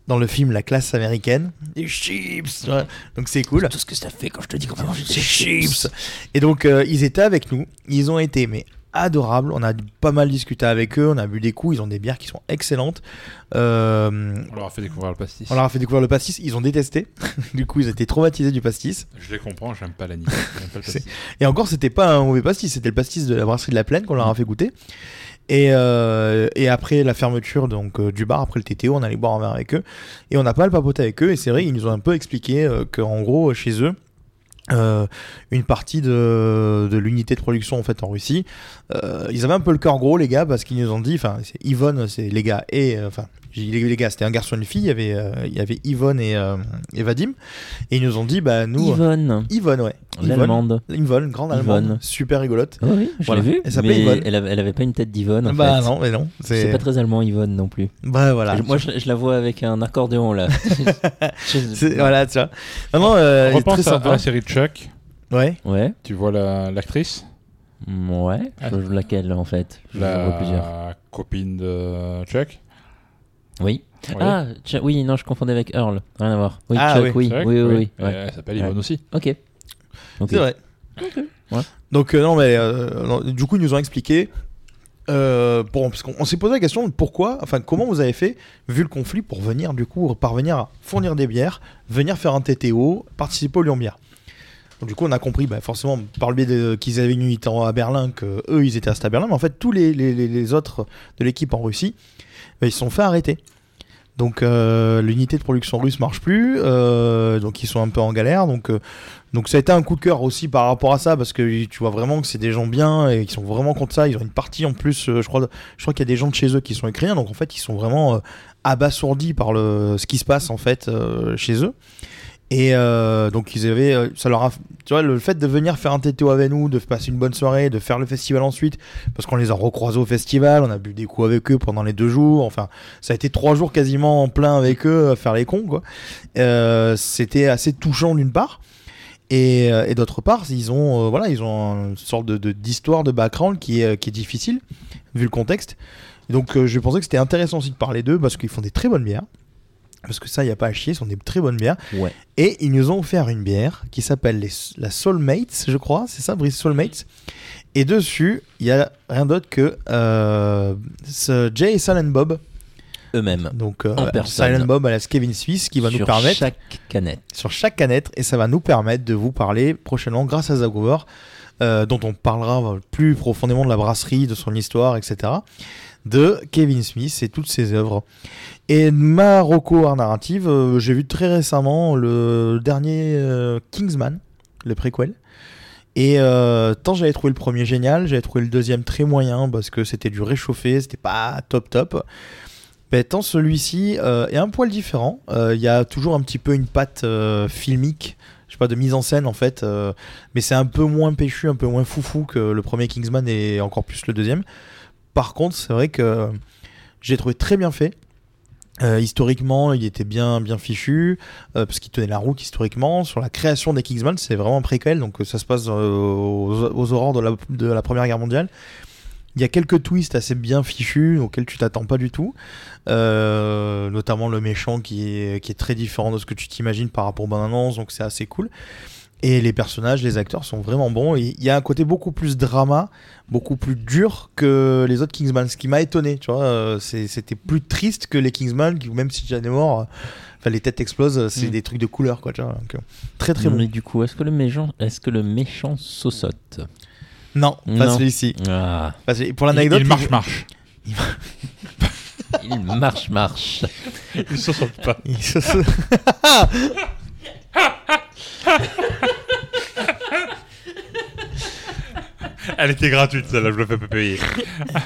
Speaker 11: dans le film La classe américaine. Des chips ouais. Donc c'est cool.
Speaker 4: Tout ce que ça fait quand je te dis qu'on va manger
Speaker 11: Des chips. Et donc euh, ils étaient avec nous, ils ont été mais adorables, on a pas mal discuté avec eux, on a bu des coups, ils ont des bières qui sont excellentes. Euh,
Speaker 12: On leur a fait découvrir le pastis.
Speaker 11: on leur a fait découvrir le pastis, ils ont détesté, du coup ils étaient traumatisés du pastis.
Speaker 12: Je les comprends, j'aime pas l'animal. j'aime pas le pastis.
Speaker 11: Et encore c'était pas un mauvais pastis, c'était le pastis de la brasserie de la plaine qu'on leur a fait goûter. Et, euh, et après la fermeture donc euh, du bar, après le TTO, on allait boire un verre avec eux. Et on n'a pas le papoté avec eux. Et c'est vrai, ils nous ont un peu expliqué euh, que en gros, euh, chez eux, euh, une partie de, de l'unité de production en fait en Russie, euh, ils avaient un peu le cœur gros les gars parce qu'ils nous ont dit, enfin c'est Yvonne, c'est les gars et euh, enfin j'ai dit les les gars, c'était un garçon et une fille, il y avait, euh, il y avait Yvonne et, euh, et Vadim, et ils nous ont dit bah nous euh,
Speaker 13: Yvonne,
Speaker 11: Yvonne ouais, Yvonne,
Speaker 13: l'allemande.
Speaker 11: Yvonne, grande allemande,
Speaker 13: Yvonne.
Speaker 11: super rigolote.
Speaker 13: Ah oui, je
Speaker 11: Voilà.
Speaker 13: l'ai vu.
Speaker 11: Elle s'appelait
Speaker 13: mais
Speaker 11: Yvonne.
Speaker 13: Elle, avait, elle avait pas une tête d'Yvonne. En
Speaker 11: bah
Speaker 13: fait.
Speaker 11: non mais non,
Speaker 13: C'est pas très allemand, Yvonne non plus.
Speaker 11: bah voilà.
Speaker 13: Je- Moi, je, je la vois avec un accordéon là. Je-
Speaker 11: C'est- voilà, tu vois. Non, non, euh, elle est très
Speaker 12: Repense à, à
Speaker 11: sympa.
Speaker 12: la série de Chuck.
Speaker 11: Ouais.
Speaker 13: Ouais,
Speaker 12: Tu vois la- l'actrice
Speaker 13: ouais. Je vois laquelle en fait Je
Speaker 12: La
Speaker 13: vois plusieurs.
Speaker 12: copine de Chuck.
Speaker 13: Oui.
Speaker 12: Oui.
Speaker 13: Ah, Chuck- oui, non, je confondais avec Earl. Rien à voir. Oui,
Speaker 11: Ah,
Speaker 13: Chuck,
Speaker 11: oui.
Speaker 13: oui,
Speaker 12: Chuck,
Speaker 13: oui, oui, oui.
Speaker 12: Et
Speaker 13: ouais.
Speaker 12: Elle s'appelle Yvonne
Speaker 13: Ouais.
Speaker 12: aussi.
Speaker 13: Ok. Ok.
Speaker 11: C'est vrai.
Speaker 13: Ouais.
Speaker 11: Donc euh, non mais euh, non, du coup ils nous ont expliqué euh, pour- parce qu'on on s'est posé la question de pourquoi, enfin comment vous avez fait vu le conflit pour venir du coup parvenir à fournir des bières, venir faire un TTO, participer au Lyon Bière. Donc, du coup on a compris bah, forcément par le biais de- qu'ils avaient une unité en- à Berlin que eux ils étaient restés à Berlin, mais en fait tous les, les- les- les autres de l'équipe en Russie bah, ils se sont fait arrêter. Donc euh, l'unité de production russe marche plus, euh, donc ils sont un peu en galère. Donc euh, donc ça a été un coup de cœur aussi par rapport à ça parce que tu vois vraiment que c'est des gens bien et qui sont vraiment contre ça. Ils ont une partie en plus, euh, je crois, je crois qu'il y a des gens de chez eux qui sont écrivains, donc en fait ils sont vraiment euh, abasourdis par le ce qui se passe en fait euh, chez eux. Et euh, donc ils avaient, euh, ça leur a, tu vois, le fait de venir faire un TTO avec nous, de passer une bonne soirée, de faire le festival ensuite, parce qu'on les a recroisés au festival, on a bu des coups avec eux pendant les deux jours, enfin, ça a été trois jours quasiment en plein avec eux à faire les cons, quoi. Euh, C'était assez touchant d'une part. Et, euh, et d'autre part, ils ont, euh, voilà, ils ont une sorte de- de- d'histoire de, background qui est, euh, qui est difficile, vu le contexte. Donc euh, je pensais que c'était intéressant aussi de parler d'eux, parce qu'ils font des très bonnes bières. Parce que ça, il n'y a pas à chier, ce sont des très bonnes bières.
Speaker 13: Ouais.
Speaker 11: Et ils nous ont offert une bière qui s'appelle les- la Soulmates, je crois, c'est ça, Brice Soulmates. Et dessus, il n'y a rien d'autre que euh, ce Jay et Silent Bob.
Speaker 13: Eux-mêmes.
Speaker 11: Donc euh,
Speaker 13: En personne.
Speaker 11: Silent Bob à la Kevin Suisse qui va nous
Speaker 13: Sur
Speaker 11: permettre
Speaker 13: Chaque canette.
Speaker 11: sur chaque canette et ça va nous permettre de vous parler prochainement grâce à Zagover euh, dont on parlera plus profondément de la brasserie, de son histoire, etc. de Kevin Smith et toutes ses œuvres. Et ma reco art narrative, euh, j'ai vu très récemment le dernier euh, Kingsman, le préquel. Et euh, tant j'avais trouvé le premier génial, j'avais trouvé le deuxième très moyen parce que c'était du réchauffé, c'était pas top top. Ben, tant celui-ci euh, est un poil différent. Euh, Il y a toujours un petit peu une patte euh, filmique, je sais pas, de mise en scène en fait, euh, mais c'est un peu moins péchu, un peu moins foufou que le premier Kingsman et encore plus le deuxième. Par contre, c'est vrai que j'ai trouvé très bien fait. Euh, historiquement, il était bien, bien fichu, euh, parce qu'il tenait la route historiquement. Sur la création des Kingsman, c'est vraiment un préquel, donc euh, ça se passe aux, aux, aurores de la, de la, Première Guerre mondiale. Il y a quelques twists assez bien fichus auxquels tu t'attends pas du tout, Euh, notamment le méchant qui est, qui est très différent de ce que tu t'imagines par rapport aux bonnes annonces, donc c'est assez cool. Et les personnages, les acteurs sont vraiment bons. Il y a un côté beaucoup plus drama, beaucoup plus dur que les autres Kingsman, ce qui m'a étonné. Tu vois, Euh, c'était plus triste que les Kingsman, qui, même si Jan est mort, enfin, les têtes explosent,
Speaker 12: Mm.
Speaker 11: c'est mmh. des trucs de couleur, quoi. Tu vois, donc, euh, très très bon.
Speaker 13: Mais du coup, est-ce que le méchant, est-ce que le méchant saussote
Speaker 11: Non, pas celui-ci. Ah. Pour l'anecdote,
Speaker 12: il, il, marche marche. Il...
Speaker 13: il marche marche.
Speaker 12: il saussote pas.
Speaker 11: Il saussote.
Speaker 12: Elle était gratuite, celle-là, je le fais pas payer.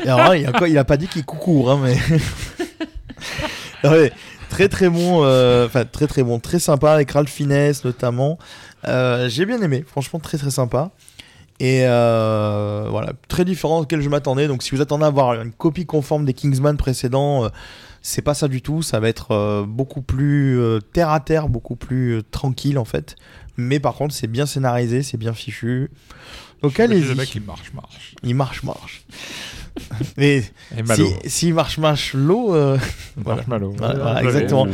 Speaker 11: Alors, il, a quoi, il a pas dit qu'il coucourt, hein, mais. non, mais très très bon, enfin euh, très très bon, très sympa avec Ralph Fiennes notamment. Euh, J'ai bien aimé, franchement très très sympa. Et euh, voilà, très différent auquel je m'attendais. Donc, si vous attendez à avoir une copie conforme des Kingsman précédents euh, c'est pas ça du tout. Ça va être euh, beaucoup plus euh, terre à terre, beaucoup plus euh, tranquille en fait. Mais par contre, c'est bien scénarisé, c'est bien fichu. Donc allez-y.
Speaker 12: Le mec, il marche, marche.
Speaker 11: Il marche, marche. Mais s'il si, si marche, marche l'eau.
Speaker 12: Voilà. Marshmallow.
Speaker 11: Voilà, voilà, exactement.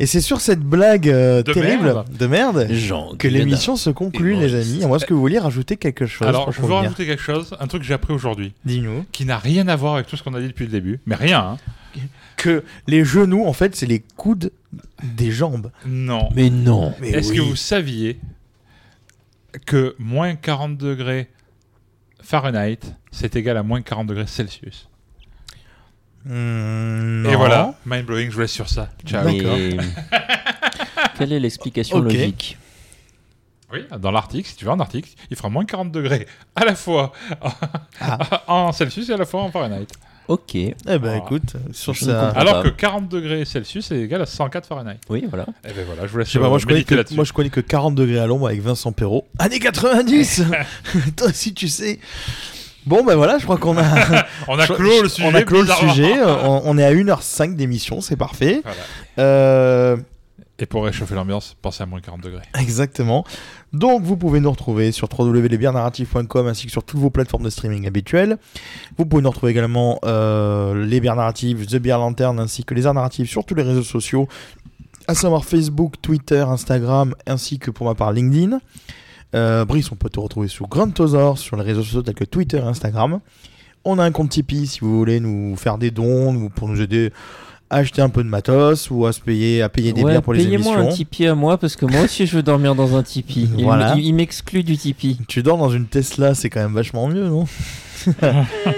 Speaker 11: Et c'est sur cette blague de terrible merde. de merde Jean que l'émission se conclut, les amis. Moi, est-ce que vous voulez rajouter quelque chose
Speaker 12: Alors, je veux rajouter quelque chose, un truc que j'ai appris aujourd'hui.
Speaker 11: Dis-nous.
Speaker 12: Qui n'a rien à voir avec tout ce qu'on a dit depuis le début. Mais rien, hein
Speaker 11: que les genoux, en fait, c'est les coudes des jambes.
Speaker 12: Non.
Speaker 11: Mais non.
Speaker 12: Est-ce oui. que vous saviez que moins 40 degrés Fahrenheit, c'est égal à moins 40 degrés Celsius
Speaker 11: mmh,
Speaker 12: Et voilà, mind blowing, je vous laisse sur ça. Ciao.
Speaker 13: Mais... Quelle est l'explication okay. logique
Speaker 12: oui, dans l'Arctique, si tu veux en Arctique, il fera moins 40 degrés à la fois ah. en Celsius et à la fois en Fahrenheit.
Speaker 13: Ok. Eh
Speaker 11: ben voilà. écoute, sur
Speaker 12: je
Speaker 11: ça.
Speaker 12: Alors que 40 degrés Celsius est égal à 104 Fahrenheit.
Speaker 13: Oui, voilà.
Speaker 12: Eh ben voilà, je vous laisse.
Speaker 11: Pas, moi, je connais que, moi je connais que 40 degrés à l'ombre avec Vincent Perrault. Année 90 Toi aussi tu sais. Bon ben voilà, je crois qu'on a
Speaker 12: on a clos le sujet.
Speaker 11: On a clos le sujet. on, on, est à 1h05 d'émission, c'est parfait. Voilà. Euh...
Speaker 12: Et pour réchauffer l'ambiance, pensez à moins 40 degrés.
Speaker 11: Exactement. Donc vous pouvez nous retrouver sur www.lesbiernarratifs.com ainsi que sur toutes vos plateformes de streaming habituelles. Vous pouvez nous retrouver également euh, les bières narratives, The Beer Lantern ainsi que les arts narratifs sur tous les réseaux sociaux, à savoir Facebook, Twitter, Instagram ainsi que pour ma part LinkedIn. Euh, Brice, on peut te retrouver sous Grantosaur sur les réseaux sociaux tels que Twitter et Instagram. On a un compte Tipeee si vous voulez nous faire des dons pour nous aider acheter un peu de matos ou à se payer à payer des
Speaker 13: ouais,
Speaker 11: bières pour les émissions.
Speaker 13: Payez-moi un tipi à moi parce que moi aussi je veux dormir dans un tipi. Il voilà. m'exclut du tipi.
Speaker 11: Tu dors dans une Tesla, c'est quand même vachement mieux, non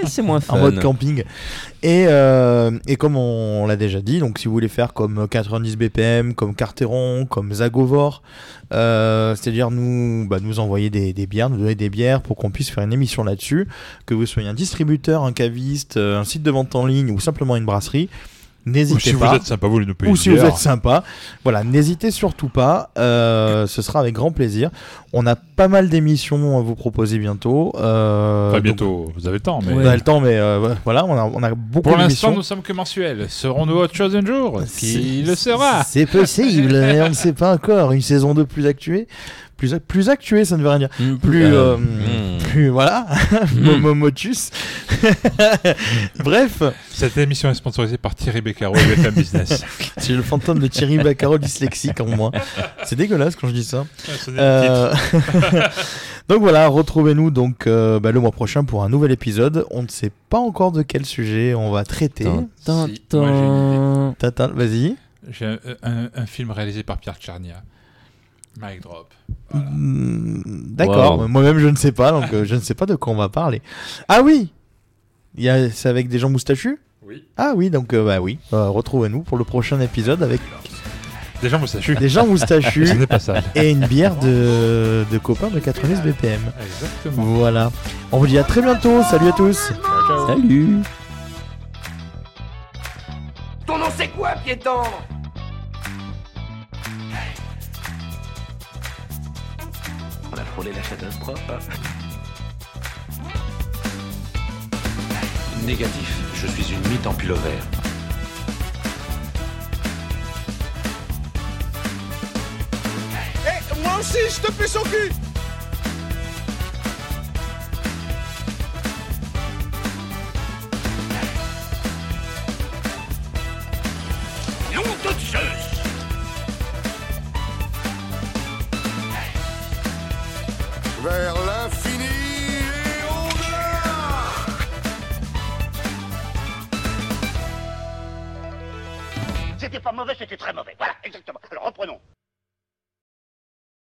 Speaker 13: C'est moins fun.
Speaker 11: En mode camping. Et, euh, et comme on, on l'a déjà dit, donc si vous voulez faire comme 90 BPM, comme Carteron, comme Zagovor, euh, c'est-à-dire nous, bah, nous envoyer des, des, bières, nous donner des bières pour qu'on puisse faire une émission là-dessus, que vous soyez un distributeur, un caviste, euh, un site de vente en ligne ou simplement une brasserie, N'hésitez
Speaker 12: si
Speaker 11: pas.
Speaker 12: Vous êtes sympa, vous nous
Speaker 11: Ou si vous êtes sympa. Voilà, n'hésitez surtout pas. Euh, ce sera avec grand plaisir. On a pas mal d'émissions à vous proposer bientôt. Euh,
Speaker 12: pas bientôt, donc, vous avez le temps. Mais...
Speaker 11: On a le temps, mais euh, voilà, on a, on a beaucoup
Speaker 12: Pour l'instant, nous sommes que mensuels. Serons-nous autre chose un jour Qui le sera
Speaker 11: C'est possible, mais on ne sait pas encore. Une saison 2 plus actuée plus, plus actué, ça ne veut rien dire. Mmh, plus, euh, euh,
Speaker 12: hmm.
Speaker 11: mmh. plus, voilà, mmh. Momotus. Bref.
Speaker 12: Cette émission est sponsorisée par Thierry Beccaro et BFM Business.
Speaker 11: C'est le fantôme de Thierry Beccaro dyslexique en moi. C'est dégueulasse quand je dis ça.
Speaker 12: Ouais, euh...
Speaker 11: donc voilà, retrouvez-nous donc bah, le mois prochain pour un nouvel épisode. On ne sait pas encore de quel sujet on va traiter.
Speaker 13: Si, Vas-y.
Speaker 12: J'ai un, un, un film réalisé par Pierre Tchernia. Mic drop.
Speaker 11: Voilà. Mmh, D'accord, wow. moi-même je ne sais pas, donc euh, je ne sais pas de quoi on va parler. Ah oui C'est avec des gens moustachus
Speaker 12: Oui.
Speaker 11: Ah oui, donc euh, bah oui, euh, retrouvez-nous pour le prochain épisode avec.
Speaker 12: Des gens moustachus.
Speaker 11: Des gens moustachus.
Speaker 12: pas ça.
Speaker 11: Et une bière de, de copain de 90 BPM.
Speaker 12: Exactement.
Speaker 11: Voilà. On vous dit à très bientôt. Salut à tous.
Speaker 13: Ciao, ciao. Salut.
Speaker 2: Ton nom c'est quoi, piéton On a frôlé la catastrophe.
Speaker 6: Négatif, je suis une mythe en pullover.
Speaker 14: Eh, moi aussi, je te pisse au cul
Speaker 15: Nom de Zeus
Speaker 14: Vers l'infini et au-delà
Speaker 2: C'était pas mauvais, c'était très mauvais. Voilà, exactement. Alors reprenons.